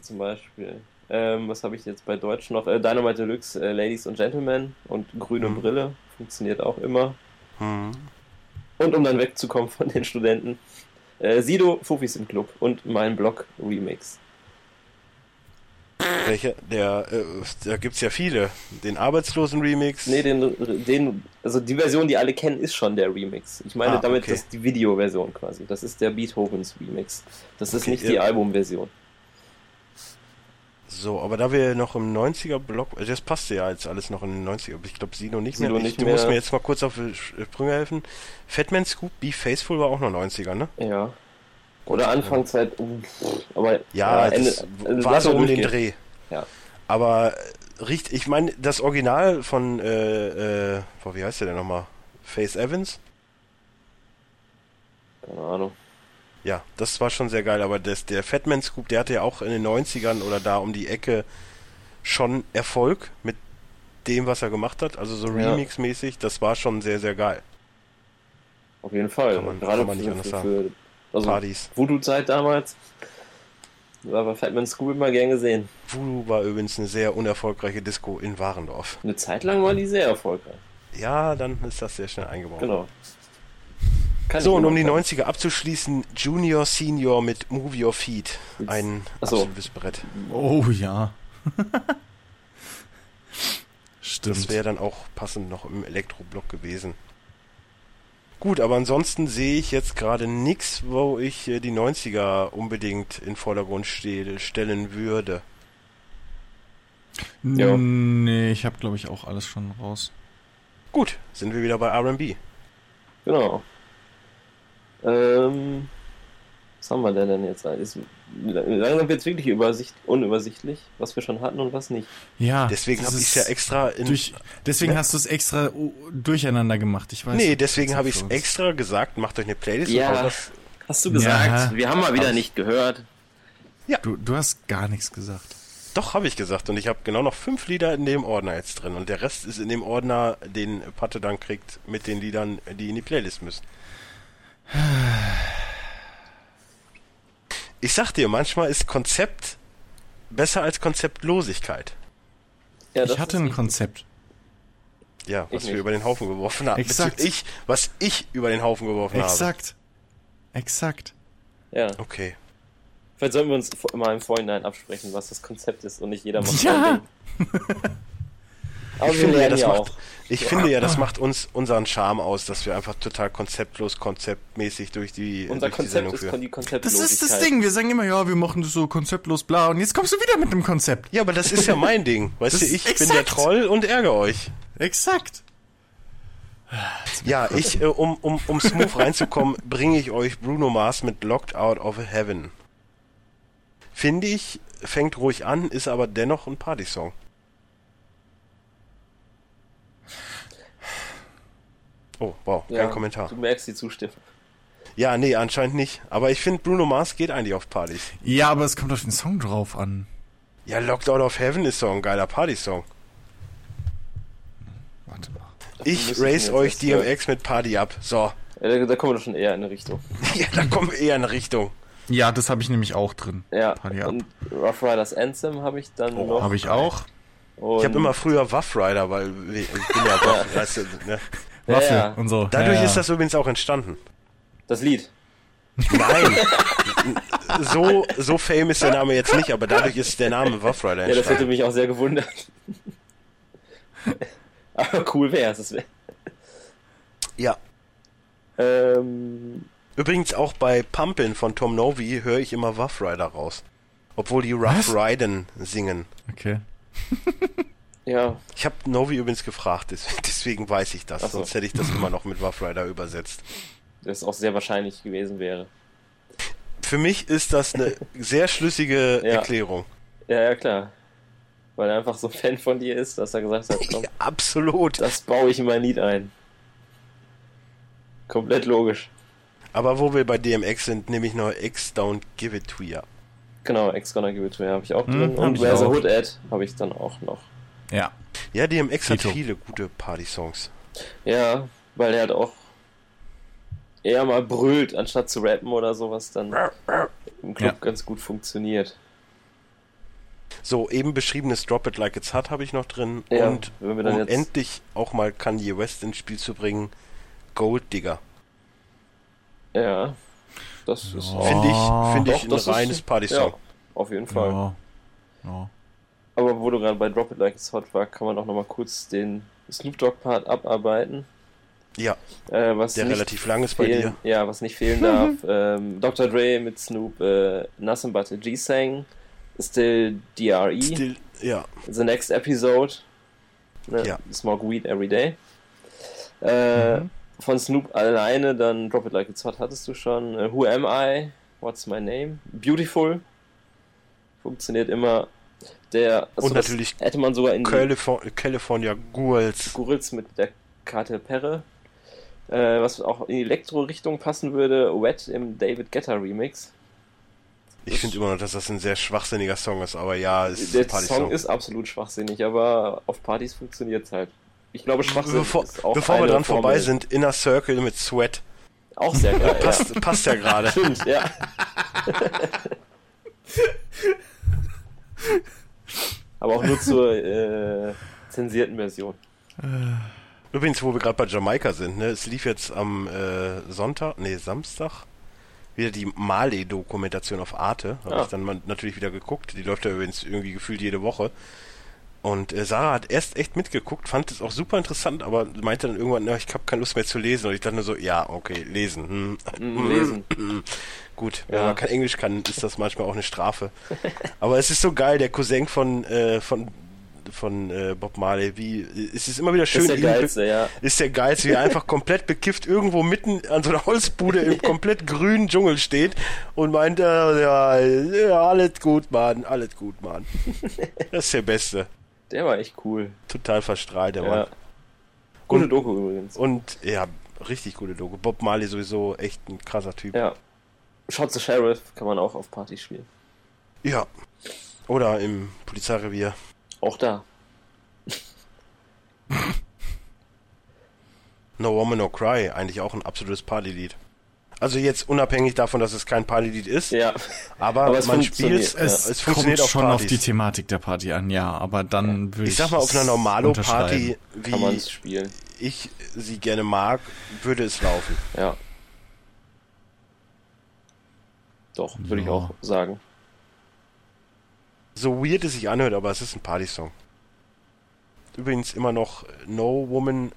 Zum Beispiel. Ähm, was habe ich jetzt bei Deutsch noch? Äh, Dynamite Deluxe, äh, Ladies und Gentlemen und grüne
Mhm.
Brille. Funktioniert auch immer.
Hm.
Und um dann wegzukommen von den Studenten. Äh, Sido, Fufis im Club und mein Blog Remix.
Welche? Der, äh, da gibt's ja viele. Den Arbeitslosen-Remix.
Nee, den, den, also die Version, die alle kennen, ist schon der Remix. Ich meine
Ah,
damit
okay.
das die Videoversion quasi. Das ist der Beethovens Remix. Das ist
Okay,
nicht die
ja.
Albumversion.
So, aber da wir noch im 90er-Block, also das passte ja jetzt alles noch in den 90er, aber ich glaube Sino nicht
Sido
mehr. ich,
nicht
du musst
mehr.
mir jetzt mal kurz auf die Sprünge helfen. Fatman Scoop, Be Faithful war auch noch 90er, ne?
Ja. Oder Anfangszeit, uh, aber
Ja,
äh,
das
Ende-
war
lass
so
mal
um den
durchgehen.
Dreh.
Ja.
Aber äh, richtig, ich meine, das Original von, äh, äh, boah, wie heißt der denn nochmal? Faith Evans?
Keine Ahnung.
Ja, das war schon sehr geil, aber das, der Fatman Scoop, der hatte ja auch in den 90ern oder da um die Ecke schon Erfolg mit dem, was er gemacht hat. Also so
Ja.
Remix-mäßig, das war schon sehr, sehr geil.
Auf jeden Fall.
Kann man-
Gerade
kann man nicht
für,
anders
für,
sagen.
für also
Partys.
Voodoo-Zeit damals. Da war Fatman Scoop immer gern gesehen.
Voodoo war übrigens eine sehr unerfolgreiche Disco in Warendorf.
Eine Zeit lang war die sehr erfolgreich.
Ja, dann ist das sehr schnell eingebaut.
Genau. Kann
So,
ich
und
mir
um die
noch-
90er abzuschließen, Junior Senior mit Move Your Feet. Ein
Ach so.
absolutes Brett.
Oh ja. Stimmt.
Das wäre dann auch passend noch im Elektroblock gewesen. Gut, aber ansonsten sehe ich jetzt gerade nichts, wo ich äh, die 90er unbedingt in Vordergrund ste stellen würde.
Ja.
Nee, ich habe glaube ich auch alles schon raus.
Gut, sind wir wieder bei RB.
Genau. Ähm, was haben wir denn, denn jetzt? Ist, langsam wird es wirklich übersicht, unübersichtlich, was wir schon hatten und was nicht.
Ja.
Deswegen
das
habe ich es
ist
ja extra in.
durch, deswegen
Ne?
hast du es extra oh, durcheinander gemacht. Ich weiß.
nee,
nicht,
deswegen
was
habe ich
für
es
uns-
extra gesagt, macht euch eine Playlist
Ja.
und haut das
Hast du
gesagt,
wir haben mal wieder nicht gehört.
Du, du hast gar nichts gesagt.
Doch, habe ich gesagt. Und ich habe genau noch fünf Lieder in dem Ordner jetzt drin. Und der Rest ist in dem Ordner, den Patte dann kriegt, mit den Liedern, die in die Playlist müssen. Ich sag dir, manchmal ist Konzept besser als Konzeptlosigkeit.
Ja, das
ich hatte
ist
ein
richtig.
Konzept.
Ja, was wir
nicht.
über den Haufen geworfen haben.
Exakt.
Beziehungsweise Ich, was ich über den Haufen geworfen habe.
Exakt. Exakt.
Ja.
Okay.
Vielleicht sollten wir uns vor- mal im Vorhinein absprechen, was das Konzept ist und nicht jeder macht
Ja.
sein Ding. Aber
Ich
wir
finde ja,
lernen
das
ja auch.
macht, ich finde ja, das macht uns unseren Charme aus, dass wir einfach total konzeptlos, konzeptmäßig durch die,
Unser
durch die
Konzept
Sendung
ist
führen.
kon- die
Das
Konzeptlosigkeit.
ist das Ding. Wir sagen immer, ja, wir machen das so konzeptlos, bla. Und jetzt kommst du wieder mit einem Konzept.
Ja, aber das ist ja mein Ding. Weißt
Das
du,
ist
ich bin der
exakt.
Troll und ärgere euch.
Exakt.
Ja, ich, äh, um, um, um smooth reinzukommen, bringe ich euch Bruno Mars mit Locked Out of Heaven. Finde ich, fängt ruhig an, ist aber dennoch ein Partysong. Oh, wow, kein
Ja,
Kommentar.
Du merkst die Zustimmung.
Ja, nee, anscheinend nicht. Aber ich finde, Bruno Mars geht eigentlich auf Partys.
Ja, aber es kommt auf den Song drauf an.
Ja, Locked Out of Heaven ist doch ein geiler Partysong.
Warte mal.
Ich
müsste ich
race
mir jetzt
euch
erst hören.
DMX mit Party ab. So.
Ja, Äh, da, da kommen wir doch schon eher in eine Richtung.
Ja, da kommen wir eher in eine Richtung.
Ja, das habe ich nämlich auch drin.
Ja,
Party ab.
und Rough Riders Anthem habe ich dann noch.
Habe ich auch.
Und
Oh, Ich habe immer früher Waff Rider, weil ich bin ja Waff, weißt du, ne?
Waffe
Ja, ja.
und so.
Dadurch
ja, ja.
ist das übrigens auch entstanden.
das Lied.
Nein. so, so fame ist der Name jetzt nicht, aber dadurch ist der Name Waff Rider
Ja, das hätte
entstanden.
mich auch sehr gewundert. Aber cool wär's. es. Wär,
Ja.
ähm,
Übrigens auch bei Pumpin von Tom Novi höre ich immer Waff Rider raus. Obwohl die Rough
Was?
Riden singen.
Okay.
ja,
Ich habe Novi übrigens gefragt, des- deswegen weiß ich das.
Ach so.
Sonst hätte ich das immer noch mit Waff Rider übersetzt.
das auch sehr wahrscheinlich gewesen wäre.
Für mich ist das eine sehr schlüssige
Ja.
Erklärung.
Ja, ja, klar. Weil er einfach so ein Fan von dir ist, dass er gesagt hat, komm,
Absolut.
das baue ich in mein Lied ein. Komplett logisch.
Aber wo wir bei DMX sind, nehme ich noch X Don't Give It To Ya.
Genau, X Gonna Give It To You habe ich auch drin.
hab
Und
ich
Where's a
auch.
Hood Ad habe ich dann auch noch.
Ja.
Ja, DMX hat
Tito.
viele gute Party-Songs.
Ja, weil er halt auch eher mal brüllt, anstatt zu rappen oder sowas, dann im Club
Ja.
ganz gut funktioniert.
So, eben beschriebenes Drop It Like It's Hot habe ich noch drin.
Ja,
und
wenn wir dann
um
jetzt-
endlich auch mal Kanye West ins Spiel zu bringen, Gold Digger.
Ja, das ist auch
Finde ich, find
Doch,
ich
das
ein
ist-
reines Party-Song.
Ja, auf jeden Fall.
Ja. genau. Ja.
Aber wo du gerade bei Drop It Like It's Hot war, kann man auch nochmal kurz den Snoop Dogg Part abarbeiten.
Ja,
Äh, was
der
nicht
relativ lang ist bei
fehlen,
dir.
ja, was nicht fehlen darf. ähm, Dr. Dre mit Snoop äh, Nothing But a G sang. Still E. DRE.
Still, ja,
The Next Episode. Ne?
Ja. Mhm.
Smoke Weed Every Day. Äh, Von Snoop alleine, dann Drop It Like It's Hot hattest du schon. Äh, Who Am I? What's My Name? Beautiful. Funktioniert immer. Der, achso,
Und
das
natürlich
hätte man sogar in die
Calif- California Ghouls.
Gurils mit der Karte Perre. Äh, was auch in die Elektro-Richtung passen würde, Wet im David Guetta Remix.
Ich finde immer noch, dass das ein sehr schwachsinniger Song ist, aber ja, es ist
Der
ein
Song
Party-Song.
ist absolut schwachsinnig, aber auf Partys funktioniert es halt. Ich glaube, Schwachsinn
Bevor,
ist auch
bevor wir
eine
dran vorbei
Formel.
sind, Inner Circle mit Sweat.
Auch sehr geil. ja.
Passt, passt ja gerade.
Stimmt, ja. Aber auch nur zur äh, zensierten Version.
Übrigens, wo wir gerade bei Jamaika sind, ne, es lief jetzt am äh, Sonntag, nee, Samstag, wieder die Marley-Dokumentation auf Arte. Habe
Ah.
ich dann mal natürlich wieder geguckt. Die läuft ja übrigens irgendwie gefühlt jede Woche. Und äh, Sarah hat erst echt mitgeguckt, fand es auch super interessant, aber meinte dann irgendwann, na, ich habe keine Lust mehr zu lesen. Und ich dachte nur so, ja, okay, lesen. Hm.
Mm, Lesen.
Gut, wenn
Ja.
man kein Englisch kann, ist das manchmal auch eine Strafe. Aber es ist so geil, der Cousin von, äh, von, von äh, Bob Marley, wie, es ist immer wieder schön,
ist der
ihn be-
geilste, ja.
ist der geilste, wie er einfach komplett bekifft irgendwo mitten an so einer Holzbude im komplett grünen Dschungel steht und meint, äh, ja, ja, alles gut, Mann, alles gut, Mann. Das ist der Beste.
Der war echt cool.
Total verstrahlt, der Mann.
Ja. Gute
Und-
Doku übrigens.
Und ja, richtig gute Doku. Bob Marley sowieso echt ein krasser Typ.
Ja. Shot the Sheriff kann man auch auf Partys spielen.
ja. Oder im Polizeirevier.
Auch da.
No Woman No Cry, eigentlich auch ein absolutes Partylied. Also jetzt unabhängig davon, dass es kein Partylied ist,
Ja.
aber,
Aber es
man
funktioniert.
spielt es,
Ja,
Es,
es funktioniert
kommt
auf
schon
Partys.
auf die Thematik der Party an, ja, aber dann würde ich
ich sag mal, auf einer
es
Normalo-Party,
unterschreiben.
Kann
wie
man spielen.
ich sie gerne mag, würde es laufen.
Ja. Doch, würde ich
Ja.
auch sagen.
So weird es sich anhört, aber es ist ein Party-Song. Übrigens immer noch No Woman.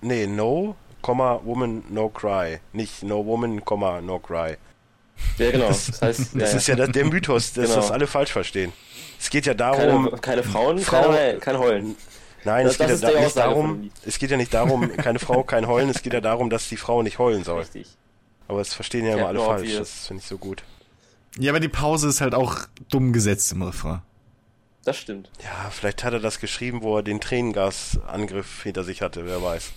Nee, No, Komma, Woman, No Cry. Nicht No Woman, Komma, No Cry.
Ja, genau. Das heißt,
Das
ja,
ist ja das, der Mythos, dass
Genau.
das alle falsch verstehen. Es geht ja darum,
keine, keine Frauen,
Frau-
keine, kein Heulen.
Nein,
Das-
es geht,
das
ja
ist
da
die
nicht
Aussage von
darum,
Lied.
es geht ja nicht darum, keine Frau, kein Heulen, es geht ja darum, dass die Frau nicht heulen soll.
Richtig.
Aber das verstehen ja
Ja,
immer alle
nur
falsch,
obvious.
das finde ich so gut.
Ja, aber die Pause ist halt auch dumm gesetzt im Refrain.
Das stimmt.
Ja, vielleicht hat er das geschrieben, wo er den Tränengasangriff hinter sich hatte, wer weiß.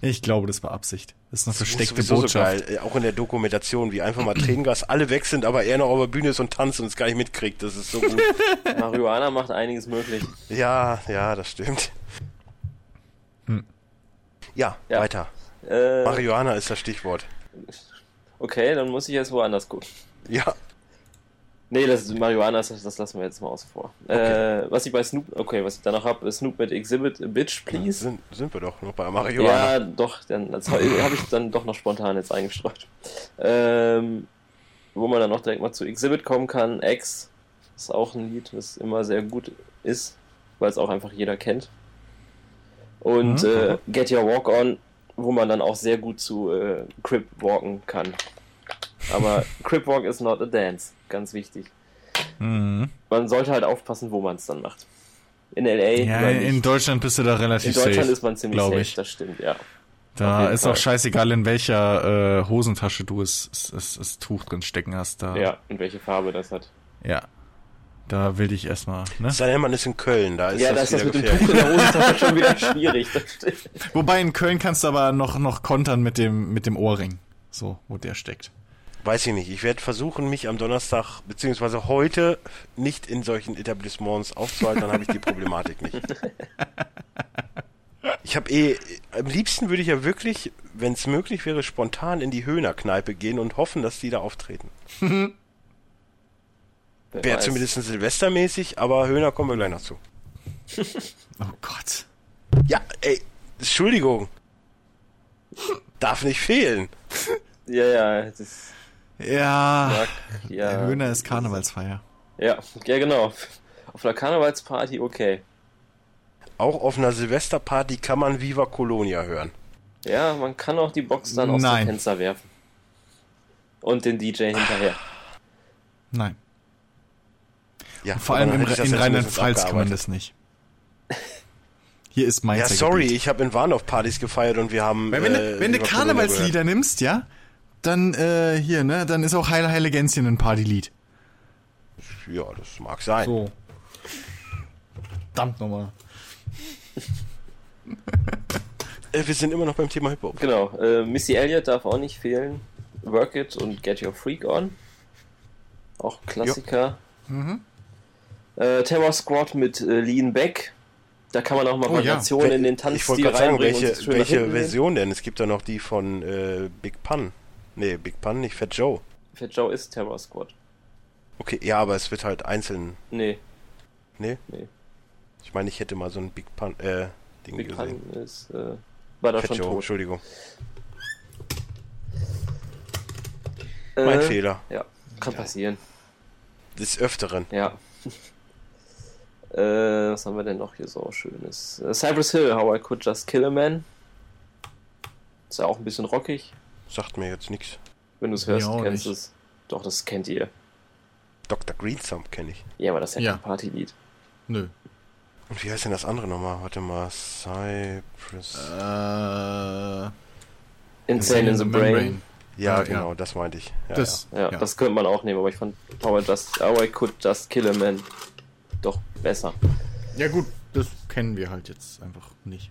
Ich glaube, das war Absicht. Das ist eine
Das ist
versteckte
sowieso so
Botschaft.
geil, äh, auch in der Dokumentation, wie einfach mal Tränengas alle weg sind, aber er noch auf der Bühne ist und tanzt und es gar nicht mitkriegt, das ist so gut.
Marihuana macht einiges möglich.
ja, ja, das stimmt.
Hm.
Ja,
Ja.
weiter.
Äh,
Marihuana ist das Stichwort.
okay, dann muss ich jetzt woanders gucken.
Ja,
Nee, das Marihuana, das, das lassen wir jetzt mal außen vor. Äh, was ich bei Snoop, okay, was ich danach habe, äh, Snoop mit Exhibit a Bitch, please.
sind, sind wir doch noch bei
Ja,
Marihuana.
doch, dann habe ich dann doch noch spontan jetzt eingestreut. Ähm, wo man dann auch direkt mal zu Exhibit kommen kann. X ist auch ein Lied, das immer sehr gut ist, weil es auch einfach jeder kennt. Und
Mhm.
äh, Get Your Walk On, wo man dann auch sehr gut zu äh, Crip walken kann. Aber Crip Walk is not a dance, ganz wichtig.
Mhm.
Man sollte halt aufpassen, wo man es dann macht. In LA,
Ja,
oder nicht.
in Deutschland bist du da
in
relativ
Deutschland
safe.
ist man ziemlich
glaub
safe,
ich.
das stimmt, ja. auf
Da
jeden
ist
Fall.
auch scheißegal, in welcher äh, Hosentasche du es, es, es, es Tuch drin stecken hast. Da,
Ja, und welche Farbe das hat.
ja. Da will ich erstmal. Ne?
Sein Hermann ist in Köln, da ist
ja, da
das
ist das
wieder
mit
gefährlich.
dem Tuch in der Hosentasche schon wieder schwierig. Das stimmt.
Wobei in Köln kannst du aber noch, noch kontern mit dem, mit dem Ohrring. So, wo der steckt.
Weiß ich nicht. Ich werde versuchen, mich am Donnerstag beziehungsweise heute nicht in solchen Etablissements aufzuhalten, dann habe ich die Problematik nicht. Ich habe eh, am liebsten würde ich ja wirklich, wenn es möglich wäre, spontan in die Höhnerkneipe gehen und hoffen, dass die da auftreten.
Wer
Wäre
weiß.
zumindest silvestermäßig, aber Höhner kommen wir gleich noch zu.
Oh Gott.
Ja, ey, Entschuldigung. Darf nicht fehlen.
Ja, ja, das ist.
Ja.
Ja, ja.
Der Höhner ist Karnevalsfeier.
Ja, ja, genau. Auf einer Karnevalsparty, okay.
Auch auf einer Silvesterparty kann man Viva Colonia hören.
Ja, man kann auch die Box dann aus
Nein.
dem Fenster werfen. Und den DJ hinterher.
Nein.
Ja,
Vor
aber
allem
dann
in,
hätte ich das
in
jetzt
Rheinland-Pfalz
mindestens
kann man
abgearbeitet.
das nicht. Hier ist mein
Ja, sorry, ich habe in Warndorf Partys gefeiert und wir haben.
Weil wenn, du,
äh,
wenn du
Viva Colonia gehört.
Karnevalslieder nimmst, ja, dann äh, hier, ne, dann ist auch Heile Heile Gänschen ein Partylied.
Ja, das mag sein.
So. Verdammt nochmal.
Äh, wir sind immer noch beim Thema Hip-Hop.
Genau. Äh, Missy Elliott darf auch nicht fehlen. Work It und Get Your Freak On. Auch Klassiker.
Mhm.
Äh, Terror Squad mit äh, Lean Back. Da kann man auch mal
Oh, ja.
Variationen in den
ich wollte
Tanzstil
gerade sagen,
reinbringen. und
welche,
es schön nach
welche
hinten gehen.
Version denn? Es gibt da noch die von äh, Big Pun. Nee, Big Pun nicht, Fat Joe.
Fat Joe ist Terror Squad.
Okay, ja, aber es wird halt einzeln.
Nee,
Nee?
Nee.
Ich meine, ich hätte mal so ein Big Pun, äh, Ding
Big
gesehen.
Pun ist. Äh, war da
Fat
schon
Joe,
tot.
Entschuldigung. Mein
Äh,
Fehler.
Ja, kann passieren.
Des Öfteren.
Ja. äh, was haben wir denn noch hier so Schönes? Äh, Cypress Hill, How I Could Just Kill a Man. Ist ja auch ein bisschen rockig.
Sagt mir jetzt nichts.
Wenn du es
Ja,
hörst,
auch
kennst du
nicht.
es. Doch, das kennt ihr.
Dr. Greensump kenne ich.
Ja, aber das ist ja,
Ja.
kein Partylied.
Nö.
Und wie heißt denn das andere nochmal? Warte mal, Cypress.
Äh,
Insane in the Brain.
ja,
ja.
genau, das meinte ich. Ja,
Das,
Ja, das könnte man auch nehmen, aber ich fand How I, just, How I Could Just Kill a Man doch besser.
ja gut, das kennen wir halt jetzt einfach nicht.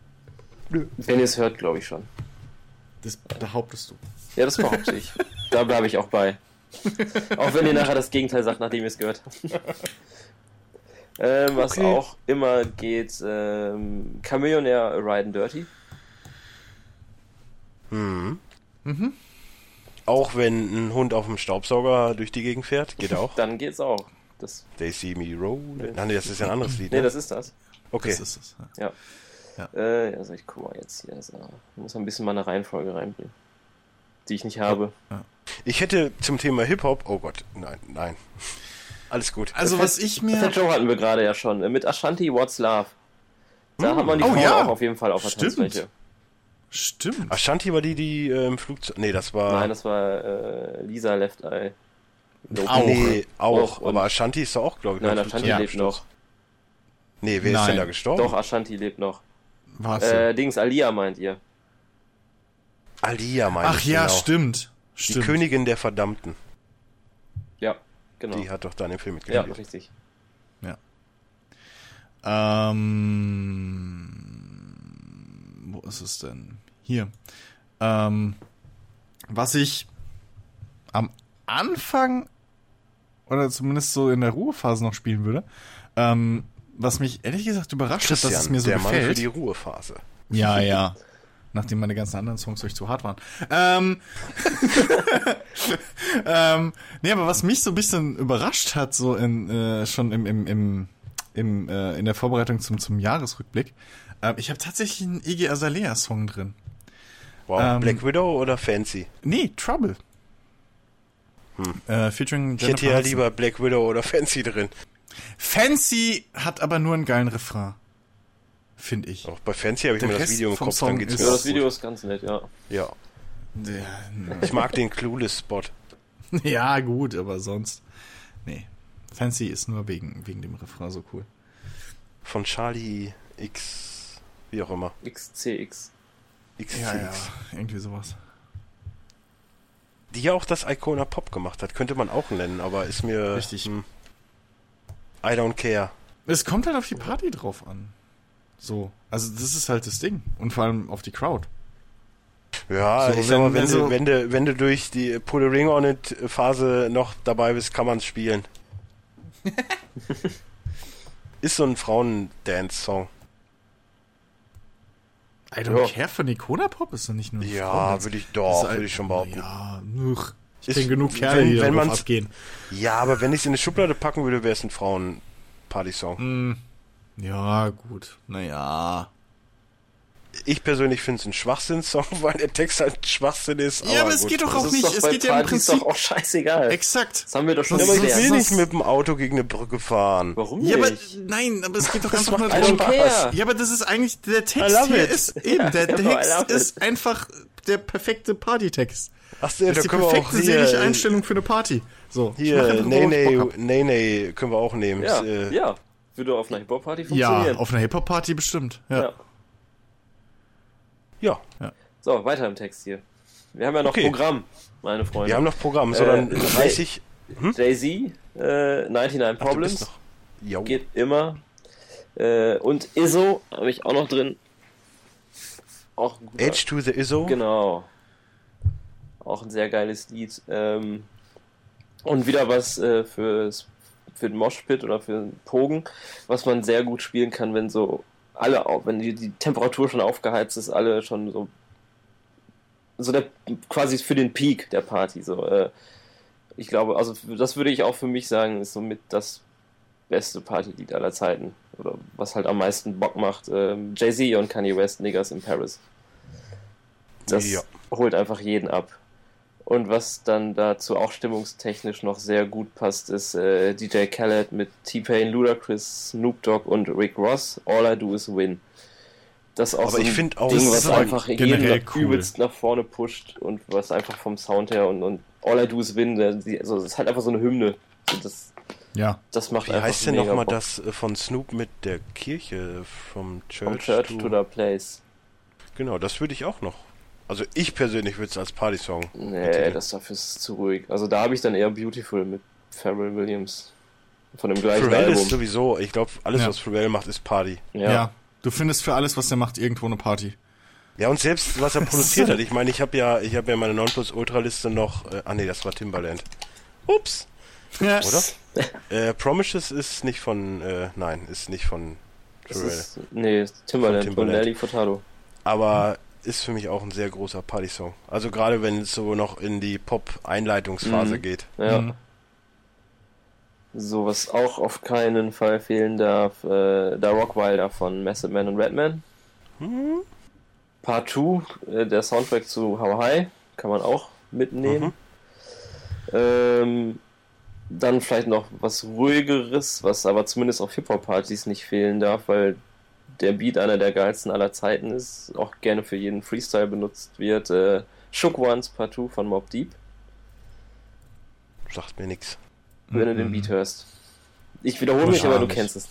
Wenn ihr es hört, glaube ich schon.
Das behauptest du.
Ja, das behaupte ich. Da bleibe ich auch bei. Auch wenn ihr nachher das Gegenteil sagt, nachdem ihr es gehört habt. ähm, was
Okay.
auch immer geht, ähm, Chameleonaire Riding Dirty.
ja. Mhm. Auch wenn ein Hund auf dem Staubsauger durch die Gegend fährt, geht auch.
Dann geht's auch. Das,
They see me rolling. Nein, das ist ja ein anderes Lied.
nee,
Ne?
das ist das.
okay.
Das ist es.
Ja.
Ja.
Äh, also ich guck mal jetzt hier. Also, ich muss ein bisschen mal eine Reihenfolge reinbringen. Die ich nicht habe.
ich hätte zum Thema Hip-Hop. Oh Gott, nein, nein. Alles gut.
Also was ich
Fat
mir...
Joe hatten wir gerade ja schon. äh, Mit Ashanti What's Love. Da
Hm.
hat man die
Oh,
Frau
ja.
auch auf jeden Fall auf der
Stimmt.
Tanzfläche.
Stimmt.
Ashanti war die, die äh, im Flugzeug. Nee, das war.
Nein, das war äh, Lisa Left Eye.
auch.
ne?
Nee, auch.
Auch und-
aber Ashanti ist doch auch, glaube ich.
Nein,
beim
Ashanti
Flugzeug-
lebt noch.
Nee, wer ist
Nein.
denn da gestorben?
Doch, Ashanti lebt noch.
War's.
Äh, Dings, Alia meint ihr.
Alia, meine
Ach
ich,
ja,
genau.
stimmt.
Die
Stimmt.
Königin der Verdammten.
Ja, genau.
Die hat doch da in dem Film
ja,
mitgespielt.
richtig.
Ähm, wo ist es denn? Hier. Ähm, was ich am Anfang oder zumindest so in der Ruhephase noch spielen würde, ähm, was mich ehrlich gesagt überrascht hat, dass es mir so
der Mann für
gefällt.
die Ruhephase.
Ja, ja. Nachdem meine ganzen anderen Songs euch zu hart waren. Ähm, ähm, nee, aber was mich so ein bisschen überrascht hat, so in, äh, schon im, im, im, im, äh, in der Vorbereitung zum, zum Jahresrückblick, äh, ich habe tatsächlich einen Iggy Azalea-Song drin.
Wow,
Ähm,
Black Widow oder Fancy?
Nee, Trouble. Äh, featuring
Hm. Ich
Jennifer
hätte ja
Hudson.
lieber Black Widow oder Fancy drin.
Fancy hat aber nur einen geilen Refrain. Finde ich.
Auch bei Fancy habe ich
Der
mir das
Rest
Video im
vom
Kopf,
Song
dann geht's
ist-
Ja,
mir
das
auch
Video
gut.
ist ganz nett, ja.
Ja.
Ja, ne.
Ich mag den Clueless-Spot.
Ja, gut, aber sonst. Nee. Fancy ist nur wegen, wegen dem Refrain so cool.
von Charlie X, wie auch immer.
XCX.
XCX.
Irgendwie sowas.
Die ja auch das Icona Pop gemacht hat, könnte man auch nennen, aber ist mir.
Richtig.
hm, I don't care.
Es kommt halt auf die Party drauf an. So. Also, das ist halt das Ding. Und vor allem auf die Crowd.
Ja,
So,
ich sag mal,
wenn- also- wenn
wenn,
so-
du, wenn, du, wenn du durch die Put a Ring on it Phase noch dabei bist, kann man es spielen. Ist so ein Frauendance-Song.
I don't
Ja.
care von Icona Pop ist doch nicht nur.
Ja,
Frauen-
würde ich
Das
doch,
ist halt-
würde ich schon behaupten. Ja,
Ja, nuch. Ich
Ist-
kenne genug Kerle,
wenn-
die
wenn
darauf
man's-
abgehen.
aber wenn ich es in eine Schublade packen würde, wäre es ein Frauen-Party-Song.
Ja, gut. Naja.
Ich persönlich finde es ein Schwachsinnssong, weil der Text halt Schwachsinn ist.
Ja, aber es
gut.
geht doch
Das
auch
ist
nicht.
doch
Es
bei
geht ja im
Partys
Prinzip.
doch auch scheißegal.
Exakt.
das haben wir doch schon
Das
Ja, aber ich
ist-
geklärt.
will
das
nicht mit dem Auto gegen eine Brücke fahren.
Warum
Ja, aber
nicht?
nein, aber es geht doch einfach nur
macht
I don't
darum.
care.
Ja, aber das ist eigentlich der Text
love
hier
it.
ist eben der
genau, I love
Text
it.
ist einfach der perfekte Partytext.
Ach so, ja,
Das
da
ist die
können wir auch
perfekte seelische
hier,
Einstellung für eine Party. So, ich mach
hier
einfach,
nee,
worauf ich
nee,
Bock hab.
nee, nee, können wir auch nehmen.
Ja,
Ist, äh,
ja. Würde auf einer Hip-Hop-Party
Ja,
funktionieren.
auf einer Hip Hop Party bestimmt. Ja.
Ja.
ja.
So, weiter im Text hier. Wir haben ja noch
Okay.
Programm, meine Freunde.
Wir haben noch Programm, sondern
Äh,
30.
Jay-Z, äh, 99
Ach, du bist
Problems,
noch. Jo.
geht immer. Äh, und ISO habe ich auch noch drin. Auch ein guter-
Edge to the ISO.
Genau. Auch ein sehr geiles Lied. Ähm, und wieder was äh, fürs, für den Moshpit oder für den Pogen, was man sehr gut spielen kann, wenn so alle, au- wenn die, die Temperatur schon aufgeheizt ist, alle schon so so der quasi für den Peak der Party so. Äh, ich glaube, also das würde ich auch für mich sagen, ist somit das beste Partylied aller Zeiten oder was halt am meisten Bock macht. Ähm, Jay Z und Kanye West, Niggas in Paris. Das
Ja.
holt einfach jeden ab. Und was dann dazu auch stimmungstechnisch noch sehr gut passt, ist äh, DJ Khaled mit T-Pain, Ludacris, Snoop Dogg und Rick Ross. All I do is win. Das ist auch
Aber
so ein
ich find auch,
Ding,
das
was
ist auch
einfach jeden
generell
nach-
cool.
übelst nach vorne pusht und was einfach vom Sound her und, und All I do is win. der- die- Also das ist halt einfach so eine Hymne. Und Das,
Ja.
das macht
Wie
einfach
heißt denn
mega
nochmal
Bock.
das äh, von Snoop mit der Kirche? From Church,
From Church to the Place.
Genau, das würde ich auch noch. Also ich persönlich würde es als Party-Song.
Nee, das dafür ist es zu ruhig. Also da habe ich dann eher Beautiful mit Pharrell Williams. Von dem gleichen
Pharrell ist
Album.
sowieso, ich glaube, alles,
Ja.
was Pharrell macht, ist Party.
ja. Du findest für alles, was er macht, irgendwo eine Party.
Ja, und selbst was er produziert hat. Ich meine, ich habe ja, ich habe ja meine Nonplus-Ultra-Liste noch. Äh, ah nee, das war Timbaland. Ups.
Ja.
Oder? Äh, Promises ist nicht von, äh, nein, ist nicht von
Das
Pharrell.
ist, nee, ist Timbaland,
Von
und
Timbaland.
Nelly Furtado.
aber ist für mich auch ein sehr großer Party-Song. Also gerade wenn es so noch in die Pop-Einleitungsphase
Mhm.
geht.
Ja.
Mhm.
So, was auch auf keinen Fall fehlen darf, äh, der Rockwilder von Method Man und Redman. Part 2, äh, der Soundtrack zu Hawaii, kann man auch mitnehmen. Ähm, dann vielleicht noch was ruhigeres, was aber zumindest auf Hip-Hop-Partys nicht fehlen darf, weil der Beat einer der geilsten aller Zeiten ist, auch gerne für jeden Freestyle benutzt wird. Äh, Shook Ones Part 2 von Mob Deep.
Sagt mir nix.
wenn du den Beat hörst. Ich wiederhole mich, aber du
Wahrscheinlich.
kennst es.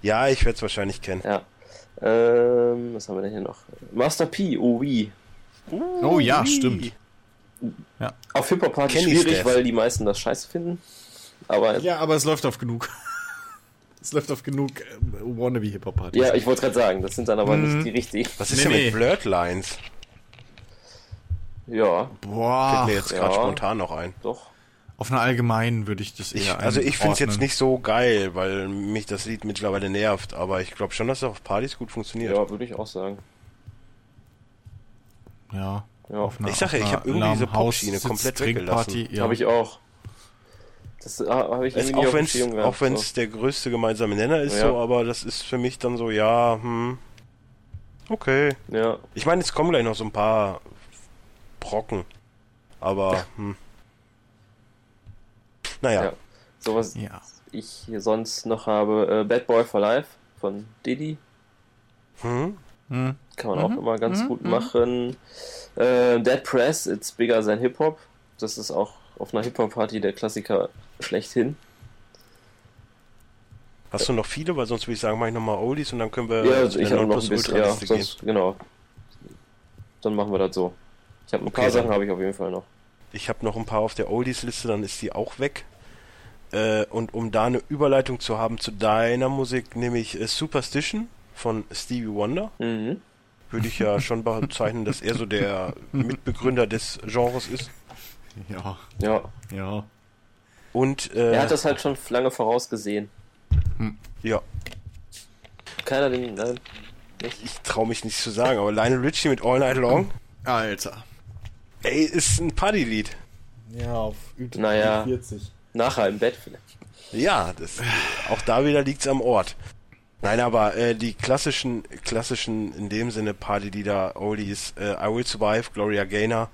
Ja, ich werde es wahrscheinlich kennen.
Ja. Ähm, was haben wir denn hier noch? Master P, OE.
Oh ja, stimmt.
Auf Hip-Hop-Party
Kenn ich,
schwierig,
Steph.
weil die meisten das scheiße finden. Aber ja,
Ja, aber es läuft auf genug. es läuft auf genug äh, wannabe Hip Hop Partys.
ich wollte gerade sagen, das sind dann aber
Mhm.
nicht die richtigen.
Was ist
Nee,
denn
nee.
mit Blurred Lines?
Ja,
Fällt
Boah.
mir jetzt gerade
ja.
spontan noch ein.
doch.
Auf einer allgemeinen würde ich das eher
Ich, also ich finde es jetzt
einordnen.
nicht so geil, weil mich das Lied mittlerweile nervt, aber ich glaube schon, dass es auf Partys gut funktioniert.
Ja, würde ich auch sagen.
Ja.
Ja.
einer-
Ich sag ja,
auf
ich
einer
hab irgendwie diese
lahmen Haus-
Popschiene
Sitz-
komplett
Trinkparty,
weggelassen.
Ja.
Habe ich auch. Das äh, habe ich
Es,
irgendwie
Also auch
nicht auf dem
wenn es
Schirm gehabt.
auch wenn's der größte gemeinsame Nenner ist,
Ja.
so, aber das ist für mich dann so, ja, hm. Okay.
So. Ja,
Ich meine, es kommen gleich noch so ein paar Brocken. Aber, hm. Naja,
Ja. sowas
ja.
ich hier sonst noch habe. Äh, Bad Boy for Life von Diddy.
hm?
Hm.
Kann man auch immer ganz gut machen. Äh, Dead Press, It's Bigger Than Hip Hop. Das ist auch auf einer Hip-Hop-Party der Klassiker schlechthin.
Hast du noch viele? Weil sonst würde ich sagen, mach ich nochmal Oldies und dann können wir
ja, also
zu
ich
der
habe noch ein bisschen. Ja,
Nonplusultra-Liste gehen.
sonst, genau. Dann machen wir das so. Ich habe ein
Okay,
paar
dann-
Sachen habe ich auf jeden Fall noch.
Ich habe noch ein paar auf der Oldies-Liste, dann ist die auch weg. Äh, und um da eine Überleitung zu haben zu deiner Musik, nehme ich äh, Superstition von Stevie Wonder.
Mhm.
würde ich ja schon bezeichnen, dass er so der Mitbegründer des Genres ist.
Ja,
Ja.
ja.
Und äh,
Er hat das halt schon lange vorausgesehen.
ja,
Keiner den. äh, Nein.
ich traue mich nicht zu sagen, aber Lionel Richie mit All Night Long,
Alter.
ey, ist ein Partylied.
Ja, auf Ü
Naja.
40.
Nachher im Bett vielleicht.
Ja, das, auch da wieder liegt's am Ort. Nein, aber äh, die klassischen, klassischen in dem Sinne Partylieder, Oldies, äh, I Will Survive, Gloria Gaynor,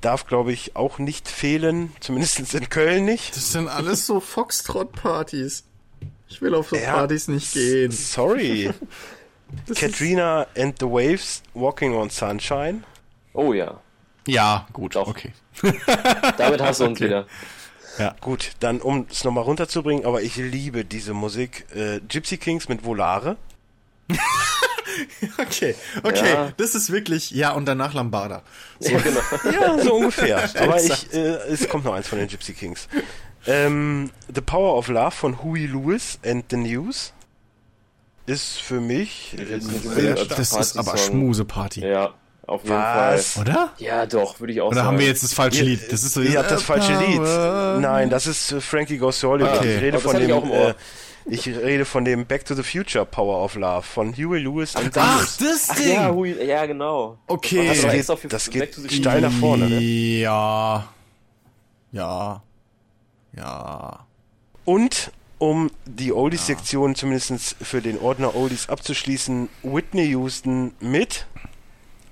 darf glaube ich auch nicht fehlen, zumindest in Köln nicht.
Das sind alles so Foxtrot-Partys. Ich will auf so
Ja.
Partys nicht gehen.
Sorry.
Das
Katrina and the Waves, Walking on Sunshine.
Oh ja.
Ist, ja, gut,
Doch.
okay.
Damit hast du uns
Okay.
wieder.
Gut, dann um es nochmal runterzubringen, aber ich liebe diese Musik. Äh, Gypsy Kings mit Volare.
Okay, okay,
Ja.
das ist wirklich, ja, und danach Lambada.
Ja, genau.
Ja, so ungefähr. aber ich, äh, es kommt noch eins von den Gypsy Kings. Ähm, the Power of Love von Huey Lewis and the News ist für mich.
Ja,
Äh, das
das
ist aber
Party-Song.
Schmuseparty.
Ja, auf jeden
Was?
Fall.
Oder?
Ja, doch, würde ich auch
Oder
sagen.
haben wir jetzt das falsche Lied? Das ist so
Ihr habt das falsche Lied.
Power.
Nein, das ist äh, Frankie Goes to Hollywood.
Okay.
Ich rede
Oh, das
von
hatte ich
dem.
auch im Ohr.
äh, ich rede von dem Back to the Future Power of Love von Huey Lewis and the
Ach,
News.
das
Ach,
Ding!
ja, hui, ja, genau.
Okay.
Das, war
Das
extra
geht-
für
das
Back
geht
to the
steil Teil nach vorne, ne?
Ja. Ja. Ja.
Und um die
Ah.
Oldies-Sektion zumindest für den Ordner Oldies abzuschließen, Whitney Houston mit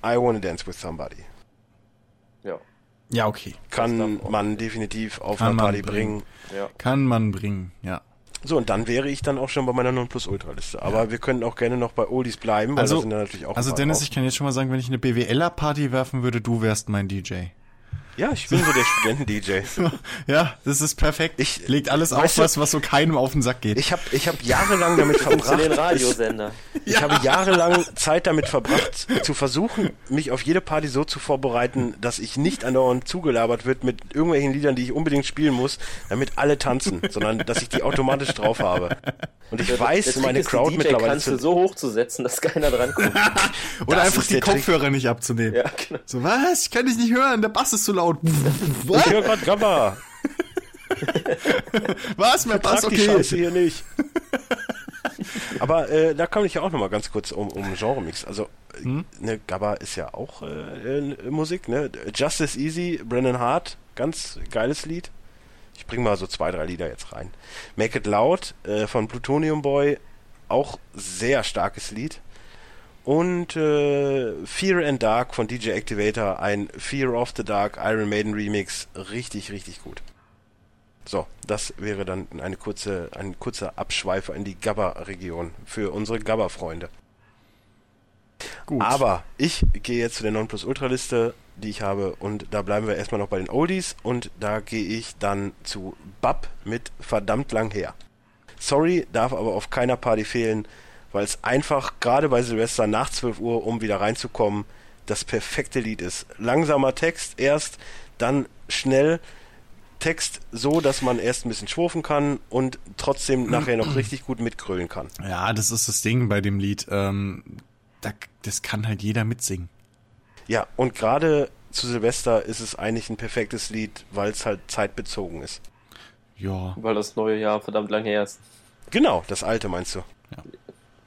I Wanna Dance With Somebody.
Ja,
Ja, okay.
Kann
darf auch,
man definitiv auf
Kann
eine
man
Party
bringen.
bringen.
ja.
Kann man bringen, ja.
So, und dann wäre ich dann auch schon bei meiner Nonplusultra-Liste. Aber wir können auch gerne noch bei Oldies bleiben, weil da
Also,
sind ja natürlich auch
also
ein paar
Dennis,
drauf.
ich kann jetzt schon mal sagen, wenn ich eine BWLer-Party werfen würde, du wärst mein DJ.
Ja, ich bin so der Studenten-DJ.
Ja, das ist perfekt.
Ich-
Legt alles auf,
weißt du-
was, was so keinem auf den Sack geht.
Ich habe ich hab jahrelang damit
Zu den
verbracht,
Radiosender.
Ich habe jahrelang Zeit damit verbracht, zu versuchen, mich auf jede Party so zu vorbereiten, dass ich nicht andauernd zugelabert wird mit irgendwelchen Liedern, die ich unbedingt spielen muss, damit alle tanzen, sondern dass ich die automatisch drauf habe. Und ich
Der
weiß,
Trick
meine
ist, die
Crowd mittlerweile
DJ-Kanzel
zu.
so hochzusetzen, dass keiner drankommt.
Oder
das
einfach
ist
die
der Trick.
Kopfhörer nicht abzunehmen.
ja, genau.
So, was? Ich kann dich nicht hören, der Bass ist zu laut.
ich
was?
höre gerade Gabba.
was? Mein Bass?
Sag die
Okay.
Scheiße hier nicht. Aber äh, da kann ich ja auch nochmal ganz kurz um, um Genre-Mix. Also, äh, ne, Gabba ist ja auch äh, äh, Musik, ne? Justice Easy, Brennan Hart, ganz geiles Lied. Ich bring mal so zwei, drei Lieder jetzt rein. Make It Loud äh, von Plutonium Boy, auch sehr starkes Lied. Und äh, Fear and Dark von DJ Activator, ein Fear of the Dark Iron Maiden Remix, richtig, richtig gut. So, das wäre dann eine kurze, ein kurzer Abschweifer in die Gabba-Region für unsere Gabba-Freunde.
Gut.
Aber ich gehe jetzt zu der Nonplusultra-Liste, die ich habe, und da bleiben wir erstmal noch bei den Oldies und da gehe ich dann zu Bab mit verdammt lang her. Sorry, darf aber auf keiner Party fehlen, weil es einfach gerade bei Silvester nach 12 Uhr, um wieder reinzukommen, das perfekte Lied ist. Langsamer Text erst, dann schnell Text so, dass man erst ein bisschen schwurfen kann und trotzdem nachher noch richtig gut mitgrölen kann.
Ja, das ist das Ding bei dem Lied. Ähm, da, das kann halt jeder mitsingen.
Ja, und gerade zu Silvester ist es eigentlich ein perfektes Lied, weil es halt zeitbezogen ist.
Ja.
Weil das neue Jahr verdammt lang her ist.
Genau, das alte meinst du.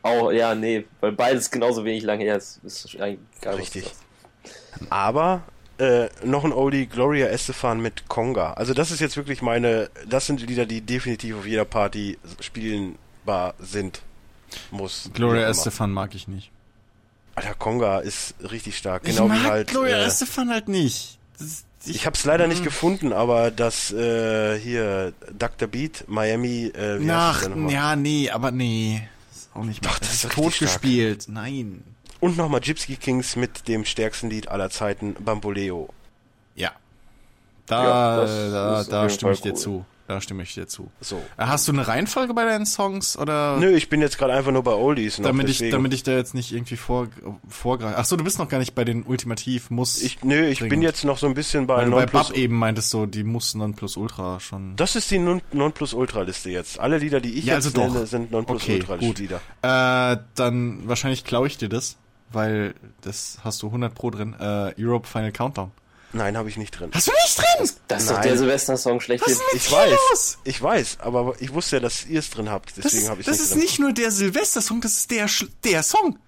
Auch, ja, nee, weil beides genauso wenig lang her ist. Ist eigentlich egal, was
Richtig.
du sagst.
Aber äh, noch ein Oldie, Gloria Estefan mit Conga. Also das ist jetzt wirklich meine, das sind die Lieder, die definitiv auf jeder Party spielenbar sind. Muss.
Gloria
Wie auch immer.
Estefan mag ich nicht.
Alter, Conga ist richtig stark. Genau wie halt.
Gloria
äh,
Estefan halt nicht. Das ist-
Ich hab's leider nicht gefunden, aber das äh, hier Dr. Beat Miami äh, wie heißt
Nach,
das denn nochmal?
ja, nee, aber nee. Ist auch nicht Doch,
das ist richtig
totgespielt. Nein.
und nochmal Gypsy Kings mit dem stärksten Lied aller Zeiten Bamboleo.
Ja. Da,
Ja, das
da,
ist
da
auf jeden
stimme ich
Fall
dir
cool.
zu. Da stimme ich dir zu.
So.
Äh, Hast du eine Reihenfolge bei deinen Songs oder
Nö, ich bin jetzt gerade einfach nur bei Oldies noch
damit ich
deswegen.
damit ich da jetzt nicht irgendwie vor, vorgreife? Ach so, du bist noch gar nicht bei den ultimativ muss.
ich nö, ich bin
Dringend.
jetzt noch so ein bisschen bei
weil du bei Bab
Nonplus.
eben meintest so, die muss Nonplusultra schon.
Das ist die Non- Nonplusultra-Liste jetzt. Alle Lieder, die ich
Ja,
jetzt
also doch.
nenne, sind
Okay, gut.
Nonplusultra-Lieder.
Äh, dann wahrscheinlich klaue ich dir das, weil das hast du 100 Pro drin. Äh, Europe Final Countdown.
Nein, habe ich nicht drin.
Hast du nicht drin?
Das ist doch
Nein.
der Silvester-Song
Was
schlechthin.
ist mit
Ich
dir
weiß,
los?
ich weiß, aber ich wusste ja, dass ihr es drin habt,
Das,
deswegen
ist,
habe ich
das
nicht
ist
drin.
nicht nur der Silvester-Song, das ist der, Schl- der Song.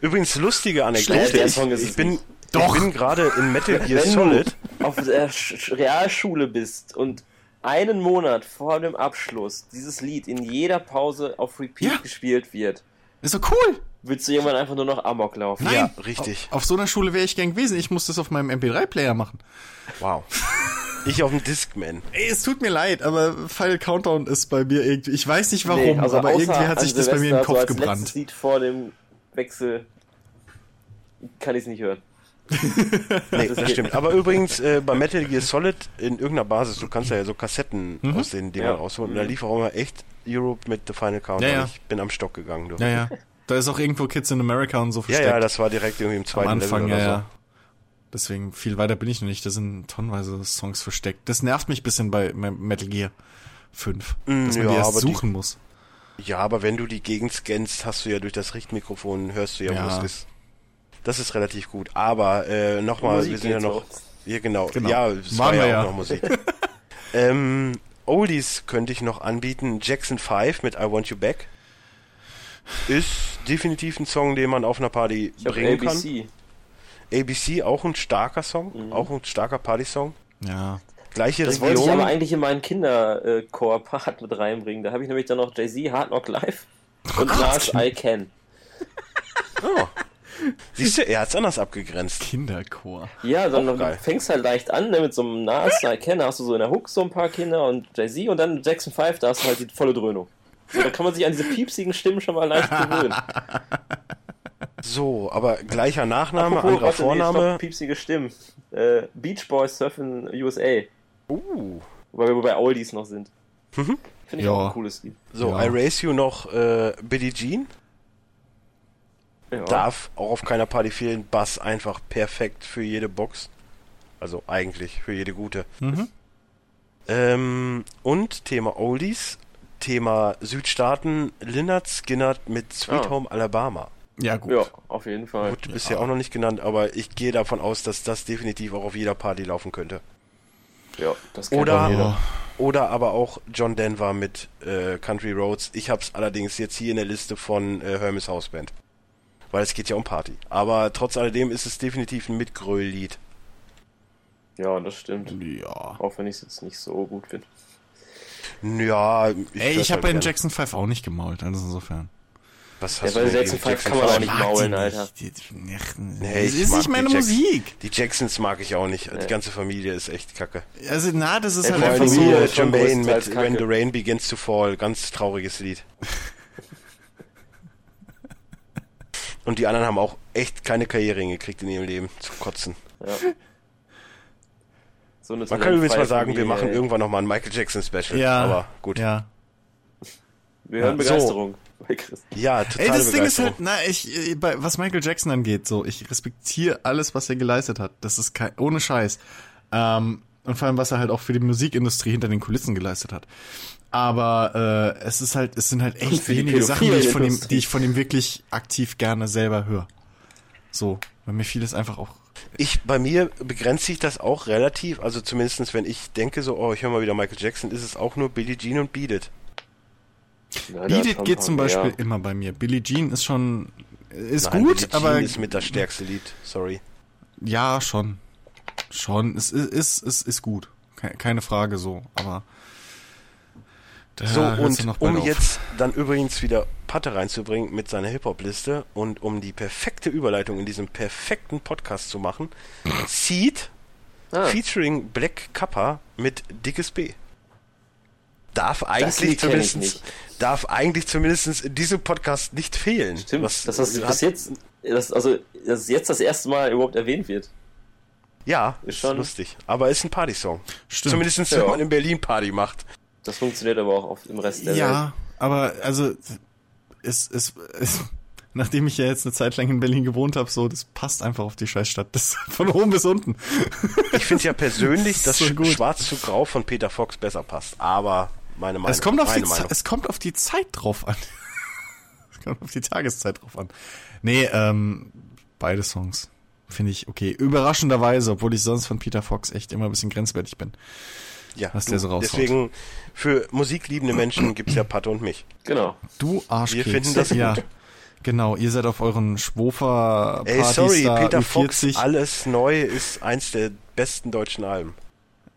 Übrigens lustige
Schlecht,
Anekdote.
der
Ich,
Song ist
ich
es
bin
nicht.
Doch.
ich bin gerade in Metal Gear
Wenn
Solid.
du auf der Sch Sch- Realschule bist und einen Monat vor dem Abschluss dieses Lied in jeder Pause auf Repeat
Ja.
gespielt wird,
Ist doch cool.
willst du irgendwann einfach nur noch Amok laufen?
Nein.
Ja, richtig.
Auf so einer Schule wäre ich gern gewesen. Ich muss das auf meinem MP3-Player machen.
Wow. Ich auf dem Discman.
Ey, es tut mir leid, aber Final Countdown ist bei mir irgendwie. Ich weiß nicht warum,
Nee, also
aber
außer
irgendwie hat
an
sich das bei mir in den
Silvester, so
Kopf
als
gebrannt.
letztes Lied vor dem Wechsel kann ich es nicht hören.
Nee,
Das
das
geht.
stimmt. Aber übrigens, äh, bei Metal Gear Solid in irgendeiner Basis, du kannst ja so Kassetten
Mhm.
aus den Dingern
Ja.
rausholen. Und da lief auch immer echt Europe mit The Final Countdown.
Ja, ja.
Ich bin am Stock gegangen. Du.
Ja, ja. Da ist auch irgendwo Kids in America und so
ja,
versteckt.
ja, das war direkt irgendwie im
am
zweiten
Anfang, ja,
Level oder
ja. Deswegen viel weiter bin ich noch nicht. Da sind tonnenweise Songs versteckt. Das nervt mich ein bisschen bei Me- Metal Gear 5,
Mm,
dass man
ja,
die erst
aber die-
suchen muss.
so. Ja, aber wenn du die Gegend scannst, hast du ja durch das Richtmikrofon, hörst du ja,
Ja.
wo es ist. Das ist relativ gut. Aber äh, nochmal,
Musik
wir sind ja
geht's
noch.
auch.
Ja, genau.
Genau.
Ja, es war
Waren
ja,
wir
auch
ja.
noch Musik. ähm, Oldies könnte ich noch anbieten. Jackson 5 mit I Want You Back. Ist definitiv ein Song, den man auf einer Party
Ich habe
bringen
ABC.
kann. ABC auch ein starker Song, auch ein starker Party-Song.
Ja.
Gleiche
Mhm. Das wollte ich aber
Region.
eigentlich in meinen Kinderchor-Part mit reinbringen. Da habe ich nämlich dann noch Jay-Z, Hard Knock Live
Oh
und Nas I Can.
Oh. Siehst du, er hat's anders abgegrenzt.
Kinderchor.
Ja, dann
Auch geil.
fängst halt leicht an ne, mit so einem Nas I Can. Da hast du so in der Hook so ein paar Kinder und Jay-Z und dann Jackson 5, da hast du halt die volle Dröhnung. So, da kann man sich an diese piepsigen Stimmen schon mal leicht gewöhnen.
So, aber gleicher Nachname,
Apropos,
anderer
warte, nee,
Vorname.
stopp, piepsige Stimmen. Äh, Beach Boys Surfen USA.
Uh. Mhm.
Wobei wir bei Oldies noch sind. Finde ich
Ja.
auch ein cooles Lied.
So,
Ja.
I Race You noch äh, Billie Jean.
Ja.
darf auch auf keiner Party fehlen. Bass einfach perfekt für jede Box. Also eigentlich für jede gute.
Mhm.
Ähm, und Thema Oldies, Thema Südstaaten, Lynyrd Skynyrd mit Sweet
Ah.
Home Alabama.
Ja, gut.
ja, auf jeden Fall.
Gut, bisher auch noch nicht genannt, aber ich gehe davon aus, dass das definitiv auch auf jeder Party laufen könnte.
Ja, das kennt
Oder,
auch jeder.
jeder.
oder aber auch John Denver mit äh, Country Roads. Ich hab's allerdings jetzt hier in der Liste von äh, Hermes Houseband. Weil es geht ja um Party. Aber trotz alledem ist es definitiv ein Mitgröll-Lied.
Ja, das stimmt.
Ja.
Auch wenn ich es jetzt nicht so gut finde.
Ja, ich,
Ey,
hör's
ich habe
halt
bei den
gerne.
Jackson 5 auch nicht gemault, also insofern.
Was
Ja,
hast
bei
du denn
Jackson
gegen
Five kann man
Five?
auch nicht
Mag die
maulen, Alter.
nicht. Die-
Nee,
das
ich
ist
mag
nicht
die
meine
Jacksons.
Musik.
Die Jacksons mag ich auch nicht. Die
Nee.
ganze Familie ist echt kacke.
Also, na, das ist
Ja,
halt
vor
Vor
einfach
allem
allem
die
so.
Familie
hier
ist schon
John Bain
größtenteils
mit When the
kacke.
Rain Begins to Fall. Ganz trauriges Lied. Und die anderen haben auch echt keine Karriere hingekriegt in ihrem Leben. Zu kotzen.
Ja. So eine äh,
Man kann übrigens mal
talentfreie
sagen, wir
Familie,
machen
ey.
irgendwann nochmal ein Michael Jackson Special.
Ja.
Aber gut. Ja,
Ja.
Wir hören
Ja, so.
Begeisterung bei Chris.
total
Ey, das Ding ist halt, na, ich, äh, bei, was Michael Jackson angeht, so, ich respektiere alles, was er geleistet hat. Das ist kein, ohne Scheiß. Ähm, und vor allem, was er halt auch für die Musikindustrie hinter den Kulissen geleistet hat. Aber äh, es ist halt, es sind halt echt
Für die
wenige Sachen, die ich, von ihm,
Pädophilenindustrie.
die ich von ihm wirklich aktiv gerne selber höre. So, weil mir vieles einfach auch.
Ich, bei mir begrenzt sich das auch relativ, also zumindestens wenn ich denke so, oh, ich höre mal wieder Michael Jackson, ist es auch nur Billie Jean und Beat It.
Ja, der
Beat
hat
It geht
schon
zum
ein paar-
Beispiel immer bei mir. Billie Jean ist schon, ist
Nein,
gut,
Billie Jean
aber
ist mit das stärkste Lied, sorry.
Ja, schon. Schon. Es ist, ist, ist, ist gut. Ke- Keine Frage so, aber. Da
So,
hört's
und
dann noch bald
um
auf.
jetzt dann übrigens wieder Patte reinzubringen mit seiner Hip-Hop-Liste und um die perfekte Überleitung in diesem perfekten Podcast zu machen, Seed
Ja. Ah,
featuring Black Kappa mit Dickes B. Darf eigentlich
Lied kenn ich
zumindest darf eigentlich zumindest in diesem Podcast nicht fehlen.
stimmt,
Was-
dass das
hat-
bis jetzt, das, also, dass jetzt das erste Mal überhaupt erwähnt wird.
Ja,
Ist
ist
schon-
schon lustig. Aber ist ein Partysong.
Stimmt.
Zumindest wenn
Ja.
man in Berlin Party macht.
Das funktioniert aber auch auf, im Rest der
äh,
Welt.
Ja, aber also. Es, es, es, nachdem ich ja jetzt eine Zeit lang in Berlin gewohnt habe, so, das passt einfach auf die Scheißstadt. Das von oben bis unten.
Ich finde ja persönlich, dass
So
Sch-
gut.
Schwarz zu Grau von Peter Fox besser passt. Aber meine Meinung.
es, kommt auf die,
meine
Ze-
Meinung.
es kommt auf die Zeit drauf an. es kommt auf die Tageszeit drauf an. Nee, ähm, Beide Songs. Finde ich okay. Überraschenderweise, obwohl ich sonst von Peter Fox echt immer ein bisschen grenzwertig bin.
Ja,
Was
du,
der so raushaut.
deswegen für musikliebende Menschen gibt's ja Patte und mich.
Genau.
Du Arschkeks.
Wir finden das
ja.
gut.
Genau, ihr seid auf euren schwofer
Ey, sorry,
da
Peter
Ü40.
Fox, alles neu ist eins der besten deutschen Alben.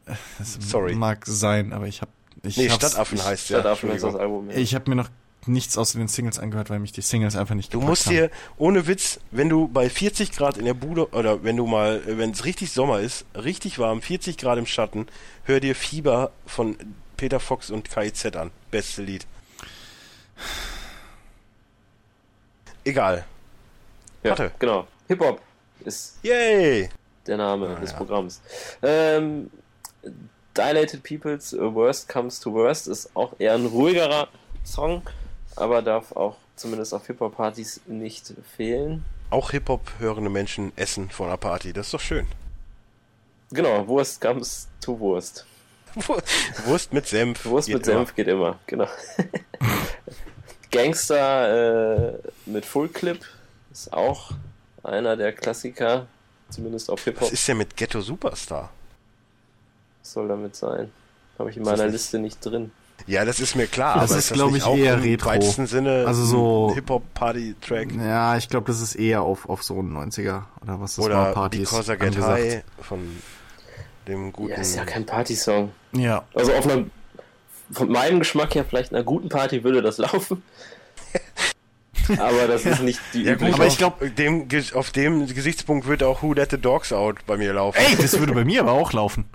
Das
sorry.
Mag sein, aber ich habe ich
Nee,
hab's-
Stadtaffen
ich,
heißt
Ja,
ja.
dafür ist das
Entschuldigung.
Album. Ja.
Ich habe mir noch nichts außer den Singles angehört, weil mich die Singles einfach nicht
Du
gepackt
musst
haben.
dir, ohne Witz, wenn du bei 40 Grad in der Bude, oder wenn du mal, wenn es richtig Sommer ist, richtig warm, 40 Grad im Schatten, hör dir Fieber von Peter Fox und KIZ an. Beste Lied. Egal.
ja,
Patte.
Genau. Hip-Hop ist
Yay!
der Name
Ah,
des
ja.
Programms. Ähm, Dilated Peoples, äh, Worst Comes to Worst ist auch eher ein ruhigerer Song, aber darf auch zumindest auf Hip-Hop-Partys nicht fehlen.
Auch Hip-Hop hörende Menschen essen vor einer Party. Das ist doch schön.
Genau, Wurst comes to Wurst.
Wurst mit Senf.
Wurst
geht
mit Senf geht immer, genau. Gangster äh, mit Full Clip ist auch einer der Klassiker, zumindest auf
Was
Hip-Hop
ist denn mit Ghetto Superstar?
soll damit sein. Habe ich in
Ist das
meiner
nicht-
Liste nicht drin.
Ja, das ist mir klar.
Das ist, glaub
nicht
ich,
auch
eher
im
Retro.
weitesten Sinne
Also so-
ein Hip-Hop-Party-Track.
Ja, ich glaube, das ist eher auf, auf so einen 90er oder was das war,
Oder
Partys
Because I Get
angesagt.
High von dem guten...
Ja, ist ja kein Partysong.
Ja,
Also auf einer, von meinem Geschmack her vielleicht einer guten Party würde das laufen. Aber das ist nicht die
Ja, gut,
übliche.
aber
aber
ich
ich
glaube, dem, Ge- auf dem Gesichtspunkt wird auch Who Let the Dogs Out bei mir laufen.
Ey, das würde bei mir aber auch laufen.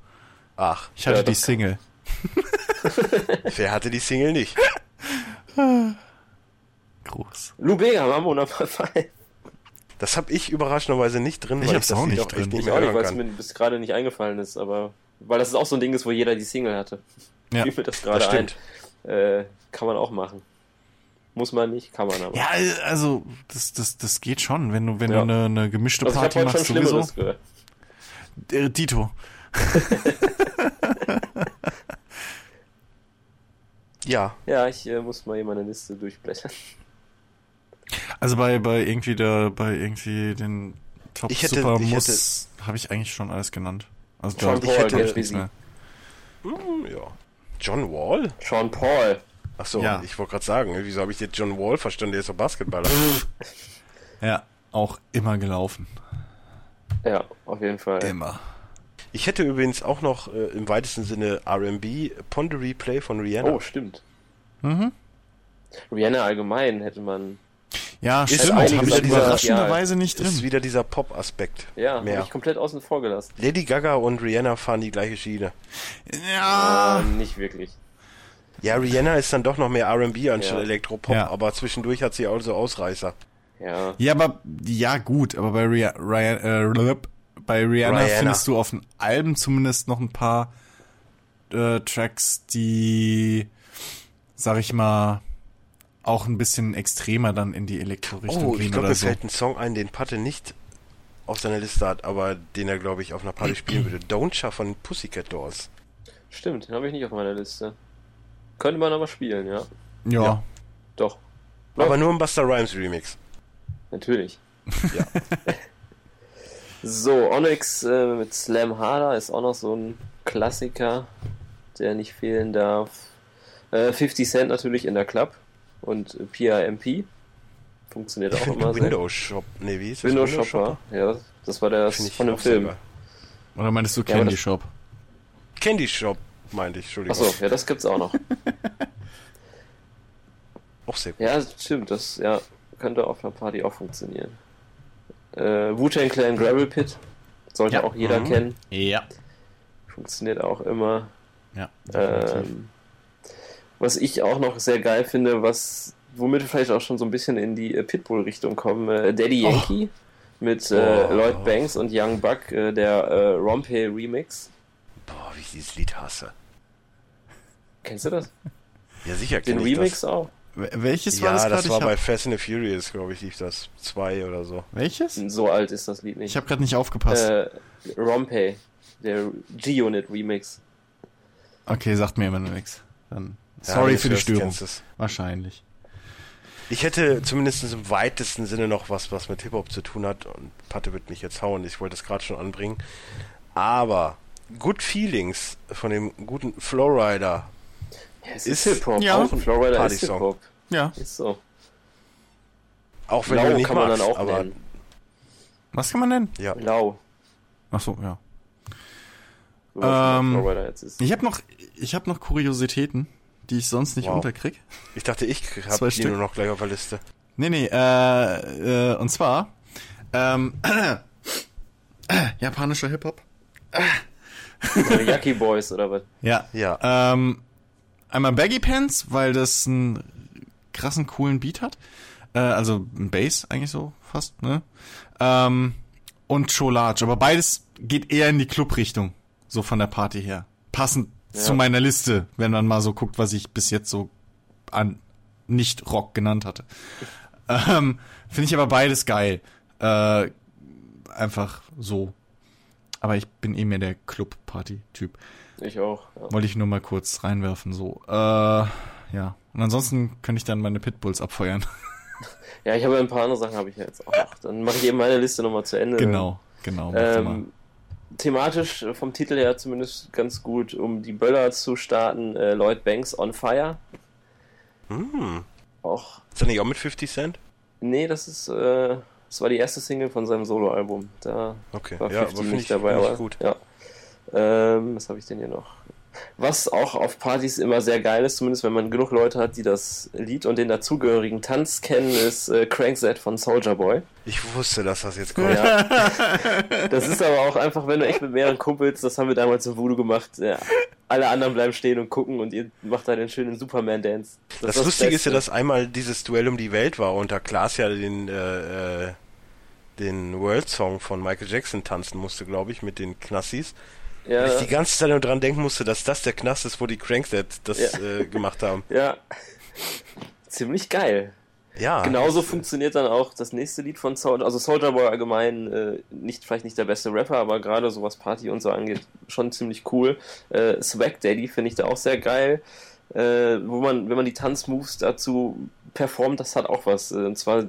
Ach,
Ich hatte
Ja,
die
das-
Single.
wer hatte die Single nicht?
Groß.
Lou Bega, Mambo Number 5.
Das habe ich überraschenderweise nicht drin,
Ich
weil
hab's
ich das
auch
Lied
nicht
auch echt
drin.
nicht
Ich
mehr
auch nicht,
hören
weil es
kann.
mir bis gerade nicht eingefallen ist, aber weil das ist auch so ein Ding ist, wo jeder die Single hatte.
Ja.
Fiel mir das
Das
gerade ein.
stimmt.
Äh, kann man auch machen. Muss man nicht, kann man aber.
Ja, also das, das, das geht schon, wenn du wenn
Ja.
du eine, eine gemischte
also ich habe
Party
heute schon
machst sowieso.
Schlimmeres gehört.
Äh, Dito.
Ja,
Ja, ich äh, muss mal hier meine Liste durchblättern.
Also bei bei irgendwie der bei irgendwie den Top
Ich hätte-
Super
ich
Muss habe ich eigentlich schon alles genannt. Also da-
John Paul,
ich
Get
hätte nichts
Busy.
mehr.
Hm, ja. John Wall?
Sean Paul.
Ach so,
Ja.
ich wollte gerade sagen, wieso habe ich jetzt John Wall verstanden? Der ist doch Basketballer.
Ja, auch immer gelaufen.
Ja, auf jeden Fall.
Immer.
Ich hätte übrigens auch noch äh, im weitesten Sinne R&B Ponder Replay von Rihanna.
Oh, stimmt.
Mhm.
Rihanna allgemein hätte man.
Ja,
Ist
stimmt,
auch
habe
wieder
ich
dieser-
überraschenderweise nicht
ist
drin.
wieder dieser Pop-Aspekt.
Ja, habe
mehr.
ich komplett außen vor gelassen.
Lady Gaga und Rihanna fahren die gleiche Schiene.
Ja,
Ähm, nicht wirklich.
Ja, Rihanna ist dann doch noch mehr R&B anstatt
Ja.
Elektropop,
Ja.
aber zwischendurch hat sie auch so Ausreißer.
Ja.
Ja, aber ja gut, aber bei, Ria Ryan, äh, blub, bei Rihanna,
Rihanna.
findest du auf den Alben zumindest noch ein paar äh, Tracks, die, sag ich mal, auch ein bisschen extremer dann in die Elektro-Richtung
Oh, ich
gehen
glaube,
oder
mir
so.
fällt ein Song ein, den Patte nicht auf seiner Liste hat, aber den er, glaube ich, auf einer Party spielen würde. Don't Cha von Pussycat Dolls.
Stimmt, den habe ich nicht auf meiner Liste. Könnte man aber spielen, ja.
ja.
ja.
Doch,
Aber nur im Buster Rhymes Remix.
natürlich.
Ja.
So, Onyx äh, mit Slam Harder ist auch noch so ein Klassiker, der nicht fehlen darf. Äh, 50 Cent natürlich in der Club und PIMP. Funktioniert auch immer sehr.
Windows Shop. Nee, wie hieß das?
Windows Shopper. Ja, das war der
Finde ich
von dem
auch
Film.
super.
Oder meinst du
aber
Candy
das-
Shop?
Candy Shop, meinte ich, Entschuldigung.
Achso, ja, das gibt's auch noch.
Auch sehr gut.
Ja, stimmt, das ja, könnte auf einer Party auch funktionieren. Äh, Wu-Tang Clan Gravel Pit sollte
Ja.
auch jeder
Mhm.
kennen,
Ja.
funktioniert auch immer.
Ja, definitiv.
Ähm, was ich auch noch sehr geil finde, was womit wir vielleicht auch schon so ein bisschen in die äh, Pitbull-Richtung kommen, äh, Daddy
Oh.
Yankee mit äh,
Oh.
Lloyd Banks und Young Buck, äh, der äh, Rompe Remix.
Boah, wie ich dieses Lied hasse.
Kennst du das?
Ja, sicher
Den
kenn ich
Remix
das.
auch?
Wel- Welches war
Ja,
das
das,
gerade?
war
Ich hab-
bei Fast and the Furious, glaube ich, lief das. Zwei oder so.
Welches?
So alt ist das Lied nicht.
Ich habe gerade nicht aufgepasst.
äh, Rompe, der G-Unit Remix.
okay, sagt mir immer noch nichts. Dann
Ja,
sorry
wenn
für
du
die
es hörst,
Störung.
kennst du es.
Wahrscheinlich.
Ich hätte zumindest im weitesten Sinne noch was, was mit Hip-Hop zu tun hat. Und Patte wird mich jetzt hauen, ich wollte das gerade schon anbringen. Aber Good Feelings von dem guten Flowrider
Ja, es
ist
ist,
Hip-Hop.
Ja.
auch ein Florida ist
Party-Song.
Hip-Hop.
Ja.
Ist so.
Auch wenn
Lau
du ihn nicht
kann man
magst,
dann auch
aber
nennen.
Was kann man denn?
ja.
Lau.
Achso, ja.
So was
Ähm,
mit Florida jetzt ist.
Ich habe noch, ich hab noch Kuriositäten, die ich sonst nicht
Wow.
unterkrieg.
Ich dachte, ich
Zwei
habe die
Stück.
nur noch gleich auf der Liste.
Nee, nee, äh, äh und zwar, ähm, äh, japanischer Hip-Hop.
Meine Yucky Boys oder was?
Ja.
Ja.
Ähm, einmal Baggy Pants, weil das einen krassen, coolen Beat hat. Äh, also ein Bass eigentlich so fast, ne? Ähm, und Cholage. Aber beides geht eher in die Club-Richtung, so von der Party her. Passend zu meiner Liste, wenn man mal so guckt, was ich bis jetzt so an nicht Rock genannt hatte. Ähm, Finde ich aber beides geil. Äh, einfach so. Aber ich bin eh mehr der Club-Party-Typ.
Ich auch. Ja.
Wollte ich nur mal kurz reinwerfen, so. Äh, ja. Und ansonsten könnte ich dann meine Pitbulls abfeuern.
Ja, ich habe ja ein paar andere Sachen habe ich ja jetzt auch. noch. Dann mache ich eben meine Liste nochmal zu Ende.
genau, genau. mach du mal.
Ähm, thematisch äh, vom Titel her zumindest ganz gut, um die Böller zu starten. Äh, Lloyd Banks on Fire.
Hm.
Auch.
Ist das nicht auch mit 50 Cent?
Nee, das ist. Äh, das war die erste Single von seinem Soloalbum. Da
Okay.
war
ja, aber
50
finde
nicht
ich,
dabei,
find ich
aber
gut.
ja. Ähm, was habe ich denn hier noch? Was auch auf Partys immer sehr geil ist, zumindest wenn man genug Leute hat, die das Lied und den dazugehörigen Tanz kennen, ist äh, Crankset von Soldier Boy.
Ich wusste, dass das jetzt kommt.
Ja. Das ist aber auch einfach, wenn du echt mit mehreren Kumpels, das haben wir damals im Voodoo gemacht, ja, alle anderen bleiben stehen und gucken und ihr macht da den schönen Superman-Dance.
Das,
ist
Lustige ist
Beste.
ja, dass einmal dieses Duell um die Welt war und da Klaas ja den, äh, äh, den World Song von Michael Jackson tanzen musste, glaube ich, mit den Knassis. Und ich die
Ja,
ganze Zeit nur dran denken musste, dass das der Knast ist, wo die Crankset das
Ja.
äh, gemacht haben.
ja. Ziemlich geil.
Ja.
Genauso funktioniert dann auch das nächste Lied von Soldier, also Soldier Boy allgemein, äh, nicht, vielleicht nicht der beste Rapper, aber gerade so was Party und so angeht, schon ziemlich cool. Äh, Swag Daddy finde ich da auch sehr geil, äh, wo man, wenn man die Tanzmoves dazu performt, das hat auch was. Äh, und zwar,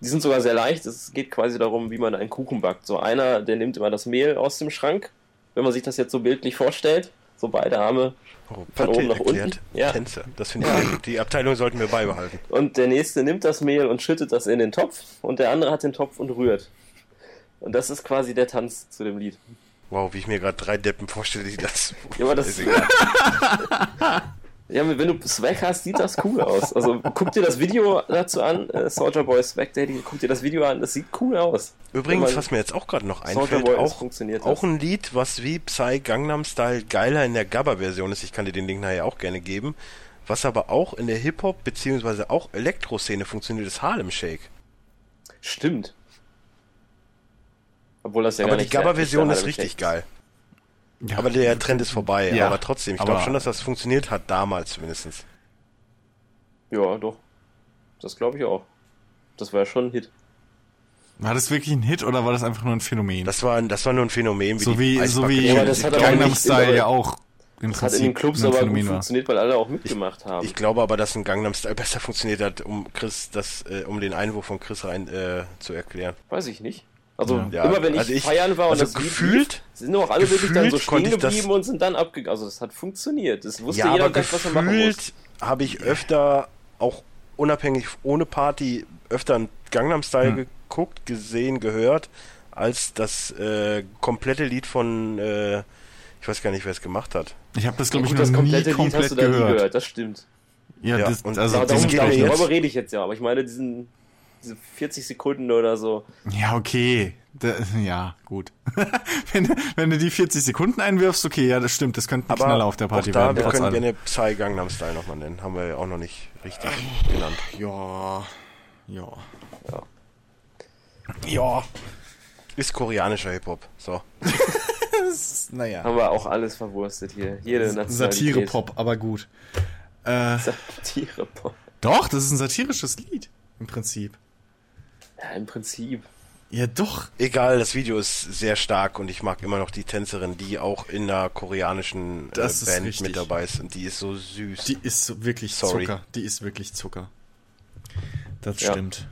die sind sogar sehr leicht, es geht quasi darum, wie man einen Kuchen backt. So einer, der nimmt immer das Mehl aus dem Schrank, wenn man sich das jetzt so bildlich vorstellt, so beide Arme
Oh,
von oben
Patte
nach unten.
erklärt.
Ja.
Tänze. Das finde ich sehr gut. Die Abteilung sollten wir beibehalten.
Und der nächste nimmt das Mehl und schüttet das in den Topf und der andere hat den Topf und rührt. Und das ist quasi der Tanz zu dem Lied.
Wow, wie ich mir gerade drei Deppen vorstelle, die das.
Ja, aber das-
Ist egal.
Ja, wenn du Swag hast, sieht das cool aus. Also guck dir das Video dazu an, äh, Soldier Boy Swag Daddy, guck dir das Video an, das sieht cool aus.
Übrigens,
Wenn man-
was mir jetzt auch gerade noch
Soulja
einfällt,
Boy ist,
auch,
funktioniert
auch
das.
ein Lied, was wie Psy Gangnam Style geiler in der Gabba-Version ist. Ich kann dir den Link nachher auch gerne geben. Was aber auch in der Hip-Hop- beziehungsweise auch Elektroszene funktioniert, ist Harlem Shake.
Stimmt. Obwohl das ja
aber
gar
die
nicht der-
Gabba-Version
nicht der
ist richtig
Harlem
geil.
ja.
Aber der Trend ist vorbei.
Ja.
Aber trotzdem, ich
Aber-
glaube schon, dass das funktioniert hat, damals zumindest.
Shake. Ja, doch. Das glaube ich auch. Das war ja schon ein Hit.
war das wirklich ein Hit oder war das einfach nur ein Phänomen?
Das war, das war nur ein Phänomen.
so wie,
die
so
Eisbacke-
wie
Ja, aber das hat aber
Gangnam
nicht
Style
überall-
ja auch im
Das hat in den Clubs
ein
aber gut
Phänomen war.
funktioniert, weil alle auch mitgemacht haben.
Ich glaube aber, dass ein Gangnam Style besser funktioniert hat, um Chris das, äh, um den Einwurf von Chris rein äh, zu erklären.
Weiß ich nicht. Also
Ja.
Ja,
immer wenn ich,
also ich-
feiern war und
also
das Lied
gefühlt-
lief, sind doch alle wirklich dann so
gefühlt konnte
stehen
ich das-
geblieben und sind dann abgegangen. Also das hat funktioniert. Das wusste jeder gleich, was er machen muss.
gefühlt habe ich öfter auch unabhängig ohne Party öfter ein Gangnam Style geguckt, gesehen, gehört, als das äh, komplette Lied von äh, ich weiß gar nicht, wer es gemacht hat.
Ich habe das, glaube ich,
Gut,
noch
das komplette
nie
Lied hast
komplett
du da nie
gehört.
gehört. Das stimmt.
Ja,
Ja,
das,
und
also
Da-
dieses
diesen glaub
darum, darum,
ich
Gespräch
darüber
jetzt.
rede ich jetzt ja. Aber ich meine diesen diese 40 Sekunden oder so.
Ja, okay. Da, ja, gut. wenn, wenn du die 40 Sekunden einwirfst, okay, ja, das stimmt, das könnte ein
Aber
Knaller auf der Party
auch da,
werden.
wir
trotz
können
allem.
gerne Psy Gangnam Style nochmal nennen. Haben wir ja auch noch nicht richtig genannt.
Ja, ja. Ja.
Ist koreanischer Hip-Hop. So.
Naja.
Haben wir auch alles verwurstet hier. Jede Nationalität.
Satire-Pop, aber gut. Äh,
Satire-Pop.
doch, das ist ein satirisches Lied. Im Prinzip.
Ja, im Prinzip.
Ja, doch.
Egal, das Video ist sehr stark und ich mag immer noch die Tänzerin, die auch in einer koreanischen äh,
Das ist
Band
richtig.
mit dabei ist und die ist so süß.
Die ist so wirklich
Sorry.
Zucker. Die ist wirklich Zucker. Das
Ja.
stimmt.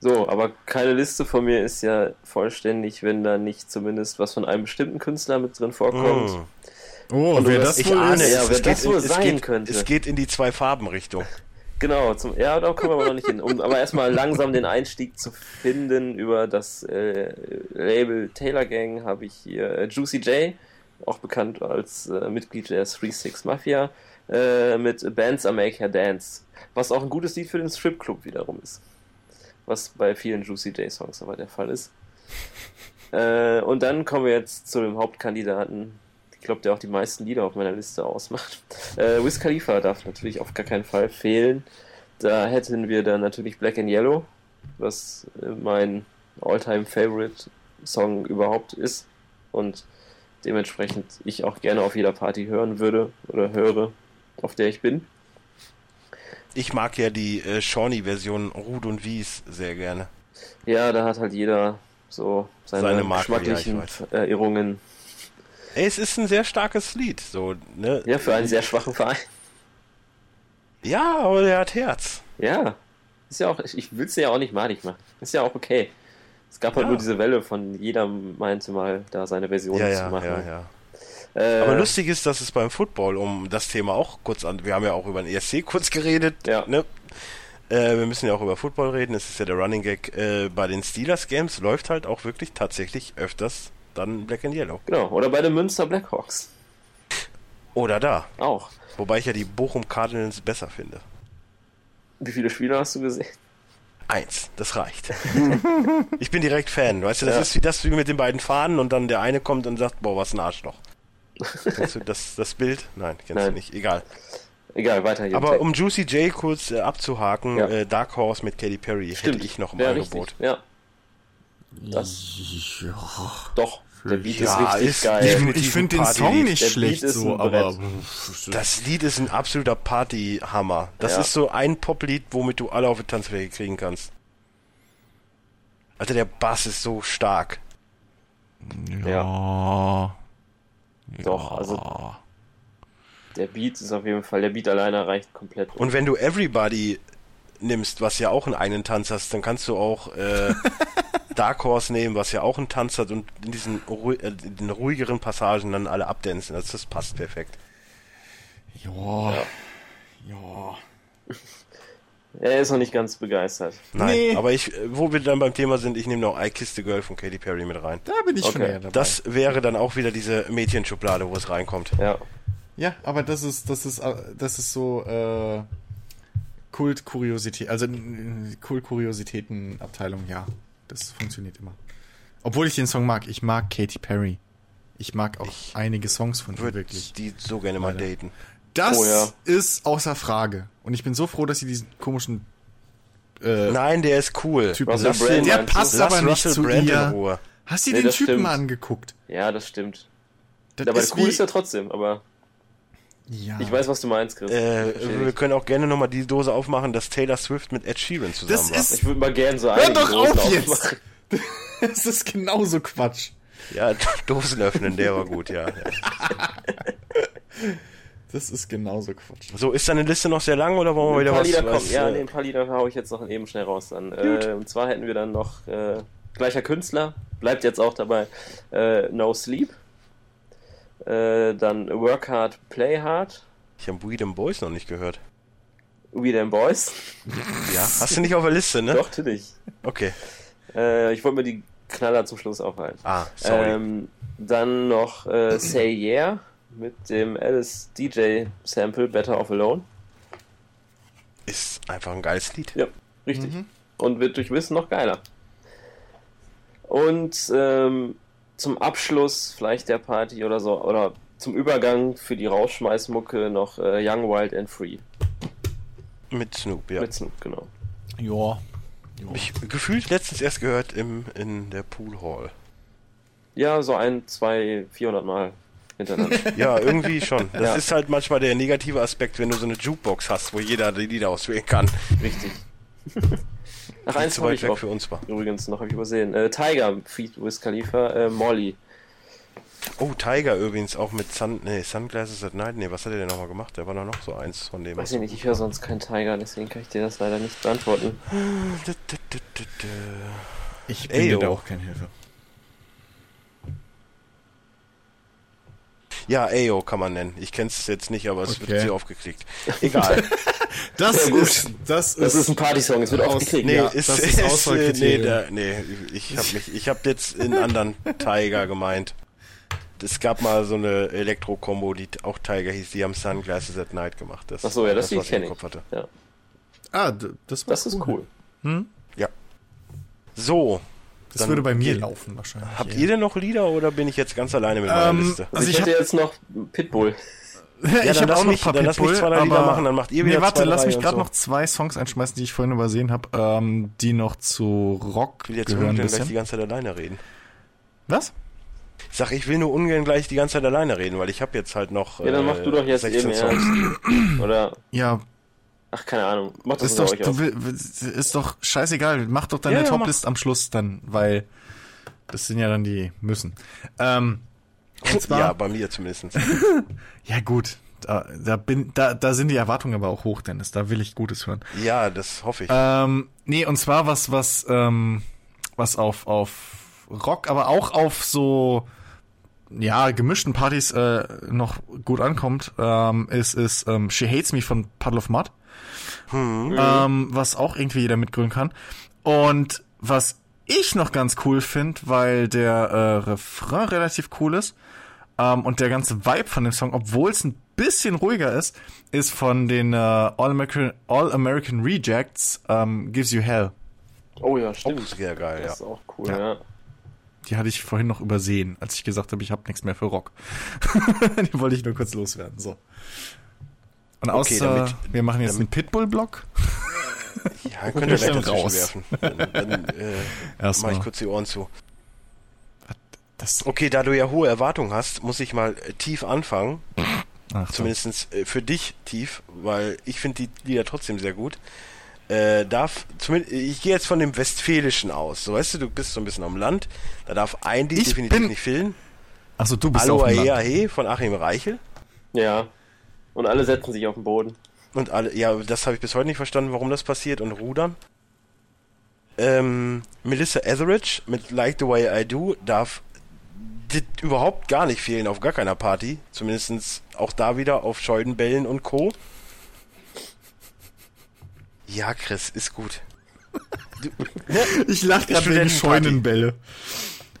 So, aber keine Liste von mir ist ja vollständig, wenn da nicht zumindest was von einem bestimmten Künstler mit drin vorkommt.
Mm.
Oh,
Und
wer
du
das
Ich
wohl ist.
ahne es.
Ja,
es
wer
geht
das
in,
wohl
es
sein
geht,
könnte.
Es geht in die Zwei-Farben-Richtung.
Genau, zum, ja, da kommen wir aber noch nicht hin. Um aber erstmal langsam den Einstieg zu finden über das äh, Label Taylor Gang habe ich hier äh, Juicy J, auch bekannt als äh, Mitglied der 36 Mafia, äh, mit Bands Are Make Her Dance. Was auch ein gutes Lied für den Stripclub wiederum ist. Was bei vielen Juicy J-Songs aber der Fall ist. Äh, und dann kommen wir jetzt zu dem Hauptkandidaten. Ich glaube, der auch die meisten Lieder auf meiner Liste ausmacht. Äh, Wiz Khalifa darf natürlich auf gar keinen Fall fehlen. Da hätten wir dann natürlich Black and Yellow, was äh, mein all-time favorite Song überhaupt ist und dementsprechend ich auch gerne auf jeder Party hören würde oder höre, auf der ich bin.
Ich mag ja die äh, Shawnee-Version Rud und Wies sehr gerne.
Ja, da hat halt jeder so seine,
Seine Marke, ja, ich
geschmacklichen
weiß.
äh, Irrungen.
Ey, Es ist ein sehr starkes Lied, so, ne?
Ja, für einen sehr schwachen Verein.
Ja, aber der hat Herz.
Ja, ist ja auch, ich, ich will es ja auch nicht madig machen. Ist ja auch okay. Es gab halt
Ja.
nur diese Welle von jeder meinte mal, da seine Version
Ja,
zu
ja,
machen.
ja, ja.
Äh,
Aber lustig ist, dass es beim Football um das Thema auch kurz an. Wir haben ja auch über den ESC kurz geredet.
Ja.
Ne? Äh, wir müssen ja auch über Football reden. Es ist ja der Running Gag. Äh, bei den Steelers Games läuft halt auch wirklich tatsächlich öfters dann Black and Yellow.
Genau, oder bei den Münster Blackhawks.
Oder da.
Auch.
Wobei ich ja die Bochum Cardinals besser finde.
Wie viele Spiele hast du gesehen?
Eins, das reicht. ich bin direkt Fan, weißt du, das
Ja.
ist wie das wie mit den beiden Fahnen und dann der eine kommt und sagt, boah, was ein Arschloch. Kennst du das, das Bild? Nein, kennst du
Nein.
nicht, egal.
Egal, weiter. Jutta.
Aber um Juicy J kurz äh, abzuhaken,
Ja.
äh, Dark Horse mit Katy Perry hätte ich noch im
ja,
Angebot.
Richtig. Ja, das. Doch, der Beat
Ja,
ist richtig
ist
geil.
definitiv-
Ich finde den
Party
Song
Lied.
nicht
Der Beat
schlecht,
ist ein
so,
Brett.
aber.
Das Lied ist ein absoluter Partyhammer. Das
Ja.
ist so ein Poplied, womit du alle auf die Tanzfläche kriegen kannst. Alter, der Bass ist so stark.
Ja.
Doch, also- Der Beat ist auf jeden Fall, der Beat alleine reicht komplett.
Und wenn du Everybody nimmst, was ja auch einen einen Tanz hast, dann kannst du auch äh, Dark Horse nehmen, was ja auch einen Tanz hat und in diesen ruhi- äh, in den ruhigeren Passagen dann alle abdancen. Also das passt perfekt.
Ja. Ja.
Er ist noch nicht ganz begeistert.
Nein,
Nee.
aber ich, äh, wo wir dann beim Thema sind, ich nehme noch I Kiss the Girl von Katy Perry mit rein.
Da bin ich schon
Okay,
eher dabei.
Das wäre dann auch wieder diese Mädchenschublade, wo es reinkommt.
Ja,
Ja, aber das ist, das ist, äh, das ist so äh, Kult-Kuriosität, also äh, Kult-Kuriositäten-Abteilung, ja. Das funktioniert immer. Obwohl ich den Song mag, ich mag Katy Perry. Ich mag auch einige Songs von ihr
Würde
wirklich.
die so gerne mal daten.
Das
Oh ja.
ist außer Frage. Und ich bin so froh, dass sie diesen komischen äh,
Nein, der ist cool.
Typen.
Russell
Lass
Brand,
den,
der
ja. meinst
passt
du?
aber
Lass
nicht
Russell
zu
Brand in
ihr.
Ruhe.
Hast du
Nee,
den
das
Typen
stimmt.
mal angeguckt?
ja das stimmt.
Das
Ja, aber
ist
cool
wie-
ist er trotzdem, aber
ja.
ich weiß, was du meinst, Chris.
Äh,
Verstehe
wir
ich.
können auch gerne nochmal die Dose aufmachen, dass Taylor Swift mit Ed Sheeran zusammen
Das
war.
ist-
ich würde mal gerne so
Hör
einen
doch
großen
auf
aufmachen.
jetzt! das ist genauso Quatsch.
Ja, Dosen öffnen, der war gut, ja.
Das ist genauso Quatsch.
So, ist deine Liste noch sehr lang oder wollen wir
Ein
Oh, wieder
paar
was? was
Lieder kommen. Ja,
äh,
nee, ein paar Lieder hau ich jetzt noch eben schnell raus dann. Äh, und zwar hätten wir dann noch äh, gleicher Künstler, bleibt jetzt auch dabei, äh, No Sleep. Äh, dann Work Hard, Play Hard,
Ich habe Weed and Boys noch nicht gehört.
We Them Boys.
Ja, hast du nicht auf der Liste, ne?
Doch, natürlich.
Okay.
Äh, ich wollte mir die Knaller zum Schluss aufhalten.
Ah, sorry.
Ähm, dann noch äh, Say Yeah mit dem Alice DJ Sample Better Off Alone.
Ist einfach ein geiles Lied.
Ja, richtig.
Mhm.
Und wird durch Wissen noch geiler. Und ähm, zum Abschluss vielleicht der Party oder so, oder zum Übergang für die Rausschmeißmucke noch äh, Young, Wild and Free.
Mit Snoop, ja.
Ja. Mit Snoop, genau.
Ja.
Ich gefühlt letztens erst gehört im, in der Pool Hall.
Ja, so ein, zwei, 400 Mal hintereinander.
Ja, irgendwie schon. Das
Ja.
ist halt manchmal der negative Aspekt, wenn du so eine Jukebox hast, wo jeder die Lieder auswählen kann.
richtig. Nach
Die
eins
zu
habe
weit
ich
weg
auch
für uns war.
übrigens noch, habe ich übersehen. Äh, Tiger, Feed with Khalifa, äh, Molly.
Oh, Tiger übrigens auch mit Sun, nee, Sunglasses at Night. Nee, was hat er denn nochmal gemacht? Da war doch noch so eins von dem.
Weiß ich nicht, ich höre sonst keinen Tiger, deswegen kann ich dir das leider nicht beantworten.
Ich
Ey,
bin dir da
yo.
auch keine Hilfe.
Ja, Ayo kann man nennen. Ich kenn's jetzt nicht, aber es
Okay.
wird sie aufgeklickt. Egal.
Das
Sehr gut.
ist, das
Das ist
ist,
ein Partysong, es wird
Aus-
aufgekriegt.
Nee,
Ja,
ist,
das ist
ist, äh, nee,
Auswahlkriterium.
da, nee, ich hab mich, ich hab jetzt einen anderen Tiger gemeint. Es gab mal so eine Elektro-Kombo, die auch Tiger hieß, die haben Sunglasses at Night gemacht. Das,
Ach so, ja, das Lied
was ich im
kenn ich.
Kopf hatte.
Ja,
ah, d- das war
das ist cool.
So,
Das
Dann
würde bei mir
geht-
laufen wahrscheinlich.
habt
eher.
ihr denn noch Lieder oder bin ich jetzt ganz alleine mit meiner
Ähm,
Liste?
also
Also ich
ich
hätte jetzt noch Pitbull.
Ja,
ich
dann
habe
lass
auch noch
mich-
ein paar
dann lass mich
Pitbull,
zwei, drei Lieder
aber
machen, dann macht ihr wieder
Nee, warte,
zwei,
lass
drei
mich
und
gerade
so.
noch zwei Songs einschmeißen, die ich vorhin übersehen habe, ähm, die noch zu Rock
Ich will jetzt
gehören. ein
ungern gleich die
Bisschen.
ganze Zeit alleine reden.
Was?
Ich sag, ich will nur ungern gleich die ganze Zeit alleine reden, weil ich hab jetzt halt noch.
Ja, dann mach
äh,
du doch jetzt
16
eben
Songs.
ernst. Oder,
Ja,
ach, keine Ahnung. Mach das
ist
unter
doch,
euch aus.
du, will- ist doch scheißegal. Mach doch deine
Ja, ja, mach.
Toplist am Schluss dann, weil das sind ja dann die müssen. Ähm, und zwar,
Ja,
ja,
bei mir zumindest.
gut, da, da, bin, da, da sind die Erwartungen aber auch hoch, Dennis. Da will ich Gutes hören.
Ja, das hoffe ich.
Ähm, nee, und zwar was, was, ähm, was auf, auf Rock, aber auch auf so, ja, gemischten Partys äh, noch gut ankommt, ähm, ist, ist ähm, She Hates Me von Puddle of Mud, ähm, was auch irgendwie jeder mitgrünen kann. Und was ich noch ganz cool finde, weil der äh, Refrain relativ cool ist ähm, und der ganze Vibe von dem Song, obwohl es ein bisschen ruhiger ist, ist von den äh, All, American, All American Rejects ähm, Gives You Hell.
Oh ja,
Oh,
stimmt.
sehr geil, ja.
Das ist auch cool,
Ja.
ja.
Die hatte ich vorhin noch übersehen, als ich gesagt habe, ich habe nichts mehr für Rock. Die wollte ich nur kurz loswerden. So. Und
Okay,
außer,
damit-
wir machen jetzt einen Pitbull-Block.
Ja, könnt ihr
Ich
gleich
bin
dazwischen
raus.
werfen. Dann, dann äh, mach
Erstmal.
ich kurz die Ohren zu.
Das,
Okay, da du ja hohe Erwartungen hast, muss ich mal äh, tief anfangen.
ach, so.
Zumindest äh, für dich tief, weil ich finde die Lieder trotzdem sehr gut. Äh, darf, zumindest, ich gehe jetzt von dem Westfälischen aus. So, weißt du, du bist so ein bisschen am Land. Da darf ein Lied
Ich
definitiv
bin-
nicht fehlen.
ach so, du bist
Hallo,
auf dem
ahe,
Land.
ahe von Achim Reichel.
Ja. Und alle setzen sich auf den Boden.
Und alle, ja, das habe ich bis heute nicht verstanden, warum das passiert und Rudern. Ähm, Melissa Etheridge mit Like the Way I Do darf dit überhaupt gar nicht fehlen auf gar keiner Party. Zumindest auch da wieder auf Scheudenbällen und Co. Ja, Chris, ist gut. Du, ne?
Ich lache gerade wegen
Studentenparty.
Scheunenbälle.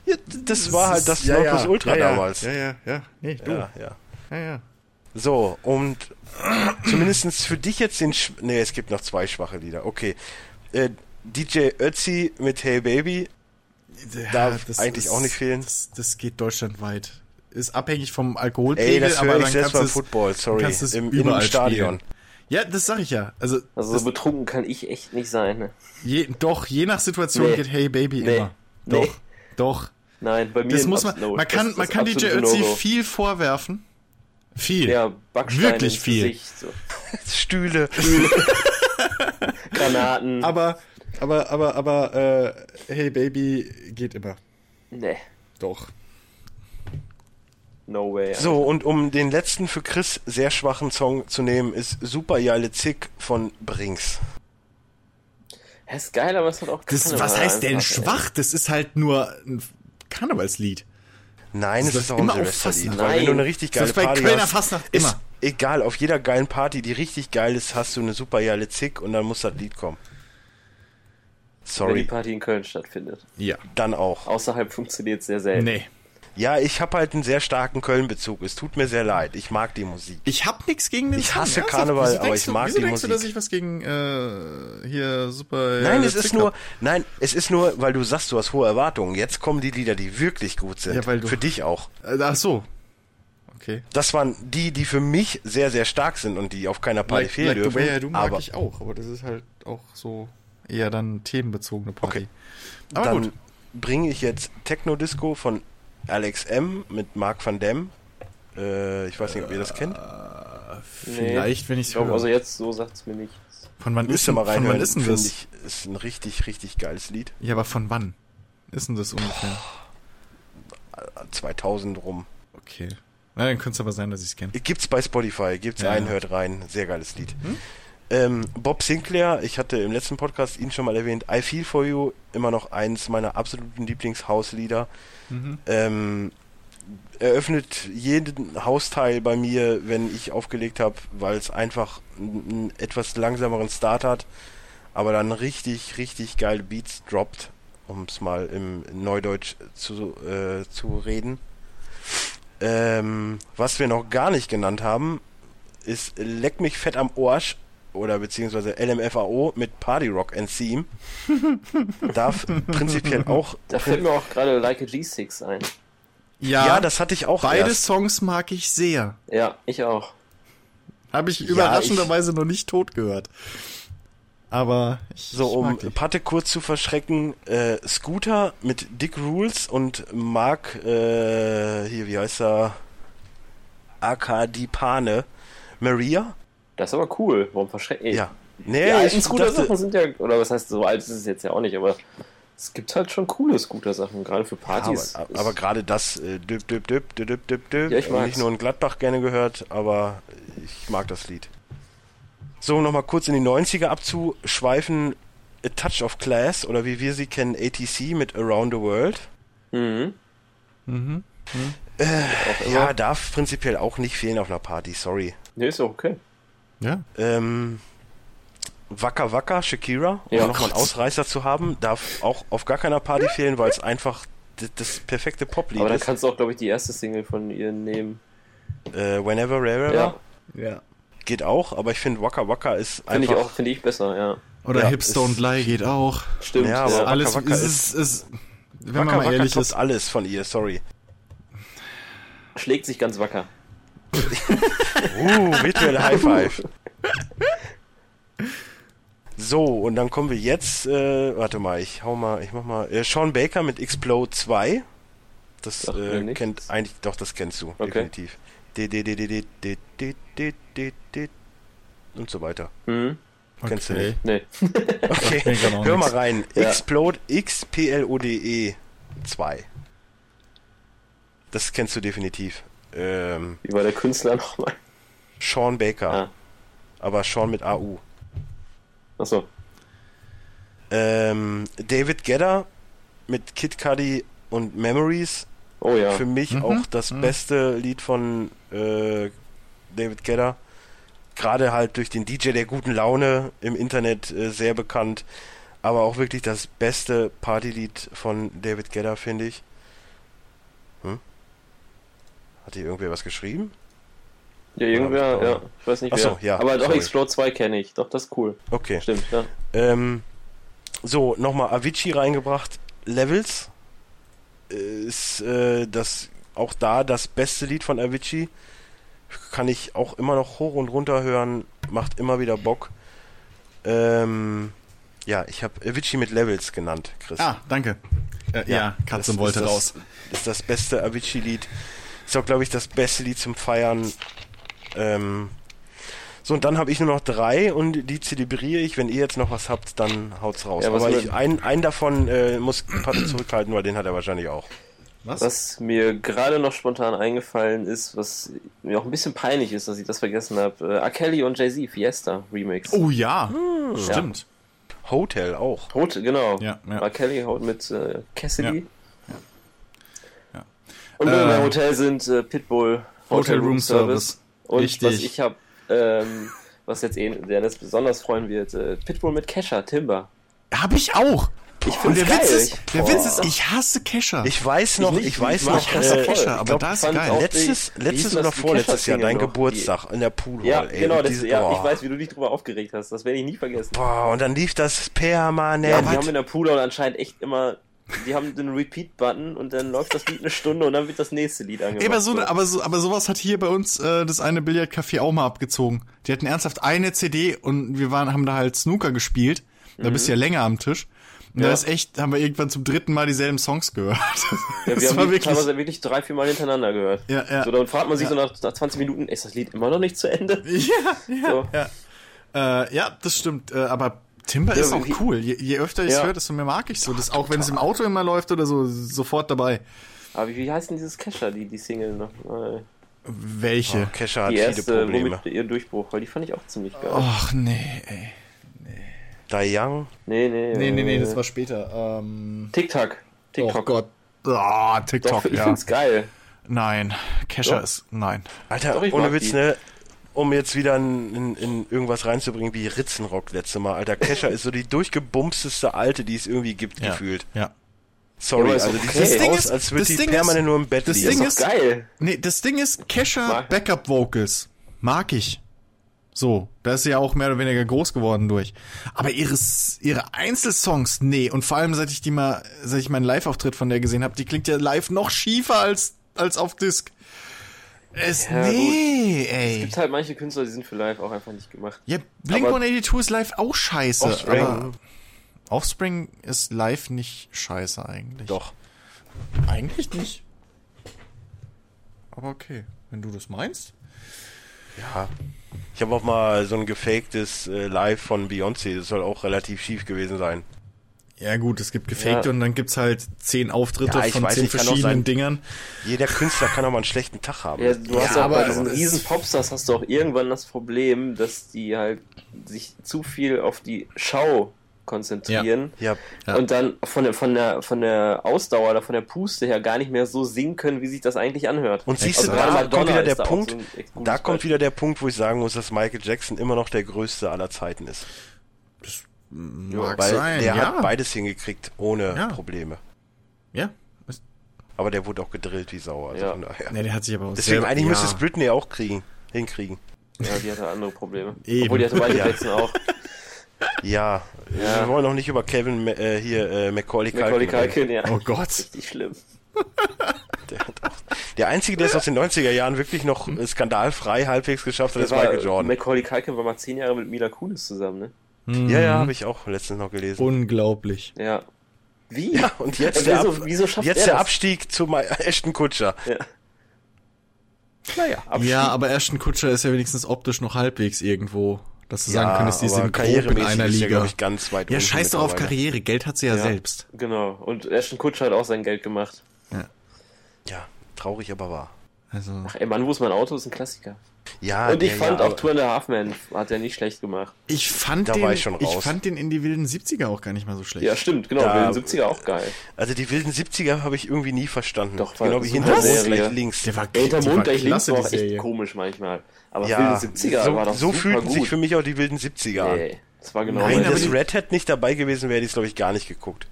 Ja, das war halt das Nonplusultra damals.
Ja, ja, ja. Nee, du.
ja, ja.
ja, ja.
So, und zumindestens für dich jetzt den... Sch nee, es gibt noch zwei schwache Lieder. Okay. Äh, DJ Ötzi mit Hey Baby. Darf eigentlich auch nicht fehlen.
Das, das geht deutschlandweit. Ist abhängig vom Alkoholpegel,
Ey, das
aber
höre ich
dann kannst
selbst beim
du
Football, sorry.
kannst es
Im, in einem
überall
Stadion.
spielen. Ja, das sag ich ja. Also,
Also so
das,
betrunken kann ich echt nicht sein. Ne?
je, doch, je nach Situation
Nee.
geht Hey Baby
Nee.
immer. Doch,
Nee.
doch.
Nein, bei mir
Das
ein
muss man,
Abs- no,
man kann,
das ist
man
das
kann DJ
absolute
Ötzi
No-Go.
viel vorwerfen. Viel.
Ja, Backstein
Wirklich
ins
viel.
Gesicht. So.
Stühle.
Granaten.
Aber, aber, aber, aber, äh, Hey Baby geht immer.
nee,
Doch.
no way. Alter.
So, und um den letzten für Chris sehr schwachen Song zu nehmen, ist Super Jale Zick von Brinks.
Das ist geil, aber es hat auch
Das,
Karneval
was heißt denn
einfach, ey.
schwach? Das ist halt nur ein Karnevalslied.
Nein,
Das
es
läuft
ist auch ein
immer auf
Silvesterlied.
Fastnacht.
Weil wenn du
Nein.
eine richtig
Das
geile
ist bei
Party
Kölner
hast,
Fastnacht
ist
immer.
egal, auf jeder geilen Party, die richtig geil ist, hast du eine Super Jale Zick und dann muss das Lied kommen.
Wenn die
Sorry,
Party in Köln stattfindet.
Ja.
dann auch.
Außerhalb funktioniert sehr selten.
Nee.
Ja, ich hab halt einen sehr starken Köln-Bezug. Es tut mir sehr leid. Ich mag die Musik.
Ich hab nix gegen den
Ich
Song,
hasse
ernsthaft.
Karneval,
Wieso
aber
denkst
ich
du-
mag
wieso
die
denkst du,
Musik.
dass ich was gegen äh, hier super.
Nein,
äh,
es ist
Zick
nur,
hab?
nein, es ist nur, weil du sagst, du hast hohe Erwartungen. Jetzt kommen die Lieder, die wirklich gut sind.
Ja, weil du-
für dich auch.
Äh, Ach so. Okay.
Das waren die, die für mich sehr, sehr stark sind und die auf keiner Party
Like,
fehlen
like the
dürfen.
way I do mag
aber
ich auch, aber das ist halt auch so eher dann themenbezogene Party.
Okay.
Aber
dann
gut.
bringe ich jetzt Techno-Disco von Alex M. mit Mark van Dam. Äh, ich weiß nicht, ob ihr das kennt.
Vielleicht, wenn ich's
Ich glaube,
höre.
also jetzt so sagt es mir nicht.
Von wann
Müsst ihr mal
von wann
reinhören.
ist denn
Finde
das?
ich, ist ein richtig, richtig geiles Lied.
Ja, aber von wann? Ist denn das ungefähr?
2000 rum.
Okay. Na, dann könnte es aber sein, dass ich es kenne.
Gibt's bei Spotify, gibt's
Ja, Mhm.
ein,
ja.
hört rein. Sehr geiles Lied. Ähm, Bob Sinclair, ich hatte im letzten Podcast ihn schon mal erwähnt, I Feel For You, immer noch eins meiner absoluten Lieblingshauslieder.
Mhm.
Ähm, eröffnet jeden Hausteil bei mir, wenn ich aufgelegt habe, weil es einfach einen einen etwas langsameren Start hat, aber dann richtig, richtig geile Beats droppt, um es mal im Neudeutsch zu, äh, zu reden. Ähm, was wir noch gar nicht genannt haben, ist Leck mich fett am Orsch oder beziehungsweise LMFAO mit Party Rock and Theme. Darf prinzipiell auch.
Da fällt mir auch gerade Like a G6 ein.
Ja, das hatte ich auch.
beide
erst.
Songs mag ich sehr.
Ja, ich auch.
Habe ich
Ja,
überraschenderweise noch nicht tot gehört. Aber ich,
So,
ich
um
mag dich.
Patte kurz zu verschrecken, äh, Scooter mit Dick Rules und Mark, äh, hier, wie heißt er? Akadipane. Maria?
Das ist aber cool. Warum verschreckt ihr?
Ja. Nee,
Die alten
ich dachte,
Scooter-Sachen sind ja, oder was heißt, so alt ist es jetzt ja auch nicht, aber es gibt halt schon coole Scooter-Sachen, gerade für Partys.
Aber, aber gerade das äh, düb, düb, düb, düb, düb, düb, düb.
Ja, ich mag's.
Äh, nicht nur in Gladbach gerne gehört, aber ich mag das Lied. So, um nochmal kurz in die 90er abzuschweifen. A Touch of Class oder wie wir sie kennen, ATC mit Around the World.
Mhm.
Äh, ja, darf prinzipiell auch nicht fehlen auf einer Party, sorry.
Nee, ist auch okay.
Ja.
Ähm, Waka Waka, Shakira, um
Ja.
nochmal einen Ausreißer zu haben, darf auch auf gar keiner Party fehlen, weil es einfach d- das perfekte Poplied
Aber dann
ist.
kannst du auch, glaube ich, die erste Single von ihr nehmen.
Äh, whenever, wherever.
Ja,
ja.
Geht auch, aber ich finde Waka Waka ist
finde ich
einfach.
auch, finde ich besser, ja.
Oder
Ja,
Hips
ist-
Don't Lie geht auch.
Stimmt.
Ja,
Ja,
aber-
ja.
Alles
Waka
es ist,
ist-
ist, wenn
Waka
man mal
Waka
ehrlich
toppt
ist.
alles von ihr, sorry.
schlägt sich ganz wacker.
Uh, virtuelle High Five.
Uh.
So, und dann kommen wir jetzt, äh, warte mal, ich hau mal, ich mach mal, äh, Sean Baker mit Explode 2. Das
Sagt mir
äh,
nichts.
kennt eigentlich, doch, das kennst du,
Okay.
definitiv. De, de, de, de, de, de, de, de, de, de, und so weiter.
Mhm.
Kennst du
Okay.
nicht.
Nee.
Okay,
mir grad auch
hör mal
nix.
rein.
Ja.
Explode, X-P-L-O-D-E 2. E Das kennst du definitiv. Ähm,
Wie war der Künstler nochmal?
Sean Baker.
Ah.
Aber Sean mit AU.
Achso.
Ähm, David Gedder mit Kid Cudi und Memories.
Oh ja.
Für mich auch das beste Lied von äh, David Gedder. Gerade halt durch den DJ der guten Laune im Internet äh, sehr bekannt. Aber auch wirklich das beste Partylied von David Gedder, finde ich. Hm? Hat hier irgendwer was geschrieben?
Ja, irgendwer,
Hab ich
ja.
auch.
Ich weiß nicht
Ach
wer.
so, ja,
Aber doch,
sorry.
Explode 2 kenne ich. Doch, das ist cool.
Okay.
Stimmt, ja.
Ähm, so, nochmal Avicii reingebracht. Levels äh, ist äh, das auch da das beste Lied von Avicii. Kann ich auch immer noch hoch und runter hören. Macht immer wieder Bock. Ähm, ja, ich habe Avicii mit Levels genannt, Chris.
Ah, danke. Äh, ja, Katze
das
wollte
ist
raus.
Das, ist das beste Avicii-Lied. Ist auch, glaube ich, das beste Lied zum Feiern. Ähm, so, und dann habe ich nur noch drei und die zelebriere ich. Wenn ihr jetzt noch was habt, dann haut's raus.
Ja, was
Aber
mit-
ich, ein, einen davon äh, muss Patrick zurückhalten, weil den hat er wahrscheinlich auch.
Was mir gerade noch spontan eingefallen ist, was mir auch ein bisschen peinlich ist, dass ich das vergessen habe. Äh, R. Kelly und Jay-Z, Fiesta Remix.
Oh ja.
Hm,
Stimmt.
Hotel auch.
Hot, genau.
Ja, ja.
R. Kelly Hot mit äh, Cassidy.
Ja.
Und wenn wir
Äh,
Ähm.
beim Hotel sind, äh, Pitbull,
Hotel Room Service.
Und
Richtig.
was ich habe, ähm, was jetzt eh, der das besonders freuen wird, äh, Pitbull mit Kesha, Timber.
Hab ich auch. Und der
geil.
Witz ist,
Ich-
der
Boah.
Witz ist, ich hasse Kesha.
Ich weiß noch, ich, weiß
mag
noch,
das
hasse
äh,
voll.
Kesha, aber
Ich glaub,
da ist
fand
geil.
auch die-
letztes,
wie hieß
letztes
das,
oder
die
vorletztes Jahr
Kesha-Single
dein
noch?
Geburtstag in der Poolhall.
Die, ja,
ey.
genau, das,
Diese-
ja,
boah.
ich weiß, wie du dich drüber aufgeregt hast. Das werde ich nie vergessen.
Boah, und dann lief das permanent.
Ja, die haben in der Poolhall anscheinend echt immer, die haben den Repeat-Button und dann läuft das Lied eine Stunde und dann wird das nächste Lied
Ey,
angemacht.
aber, so, ne- aber, so, aber sowas hat hier bei uns äh, das eine Billardcafé auch mal abgezogen. Die hatten ernsthaft eine CD und wir waren, haben da halt Snooker gespielt. Da bist du ja länger am Tisch. Und da
Mhm. Ja.
ist echt, haben wir irgendwann zum dritten Mal dieselben Songs gehört.
ja,
das
wir haben
war
die
wirklich.
teilweise wirklich drei, vier Mal hintereinander gehört.
Ja, ja.
So, dann fragt man sich so nach, nach 20 Minuten, ist das Lied immer noch nicht zu Ende?
Ja, ja,
So.
ja. Äh, ja, das stimmt. Äh, aber Timber ist auch
wie-
cool. Je, je öfter ich es
Ja.
höre, desto mehr mag ich so. Das auch wenn es im Auto immer läuft oder so, sofort dabei.
Aber wie, wie heißt denn dieses Kesha, die, die Single noch? Äh,
Welche?
Kesha Oh, hat
Die
viele
erste,
Probleme.
womit ihr Durchbruch, weil die fand ich auch ziemlich geil.
Ach nee, ey.
Die Young,
Nee, nee,
Nee, nee, nee,
äh,
das war später. Ähm,
TikTok. TikTok.
Oh Gott. Ah, TikTok,
Doch, ich
ja.
find's geil.
Nein, Kesha
Doch.
ist. Nein.
Alter,
Doch, ich
ohne
mag
Witz,
die.
ne? Um jetzt wieder in, in, in irgendwas reinzubringen wie Ritzenrock letzte Mal. Alter, Kesha ist so die durchgebumsteste Alte, die es irgendwie gibt,
Ja.
gefühlt.
Ja.
Sorry,
Ja, aber ist
also die
okay.
sieht
Das
Ding
aus,
ist-
als würde
das
die
Ding
permanent
ist-
nur im Bett
das
liegen.
Ding
Doch
ist-
geil.
Nee, das Ding ist, Kesha
Mag-
Backup Vocals. Mag ich. So, da ist sie ja auch mehr oder weniger groß geworden durch. Aber ihre, S- ihre Einzelsongs, nee. Und vor allem, seit ich die mal, seit ich meinen Live-Auftritt von der gesehen habe, die klingt ja live noch schiefer als, als auf Disc. Es,
Ja,
nee,
Es
ey.
gibt halt manche Künstler, die sind für live auch einfach nicht gemacht.
Ja, Blink
aber-
182 ist live auch scheiße.
Offspring.
Aber Offspring ist live nicht scheiße eigentlich.
Doch.
Eigentlich nicht. Aber okay, wenn du das meinst.
Ja. Ich habe auch mal so ein gefaktes äh, Live von Beyoncé. Das soll auch relativ schief gewesen sein.
Ja gut, es gibt gefakte
Ja.
und dann gibt's halt zehn Auftritte
Ja, ich
von
weiß,
zehn
ich kann auch
verschiedenen
sein-
Dingern.
Jeder Künstler kann auch mal einen schlechten Tag haben.
Ja, du hast
Ja,
auch bei
aber
diesen
es-
riesen Popstars hast du auch irgendwann das Problem, dass die halt sich zu viel auf die Schau konzentrieren
ja,
Ja.
und dann von der, von der von der Ausdauer oder von der Puste her gar nicht mehr so singen können, wie sich das eigentlich anhört.
Und siehst du,
Also
da
gerade
kommt
Madonna
wieder
ist
der
da auch
Punkt,
so ein echt gutes
da kommt
Beispiel.
wieder der Punkt, wo ich sagen muss, dass Michael Jackson immer noch der größte aller Zeiten ist.
Mag
Mm, Weil
sein,
der
ja.
hat beides hingekriegt, ohne
Ja.
Probleme.
ja.
Aber der wurde auch gedrillt wie Sau. Also
Ja.
von daher.
Ne, der hat sich aber auch
Deswegen
selber-
eigentlich
ja.
müsste es Britney auch kriegen, hinkriegen.
Ja, die hatte andere Probleme.
Eben.
Obwohl die hatte Michael
Ja.
Jackson auch.
Ja, wir wollen noch nicht über Kevin Ma- äh, hier äh, Macaulay Culkin.
Macaulay
reden.
Culkin, ja.
Oh Gott.
Richtig schlimm.
Der, hat auch, der einzige, der es aus den 90er Jahren wirklich noch äh, skandalfrei halbwegs geschafft hat, ist
Der war-
Michael Jordan.
Macaulay Culkin war mal zehn Jahre mit Mila Kunis zusammen, ne?
Ja, ja, habe ich auch letztens noch gelesen.
Unglaublich.
Ja. Wie?
Oh.
Ja, und jetzt
Ja,
der,
wieso,
Ab-
wieso schafft
jetzt
er
der
das?
Abstieg zu Ma- Ashton Kutscher.
Ja.
Naja.
Abstieg.
Ja, aber Ashton Kutscher ist ja wenigstens optisch noch halbwegs irgendwo, dass du sagen könntest, die
aber
sind grob in
karrieremäßig
einer
ist der, glaub
Liga.
ich, ganz weit
Ja,
unten
scheiß doch auf
mittlerweile.
Karriere, Geld hat sie ja,
Ja.
selbst.
Genau. Und Ashton Kutscher hat auch sein Geld gemacht.
Ja, traurig, aber wahr.
Also,
Ach, ey, Mann, wo ist mein Auto? Ist ein Klassiker.
Ah, Ja,
Und ich
der-
fand
ja,
auch Two and a Half Men hat er nicht schlecht gemacht.
ich fand
Da
den,
war ich schon raus.
fand den in die wilden 70er auch gar nicht mal so schlecht.
Ja, stimmt, genau.
Da-
Ja, den 70er auch geil.
Also die wilden 70er habe ich irgendwie nie verstanden.
Doch, war
genau wie
super
hinter Mond
Serie.
gleich links.
Der war,
Ey, hinter
die war
Mond gleich links
klasse,
war
die
auch echt
Serie.
komisch manchmal. Aber
ja,
für die 70er
so,
war doch
so
super
fühlten
gut.
sich für mich auch die wilden 70er an.
Ey, das war genau
Nein,
Wenn
mein
aber
das
die-
Red Hat nicht dabei gewesen wäre, hätte ich glaube ich gar nicht geguckt.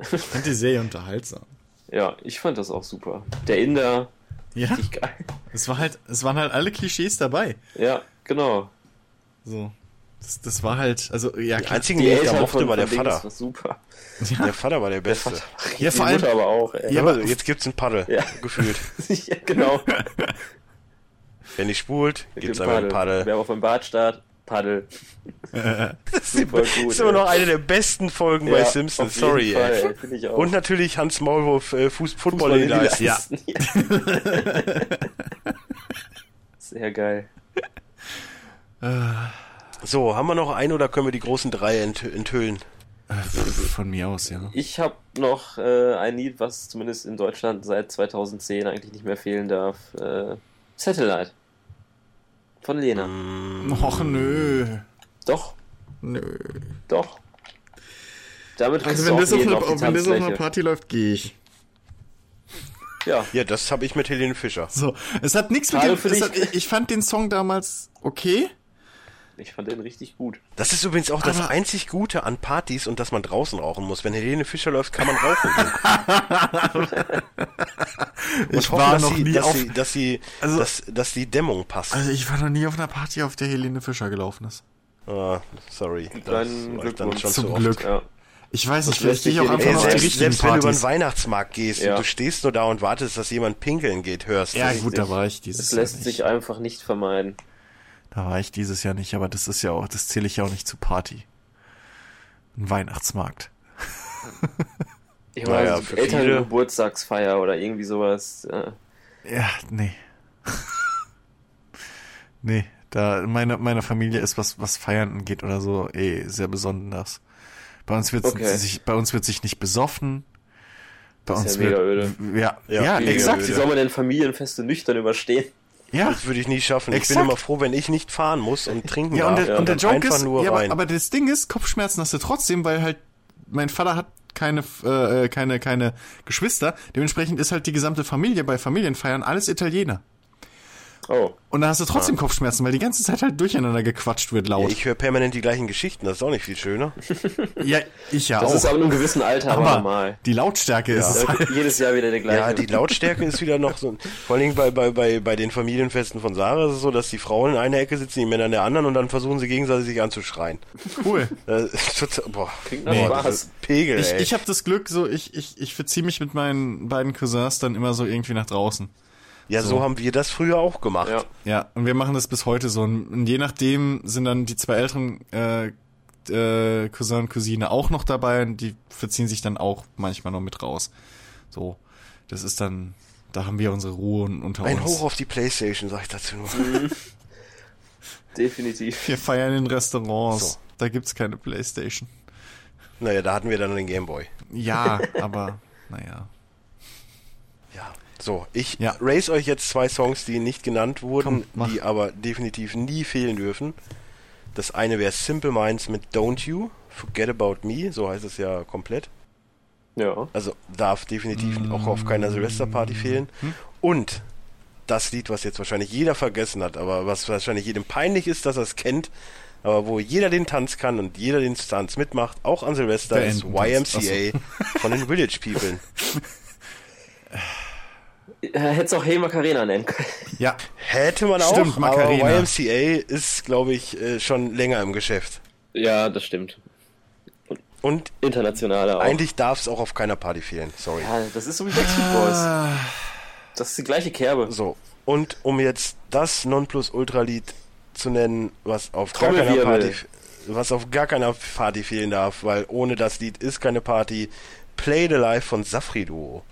Ich fand die Serie unterhaltsam.
Ja, ich fand das auch super. Der Inder,
Ja,
richtig geil.
es war halt, es waren halt alle Klischees dabei.
Ja, genau.
So. Das, das war halt, also, ja,
Die
klar.
einzigen, die ich da
Eltern
mochte,
von-
war der
von Dings
Vater.
war super.
Der Vater war der Beste.
Ja,
Die
vor allem,
Mutter aber auch, ey.
Ja,
Ja,
aber-
aber jetzt gibt's ein Paddel,
Ja.
gefühlt.
ja genau.
Wenn nicht spult,
Mit
gibt's
dem
aber ein Paddel.
Wir haben auf dem Badstart, Paddel.
Das
Super gut,
ist immer
ey.
noch eine der besten Folgen bei
Ja,
Simpsons,
auf jeden
sorry.
Fall,
Ey.
ey, find ich auch.
Und natürlich Hans Maulwurf äh, Fuß Football
Voll in die
Leader.
Leisten.
Ja.
Sehr geil.
So, haben wir noch einen oder können wir die großen drei ent enthüllen?
Äh, pf, Von mir aus, ja.
Ich habe noch äh, ein Lied, was zumindest in Deutschland seit 2010 eigentlich nicht mehr fehlen darf. Äh, Satellite. Von Lena.
Mm.
Och, nö.
Doch,
Nö.
doch. Damit
Also,
kriegst du
wenn
auch
das auf,
jeden
einer,
auf die
wenn das auf einer
Tanzfläche.
Party läuft, gehe ich.
Ja,
Ja, das habe ich mit Helene Fischer.
So, es hat nichts mit
Schade
dem,
für
es
dich.
hat, ich ich fand den Song damals okay.
ich fand den richtig gut.
Das ist übrigens auch das
Aber-
einzig Gute an Partys und dass man draußen rauchen muss. Wenn Helene Fischer läuft, kann man rauchen. gehen. Und
Ich
hoffen,
war
dass
noch
sie,
nie
dass
auf-
Sie, dass, sie,
Also-
dass, dass die Dämmung passt.
Also, ich war noch nie auf einer Party, auf der Helene Fischer gelaufen ist.
ah, sorry.
Deinen
war ich dann
Glückwunsch.
schon
Zum
zu
Glück.
Ja.
Ich weiß nicht,
Das
vielleicht
lässt
gehe ich
sich
auch
jeder-
einfach
Oft. Ey,
nur auf die
selbst
richtigen
selbst wenn du über
Partys.
den Weihnachtsmarkt gehst
Ja.
und du stehst nur da und wartest, dass jemand pinkeln geht, hörst
Ja,
du.
gut, da war ich
Das
dieses Jahr
lässt
nicht.
sich einfach nicht vermeiden.
Da war ich dieses Jahr nicht, aber das ist ja auch, das zähle ich ja auch nicht zu Party. Ein Weihnachtsmarkt.
Ich
Naja,
weiß,
für
Eltern
viele-
Geburtstagsfeier oder irgendwie sowas. Äh,
Ja, nee. nee, da meine, meine Familie ist, was, was Feiern angeht oder so, eh, sehr besonders. Bei uns wird
Okay.
sich, bei uns wird sich nicht besoffen. Bei
Ist ja
uns
mega
wird. Ja, ja,
Ja, mega
exakt.
Wie
öde.
soll man denn Familienfeste nüchtern überstehen?
Ja.
Das würde ich nie schaffen. Ich
Exakt.
bin immer froh, wenn ich nicht fahren muss und trinken
Ja, und
darf.
der, und der
dann
Joke
einfach
ist,
nur
ja, aber,
rein.
aber das Ding ist, Kopfschmerzen hast du trotzdem, weil halt mein Vater hat keine äh, äh, keine keine Geschwister, dementsprechend ist halt die gesamte Familie bei Familienfeiern alles Italiener.
Oh.
Und da hast du trotzdem Kopfschmerzen, weil die ganze Zeit halt durcheinander gequatscht wird
ja,
laut.
ich höre permanent die gleichen Geschichten, das ist auch nicht viel schöner.
Ja, ich ja
Das
Oh.
ist
auch.
aber in einem gewissen Alter aber normal.
die Lautstärke ist es halt.
Äh, Jedes Jahr wieder der gleiche.
Ja, die Lautstärke ist wieder noch so. Vor allen Dingen bei, bei, bei, bei den Familienfesten von Sarah ist es so, dass die Frauen in einer Ecke sitzen, die Männer in der anderen und dann versuchen sie gegenseitig sich anzuschreien.
cool.
Das ist total, boah,
Klingt nach
boah,
Spaß.
das ist Pegel,
Ich,
ey.
ich habe das Glück, so ich, ich, ich verziehe mich mit meinen beiden Cousins dann immer so irgendwie nach draußen.
ja, so. haben wir das früher auch gemacht.
Ja.
Ja, und wir machen das bis heute so. Und, und je nachdem sind dann die zwei älteren äh, äh, Cousin und Cousine auch noch dabei und die verziehen sich dann auch manchmal noch mit raus. So, das ist dann, da haben wir unsere Ruhe und unter
Ein
uns.
Hoch auf die Playstation, sag ich dazu nur.
Definitiv.
Wir feiern in Restaurants.
So.
Da gibt's keine Playstation.
naja, da hatten wir dann den Gameboy.
Ja, aber naja.
Ja. So, ich
Ja.
race euch jetzt zwei Songs, die nicht genannt
Komm,
wurden,
mach.
die aber definitiv nie fehlen dürfen. Das eine wäre Simple Minds mit Don't You, Forget About Me, so heißt es ja komplett.
Ja.
Also darf definitiv auch auf
Mm.
keiner Silvesterparty fehlen.
Hm?
Und das Lied, was jetzt wahrscheinlich jeder vergessen hat, aber was wahrscheinlich jedem peinlich ist, dass er es kennt, aber wo jeder den Tanz kann und jeder den Tanz mitmacht, auch an Silvester,
Der
ist
Ententanz.
YMCA von den Village People.
Äh, Hättest auch Hey Macarena nennen können.
Ja,
Hätte man auch,
Stimmt, Macarena.
aber YMCA ist, glaube ich, äh, schon länger im Geschäft.
Ja, das stimmt.
Und
Internationaler auch.
eigentlich darf es auch auf keiner Party fehlen, sorry.
ja, das ist so wie Backstreet Boys. Das ist die gleiche Kerbe.
Ah. So, und um jetzt das Nonplusultra-Lied zu nennen, was auf gar keiner
Trommelwirbel.
Party, was auf gar keiner Party fehlen darf, weil ohne das Lied ist keine Party, Play the Life von Safri Duo.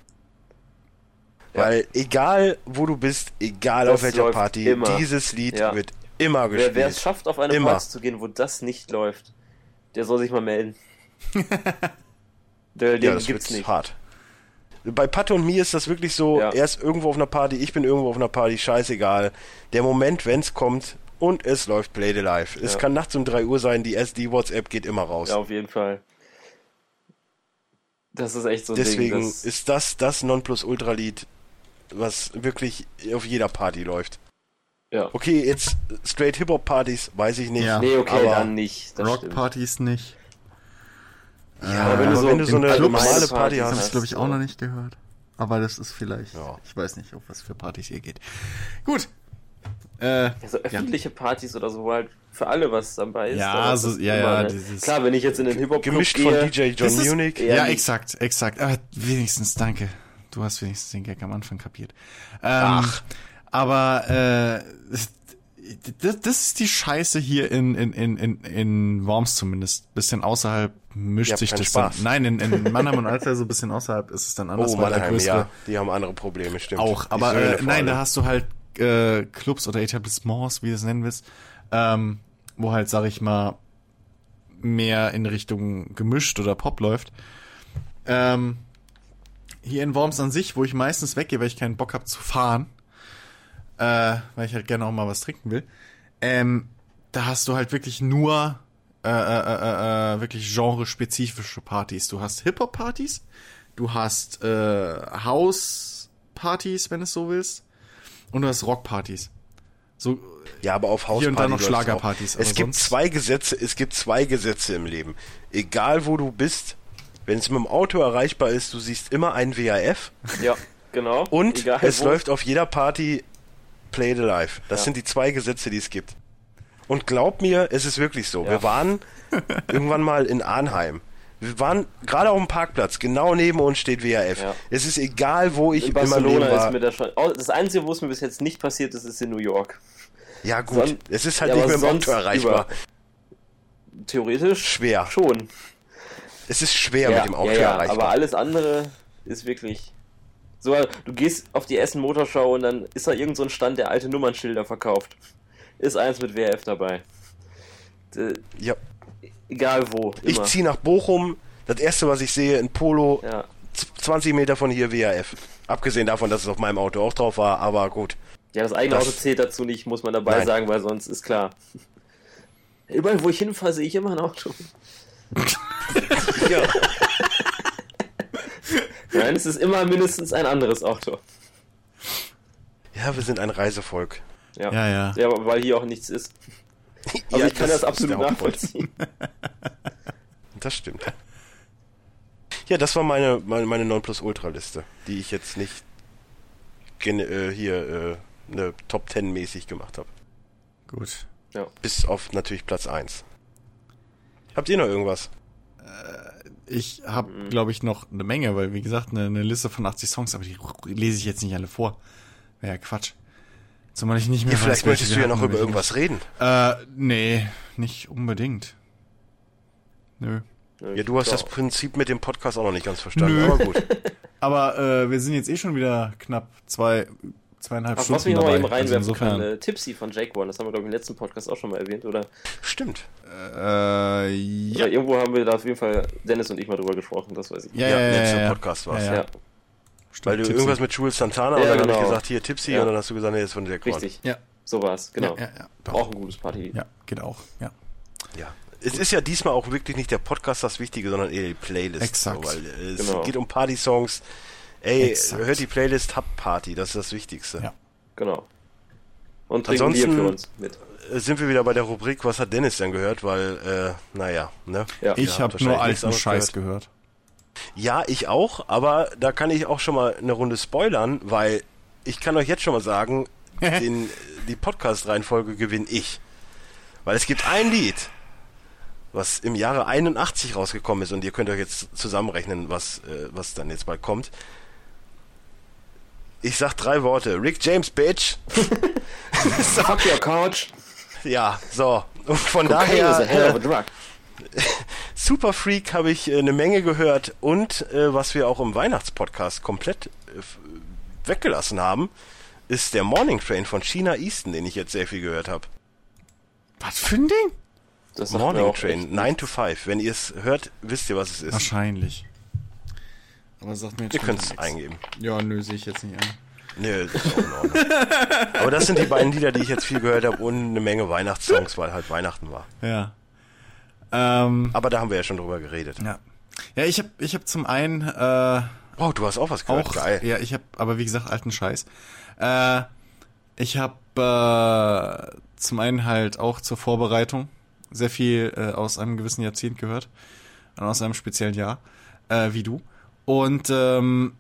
Weil egal wo du bist, egal
Das
auf welcher
läuft
Party,
immer.
dieses Lied
Ja.
wird immer gespielt.
Wer, wer es schafft, auf eine
Immer.
Party zu gehen, wo das nicht läuft, der soll sich mal melden. der, den
ja, das
gibt's
wird's
nicht.
hart. Bei Patte und mir ist das wirklich so,
Ja.
er ist irgendwo auf einer Party, ich bin irgendwo auf einer Party, scheißegal. Der Moment, wenn's kommt und es läuft Play the Live. Es
Ja.
kann nachts um 3 Uhr sein, die SD-WhatsApp geht immer raus.
Ja, auf jeden Fall. Das ist echt so ein
Deswegen
Ding. Das,
ist das das Nonplusultra-Lied, was wirklich auf jeder Party läuft.
ja.
Okay, jetzt straight Hip-Hop-Partys, weiß ich nicht.
Ja.
Nee, okay,
aber-
dann nicht. Das stimmt.
Rockpartys nicht.
Ja, aber wenn du
aber
so,
wenn
wenn
du
du
im
so eine
Club
normale
bist, Das habe
Party
das Das heißt,
ich,
hast.
glaube ich, auch
äh,
noch nicht gehört. Aber das ist vielleicht.
Ja.
Ich weiß nicht, auf was für Partys ihr geht. Gut. Äh,
Also öffentliche Partys oder so, wo halt für alle was dabei ist.
Ja,
aber das
so-
ist
ja,
immer
ja,
eine-
dieses-
Klar, wenn ich jetzt in den Hip-Hop
Gemischt von
gehe,
DJ John
Das ist-
Munich.
Ja,
ja,
nicht.
exakt, exakt. Aber wenigstens danke. Du hast wenigstens den Gag am Anfang kapiert. Ähm,
Ach.
Aber äh, das, das ist die Scheiße hier in, in, in, in, in Worms zumindest. Bisschen außerhalb mischt
Ja,
sich
kein
das
Spaß.
dann. Nein, in, in Mannheim und Alter, so ein bisschen außerhalb ist es dann anders.
Oh,
weil der
Mannheim,
größere-
ja. Die haben andere Probleme, stimmt.
auch,
Die
aber
Söhne
äh,
vor
nein,
allem.
da hast du halt äh, Clubs oder Etablissements, wie du es nennen willst, ähm, wo halt, sag ich mal, mehr in Richtung gemischt oder Pop läuft. Ähm, hier in Worms an sich, wo ich meistens weggehe, weil ich keinen Bock habe zu fahren, äh, weil ich halt gerne auch mal was trinken will, ähm, da hast du halt wirklich nur äh, äh, äh, äh, wirklich genrespezifische Partys. Du hast Hip-Hop-Partys, du hast äh, House-Partys, wenn es so willst, und du hast Rock-Partys. So,
Ja, aber auf Hauspartys.
Hier und da noch
läuft's auch.
Schlagerpartys, aber
Es gibt
sonst-
zwei Gesetze, es gibt zwei Gesetze im Leben. Egal wo du bist, wenn es mit dem Auto erreichbar ist, du siehst immer ein WAF
Ja, genau.
und
Egal
es
wo.
läuft auf jeder Party Play the Life. Das
Ja.
sind die zwei Gesetze, die es gibt. Und glaub mir, es ist wirklich so. Wir waren irgendwann mal in Arnheim. Wir waren gerade auf dem Parkplatz, genau neben uns steht WAF.
Ja.
Es ist egal, wo ich
In
in meinem Leben
Barcelona
war.
ist mir das schon. Oh, Das Einzige, wo es mir bis jetzt nicht passiert ist, ist in New York.
ja gut,
Sonst-
es ist halt
Ja,
nicht mehr
aber
mit dem
sonst
Auto erreichbar.
über- Theoretisch
Schwer.
schon.
Es ist schwer mit dem Auto
ja, ja,
erreichbar.
aber alles andere ist wirklich. So, du gehst auf die Essen Motorschau und dann ist da irgend so ein Stand, der alte Nummernschilder verkauft. Ist eins mit WRF dabei. D-
ja.
egal wo,
Ich
immer.
ziehe nach Bochum. Das erste, was ich sehe, ein Polo,
ja.
z- 20 Meter von hier WAF. Abgesehen davon, dass es auf meinem Auto auch drauf war, aber gut.
Ja, das eigene
Das-
Auto zählt dazu nicht, muss man dabei
Nein.
sagen, weil sonst ist klar. Überall, wo ich hinfahre, sehe ich immer ein Auto.
Ja.
Nein, es ist immer mindestens ein anderes Auto.
ja, wir sind ein Reisevolk.
Ja,
Ja, ja.
ja weil hier auch nichts ist. Also
ja,
ich kann das,
ist
absolut
der Hauptgrund.
nachvollziehen.
Das stimmt. Ja, das war meine, meine, meine Nonplusultra-Liste, die ich jetzt nicht gen, äh, hier äh, eine Top 10 mäßig gemacht habe.
Gut.
Bis auf natürlich Platz 1. Habt ihr noch irgendwas?
Ich habe, glaube ich, noch eine Menge, weil, wie gesagt, eine, eine Liste von 80 Songs, aber die lese ich jetzt nicht alle vor. Wäre ja Quatsch. Zumal ich nicht mehr
Ja,
weiß,
vielleicht
welche
möchtest
wir
du ja
hatten,
noch über
welche
irgendwas reden.
Äh, nee, nicht unbedingt. Nö.
Ja, du hast
Ja.
das Prinzip mit dem Podcast auch noch nicht ganz verstanden,
Nö.
aber gut.
Aber äh, wir sind jetzt eh schon wieder knapp zwei, zweieinhalb
Ach,
Stunden
was mich noch
dabei.
mal eben reinwerfen
also
kann,
insofern,
äh, Tipsy von Jake One, das haben wir, glaube ich, im letzten Podcast auch schon mal erwähnt, oder?
Stimmt.
äh, ja.
Ja. Irgendwo haben wir da auf jeden Fall, Dennis und ich, mal drüber gesprochen, das weiß ich.
Ja, ja, ja,
letzter
ja, ja.
Podcast war's.
Ja, ja.
Ja,
Stimmt,
Weil du
Tipsy.
irgendwas mit Jules Santana und
Ja,
dann habe ich
genau.
gesagt, hier Tipsy
Ja.
und dann hast du gesagt, nee, das ist von Jack One.
richtig.
Ja,
So war's, genau.
ja, ja, ja. Doch.
Auch ein gutes Party.
Ja, geht auch. Ja.
Ja. Es ist ja diesmal auch wirklich nicht der Podcast das Wichtige, sondern eher die Playlist.
Exakt.
So, weil äh, es
Genau.
geht um Party-Songs. Ey,
Exakt.
hört die Playlist, habt Party, das ist das Wichtigste.
Ja.
Genau. Und trinken Bier
Ansonsten-
für uns mit.
Äh, Sind wir wieder bei der Rubrik, was hat Dennis denn gehört? Weil, äh, naja, ne?
Ja.
Ich
Ja,
hab habe nur
wahrscheinlich nichts
alten
anderes
Scheiß gehört.
Ja, ich auch, aber da kann ich auch schon mal eine Runde spoilern, weil ich kann euch jetzt schon mal sagen, den, die Podcast-Reihenfolge gewinne ich. Weil es gibt ein Lied, was im Jahre 81 rausgekommen ist und ihr könnt euch jetzt zusammenrechnen, was, äh, was dann jetzt bald kommt. Ich sag drei Worte. Rick James, Bitch. so,
Fuck your couch.
ja, so. Und von
Cocaine
daher...
is a hell
äh,
of a drug.
Super Freak habe ich äh, eine Menge gehört und äh, was wir auch im Weihnachtspodcast komplett äh, f- weggelassen haben, ist der Morning Train von China Easton, den ich jetzt sehr viel gehört habe.
Was für ein Ding?
Das sagt mir
Morning
auch echt
Train, 9 to 5. Wenn ihr es hört, wisst ihr, was es ist.
Wahrscheinlich. Aber sagt mir jetzt
Ihr
schon
könnt es
nix.
eingeben.
Ja, nö, sehe ich jetzt nicht an.
Nö, ist auch in Ordnung. Aber das sind die beiden Lieder, die ich jetzt viel gehört habe und eine Menge Weihnachtssongs, weil halt Weihnachten war.
Ja. Ähm,
Aber da haben wir ja schon drüber geredet.
ja. Ja, ich habe ich hab zum einen äh,
Oh, du hast auch was gehört.
auch,
Geil.
ja, ich habe, aber wie gesagt, alten Scheiß. Äh, ich habe äh, zum einen halt auch zur Vorbereitung sehr viel äh, aus einem gewissen Jahrzehnt gehört und aus einem speziellen Jahr, äh, wie du. Und ähm,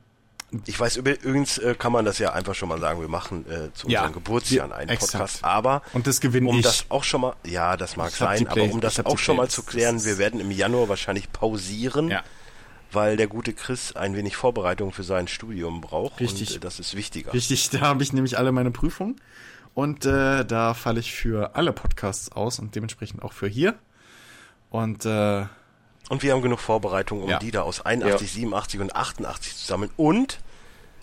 Ich weiß, üb- übrigens äh, kann man das ja einfach schon mal sagen, wir machen äh, zu
Ja,
unseren Geburtsjahren
wir-
einen
exakt.
Podcast, aber
Und das gewinne
um
ich.
das auch schon mal, ja, das mag
Ich hab die
sein, aber
Play-
um
ich
das
hab die
auch schon mal
Playlist.
zu klären,
Das ist-
wir werden im Januar wahrscheinlich pausieren, weil der gute Chris ein wenig Vorbereitung für sein Studium braucht
Richtig.
und äh, das ist wichtiger.
richtig, da habe ich nämlich alle meine Prüfungen und äh, da falle ich für alle Podcasts aus und dementsprechend auch für hier. Und äh,
Und wir haben genug Vorbereitung, um
Ja.
Lieder aus 81, 87 und 88 zu sammeln und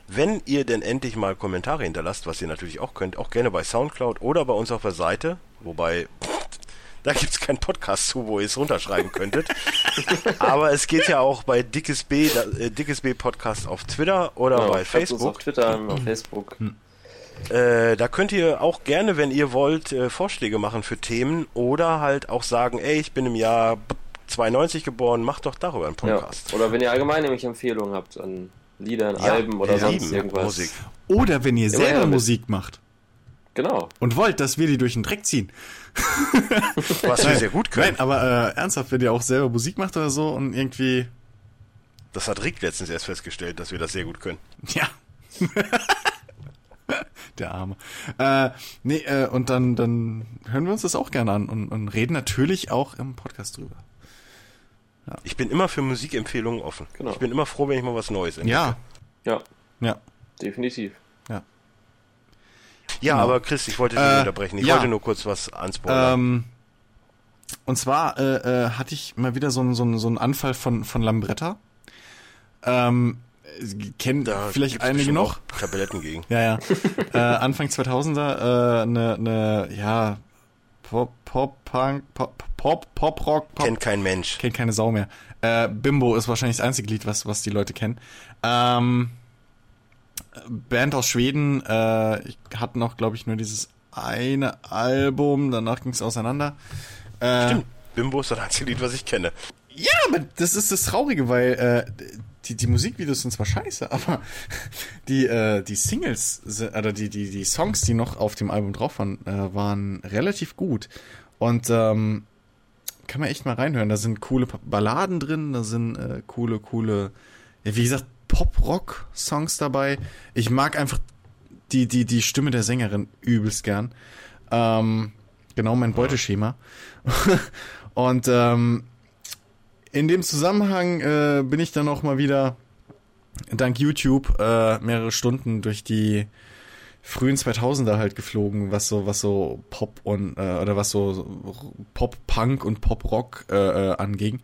wenn ihr denn endlich mal Kommentare hinterlasst, was ihr natürlich auch könnt, auch gerne bei Soundcloud oder bei uns auf der Seite, wobei da gibt's keinen Podcast zu, wo ihr es runterschreiben könntet. Aber es geht ja auch bei Dickes B, da- äh, Dickes B Podcast auf Twitter oder
Genau,
bei
schreibt uns Auf
Facebook.
Twitter, auf Facebook.
Äh, da könnt ihr auch gerne, wenn ihr wollt, äh, Vorschläge machen für Themen oder halt auch sagen, ey, ich bin im Jahr 92 geboren, macht doch darüber einen
Ja.
Podcast.
Oder wenn ihr allgemein nämlich Empfehlungen habt an Liedern,
Ja,
Alben oder
wir
sonst
lieben
irgendwas.
Musik.
oder wenn ihr selber
ja, mit-
Musik macht
Genau.
und wollt, dass wir die durch den Dreck ziehen,
Was wir sehr gut können.
Nein, aber äh, ernsthaft, wenn ihr auch selber Musik macht oder so und irgendwie,
Das hat Rick letztens erst festgestellt, dass wir das sehr gut können.
ja. Der Arme. Äh, nee, äh, und dann, dann hören wir uns das auch gerne an und, und reden natürlich auch im Podcast drüber.
Ich bin immer für Musikempfehlungen offen.
Genau.
Ich bin immer froh, wenn ich mal was Neues entdecke.
Ja,
Ja,
ja.
definitiv.
Ja,
Genau.
aber Chris, ich wollte dich nicht
Äh,
unterbrechen. Ich
ja.
wollte nur kurz was anspoilern.
Ähm, und zwar äh, äh, hatte ich mal wieder so, einen- so, einen- so einen Anfall von, von Lambretta. Ähm, äh, kennen
da
vielleicht
gibt's
einige
bestimmt
noch.
auch Tabletten gegen.
Ja, ja. äh, Anfang 2000er, äh, ne, ne, ja, Pop, Pop, Punk, Pop, Pop, Pop, Rock, Pop.
Kennt kein Mensch.
Kennt keine Sau mehr. Äh, Bimbo ist wahrscheinlich das einzige Lied, was, was die Leute kennen. Ähm, Band aus Schweden äh, ich- hat noch, glaube ich, nur dieses eine Album. Danach ging es auseinander. Äh,
Stimmt. Bimbo ist das einzige Lied, was ich kenne.
Ja, aber das ist das Traurige, weil äh, die, die Musikvideos sind zwar scheiße, aber die, äh, die Singles si- oder die, die, die Songs, die noch auf dem Album drauf waren, äh, waren relativ gut. Und ähm, kann man echt mal reinhören. Da sind coole Pa- Balladen drin, da sind äh, coole, coole, ja, wie gesagt, Pop-Rock-Songs dabei. Ich mag einfach die, die, die Stimme der Sängerin übelst gern. Ähm, genau mein Beuteschema. Und ähm, in dem Zusammenhang äh, bin ich dann auch mal wieder dank YouTube äh, mehrere Stunden durch die frühen 2000er halt geflogen, was so was so Pop und äh, oder was so Pop Punk und Pop Rock äh, äh, anging.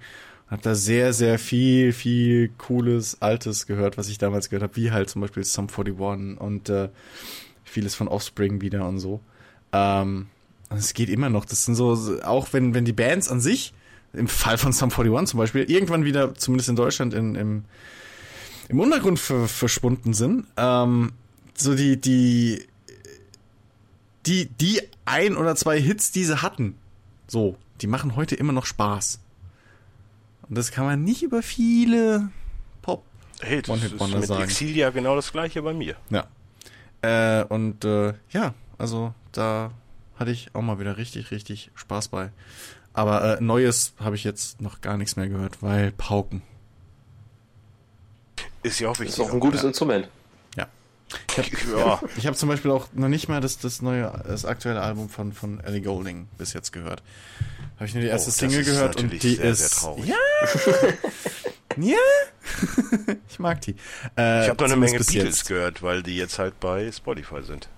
Hab da sehr sehr viel viel cooles altes gehört, was ich damals gehört habe, wie halt zum Beispiel Sum 41 und äh, vieles von Offspring wieder und so. Ähm, und es geht immer noch. Das sind so- so, auch wenn, wenn die Bands an sich, im Fall von Sum 41 zum Beispiel, irgendwann wieder, zumindest in Deutschland, in, im, im Untergrund ver, verschwunden sind, ähm, so die, die, die, die ein oder zwei Hits, die sie hatten, so, die machen heute immer noch Spaß. Und das kann man nicht über viele Pop
Hey, das ist
One-Hit-Wonder
mit
sagen.
Exilia genau das gleiche bei mir.
Ja. Äh, und äh, ja, also da hatte ich auch mal wieder richtig, richtig Spaß bei. Aber äh, Neues habe ich jetzt noch gar nichts mehr gehört, weil Pauken.
Ist ja auch
Ist
wichtig.
auch ein gutes Instrument.
ja.
Ich habe zum Beispiel auch noch nicht mal das, das neue, das aktuelle Album von, von Ellie Golding bis jetzt gehört. Habe ich nur die erste
Oh, das
Single
ist
gehört und
natürlich
die
sehr,
ist.
sehr traurig.
Ja! ja! ich mag die. Äh,
Ich habe da eine
zumindest
Menge
bis
Beatles
jetzt.
gehört, weil die jetzt halt bei Spotify sind.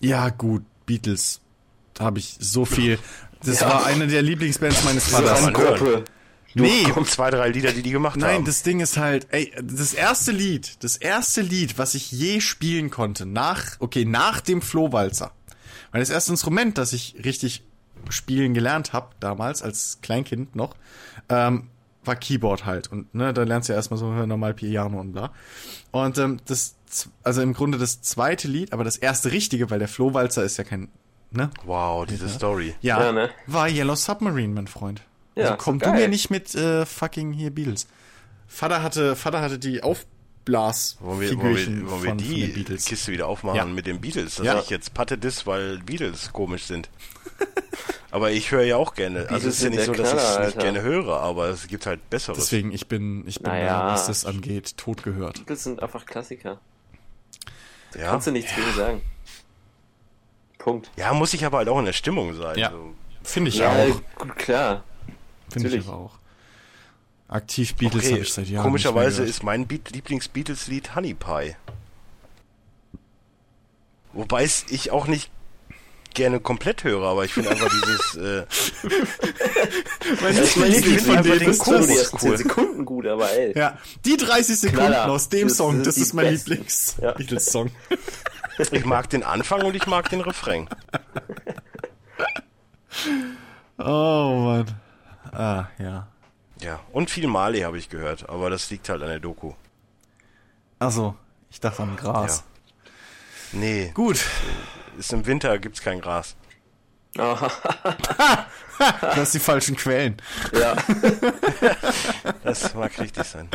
Ja, gut, Beatles habe ich so viel. Das
Ja.
war eine der Lieblingsbands meines
Das
Vaters.
ist eine Gruppe.
Nee,
Kommt zwei, drei Lieder, die die gemacht
nein,
haben.
das Ding ist halt, ey, das erste Lied, das erste Lied, was ich je spielen konnte, nach, okay, nach dem Flohwalzer. Weil das erste Instrument, das ich richtig spielen gelernt habe, damals, als Kleinkind noch, ähm, war Keyboard halt. Und ne, da lernst du ja erstmal so normal Piano und bla. Und ähm, das, z- also im Grunde das zweite Lied, aber das erste richtige, weil der Flohwalzer ist ja kein, ne,
Wow, diese Story.
ja,
Ja, ne?
war Yellow Submarine, mein Freund.
Ja,
also
ist
komm
doch
du
geil.
mir nicht mit äh, fucking hier Beatles. Vater hatte, Vater hatte die Aufblas
Wollen wir, wollen wir,
Figürchen
wollen
von,
wir
von den
die
Beatles.
Kiste wieder aufmachen
Ja.
mit den Beatles? Dass
Ja.
ich jetzt patte das, weil Beatles komisch sind. aber ich höre ja auch gerne. also
Beatles
es ist ja
sind
nicht so,
der
dass ich es
Knaller,
nicht
Alter.
gerne höre, aber es gibt halt Besseres.
Deswegen, ich bin, ich bin,
Naja.
da, was das angeht, tot gehört.
Beatles sind einfach Klassiker.
ja.
Kannst du nichts gegen sagen. Punkt.
ja, muss ich aber halt auch in der Stimmung sein.
Ja.
So.
Finde ich
Ja,
auch.
gut, klar.
Finde ich
natürlich.
aber auch. Aktiv Beatles
Okay,
habe ich seit Jahren.
komischerweise
nicht
ist mein Beat Lieblings-Beatles-Lied Honey Pie. Wobei es ich auch nicht gerne komplett höre, aber ich finde einfach dieses... Äh,
mehr gehört.
Ich meine,
Lied
ich
Lieblings-
finde
von denen
den
ist cool.
Kurs die ersten
Cool.
10 Sekunden gut, aber ey.
Ja, die 30 Sekunden
Knaller.
aus dem
Das
Song,
sind
das
die
ist mein
besten. Ja.
Lieblings-Beatles-Song.
ich mag den Anfang und ich mag den Refrain.
Oh Mann. Ah, ja.
Ja, und viel Marley habe ich gehört, aber das liegt halt an der Doku.
Achso, Also, ich dachte am Gras.
Nee,
Gut,
ist im Winter gibt's kein Gras.
Aha,
du hast die falschen Quellen.
ja.
Das mag richtig sein.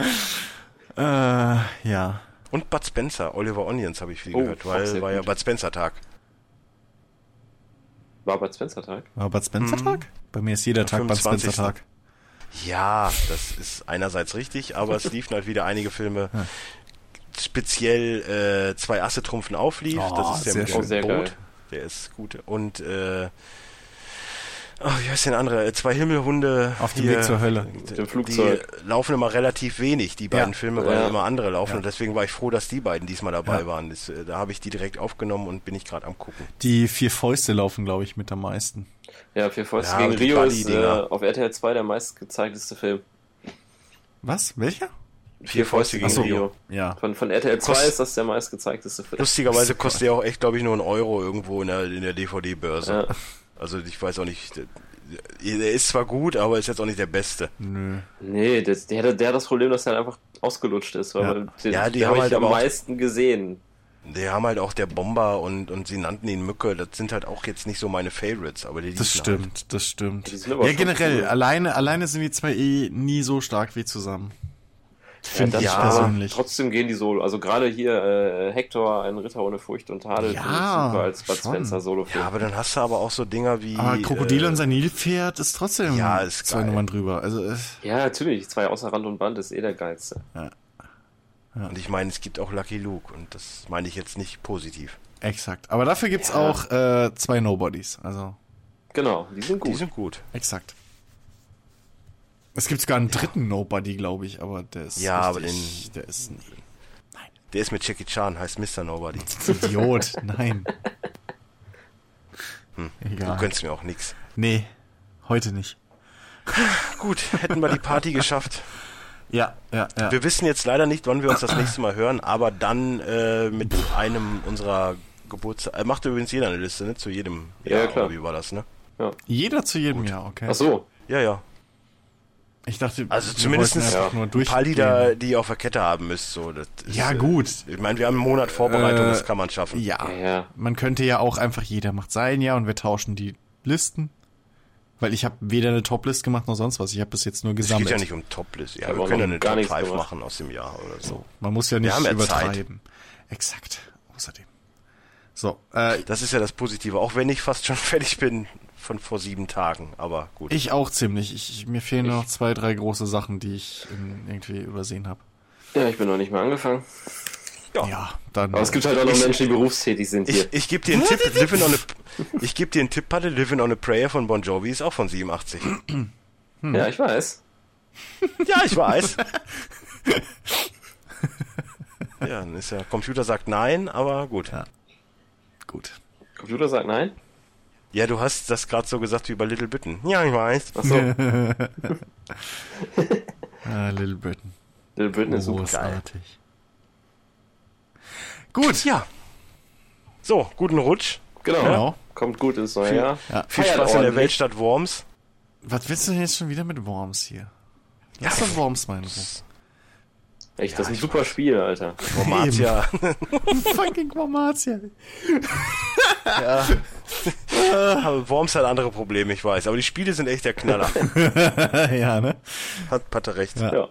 Äh, ja.
Und Bud Spencer, Oliver Onions habe ich viel
Oh,
gehört,
auch sehr
weil war ja
gut.
Bud Spencer Tag.
War bei Spencer Tag.
War Bud Spencer Tag? Bei mir ist jeder Tag Bud Spencer
25..
Tag.
Ja, das ist einerseits richtig, aber es liefen halt wieder einige Filme. Speziell äh, zwei Asse trumpfen auflief.
Oh,
das ist der
sehr
mit
schön.
Oh, sehr
Boot.
geil.
Der ist gut. Und äh, oh, wie heißt denn andere? Äh, Zwei Himmelhunde.
Auf dem
hier,
Weg zur Hölle.
d-
dem Flugzeug.
Äh, Die laufen immer relativ wenig, die beiden Filme, weil
Ja.
immer andere laufen.
Ja.
Und deswegen war ich froh, dass die beiden diesmal dabei
Ja.
waren. Das, äh, da habe ich die direkt aufgenommen und bin ich gerade am gucken.
Die vier Fäuste laufen, glaube ich, mit am meisten.
Ja, vier Fäuste
Ja,
gegen
die
Rio ist äh,
Buddy-Dinger.
auf RTL 2 der meistgezeigteste Film.
Was? Welcher?
Vier Fäuste gegen
Ach so.
Rio.
Ja.
Von, von RTL 2
Kost-
ist das der meistgezeigteste Film.
Lustigerweise kostet der auch echt, glaube ich, nur einen Euro irgendwo in der, in der DVD-Börse.
Ja.
Also ich weiß auch nicht, der, der ist zwar gut, aber ist jetzt auch nicht der Beste.
Nö.
Nee, das, der, hat- der hat das Problem, dass er einfach ausgelutscht ist. Weil
Ja.
man- Den,
Ja, die
den
haben
hab
halt
ich am
aber auch-
meisten gesehen.
Die haben halt auch der Bomber und, und sie nannten ihn Mücke, das sind halt auch jetzt nicht so meine Favorites, aber die
Das
ließen
stimmt, das stimmt.
Die sind aber
Ja,
schon
generell,
cool.
alleine, alleine sind die zwei eh nie so stark wie zusammen. Finde
das
ich
schon,
persönlich.
Aber trotzdem gehen die solo. Also gerade hier äh, Hector, ein Ritter ohne Furcht und Tadel,
Ja,
finde ich super als Bud
schon.
Spencer solo
Halt. Ja, aber dann hast du aber auch so Dinger wie.
Aber Ah, Krokodil
äh,
und sein Nilpferd ist trotzdem
Ja, ist
zwei
geil.
Nummern drüber. Also, äh,
ja, natürlich. Zwei außer Rand und Band ist eh der geilste.
Und ich meine, es gibt auch Lucky Luke und das meine ich jetzt nicht positiv.
exakt. Aber dafür gibt's
Ja.
auch äh, zwei Nobodies. Also,
Genau, die sind gut.
Die sind gut.
exakt. Es gibt sogar einen dritten Nobody, glaube ich, aber der ist.
Ja,
richtig- Der ist ein
Der ist mit Jackie Chan, heißt Mr. Nobody.
Idiot. Nein.
Hm. Du
Egal.
gönnst mir auch nix.
Nee, heute nicht.
Gut, hätten wir die Party geschafft.
Ja, ja, ja.
Wir wissen jetzt leider nicht, wann wir uns das nächste Mal hören, aber dann äh, mit einem unserer Geburtstag. Äh, macht übrigens jeder eine Liste, ne? Zu jedem.
Ja,
Jahr,
klar.
oder Wie war das, ne?
Jeder zu jedem Jahr, okay.
Ach so,
Ja, ja.
Ich dachte,
Also
wir
zumindestens
wollten einfach
ja.
nur
Ein
durch.
paar Lieder, die ihr auf der Kette haben müsst, so. Das ist,
Ja,
äh,
gut.
Ich meine, wir haben einen Monat Vorbereitung,
Äh,
das kann man schaffen.
Ja.
Ja, ja.
Man könnte ja auch einfach jeder macht sein Jahr und wir tauschen die Listen. Weil ich habe weder eine Toplist gemacht noch sonst was. Ich habe bis jetzt nur
es geht
gesammelt.
ja nicht um Toplist. Ja,
hab
wir
auch
können ja
noch
eine
gar
Top
nichts
5
gemacht.
machen aus dem Jahr oder so.
Man muss ja nicht
haben ja
übertreiben. Exakt. Außerdem. So, äh,
Das ist ja das Positive, auch wenn ich fast schon fertig bin von vor sieben Tagen, aber gut.
ich auch ziemlich. Ich, ich, mir fehlen noch zwei, drei große Sachen, die ich ähm, irgendwie übersehen habe.
Ja, ich bin noch nicht mal angefangen.
Ja.
Ja, dann.
Aber es gibt halt auch noch
Ich-
Menschen, die berufstätig sind hier.
Ich, ich gebe dir einen Tipp, Living on a, ich geb dir einen Tipp, Patte, Living on a Prayer von Bon Jovi ist auch von 87. hm.
Ja, ich weiß.
Ja, ich weiß. ja, dann ist ja, Computer sagt nein, aber gut. Ja,
gut.
Computer sagt nein.
du hast das gerade so gesagt wie bei Little Bitten. Ja, ich weiß.
Achso,
Äh, Little Britain.
Little Britain ist
Oh,
super.
Großartig. Gut.
Ja. So, guten Rutsch.
Genau.
Genau.
Kommt gut ins neue
Viel-
Jahr.
Ja.
Viel
Feiert
Spaß in der
ordentlich.
Weltstadt Worms.
Was willst du denn jetzt schon wieder mit Worms hier? Lass doch Worms meinen Ruf.
Echt, das ist ein super Spiel, Alter.
Martia.
Fucking Wormatia.
Worms hat andere Probleme, ich weiß. Aber die Spiele sind echt der Knaller.
ja, ne?
Hat Patte recht.
Ja.
Ja.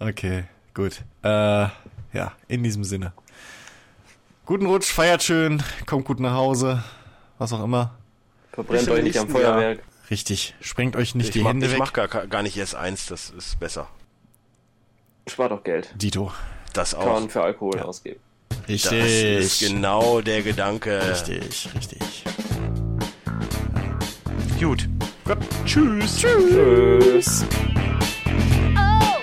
Okay, gut. Äh, ja, in diesem Sinne. Guten Rutsch, feiert schön, kommt gut nach Hause, was auch immer.
Bis
Verbrennt
zum
euch nicht am
nächsten Jahr.
Feuerwerk.
Richtig, sprengt euch nicht
Ich,
die
mach,
Hände
ich
weg.
mach gar, gar nicht S1, das ist besser.
Spart auch Geld.
Dito.
Das
Kann
auch.
man für Alkohol ausgeben.
Richtig.
Das ist genau der Gedanke.
richtig, richtig.
Gut. Tschüss. Tschüss.
Tschüss.
Oh.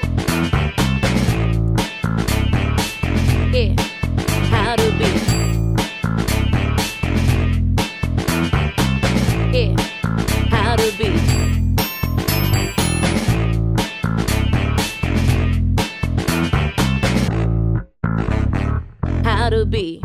Yeah. How to be. Yeah. How to be. How to be.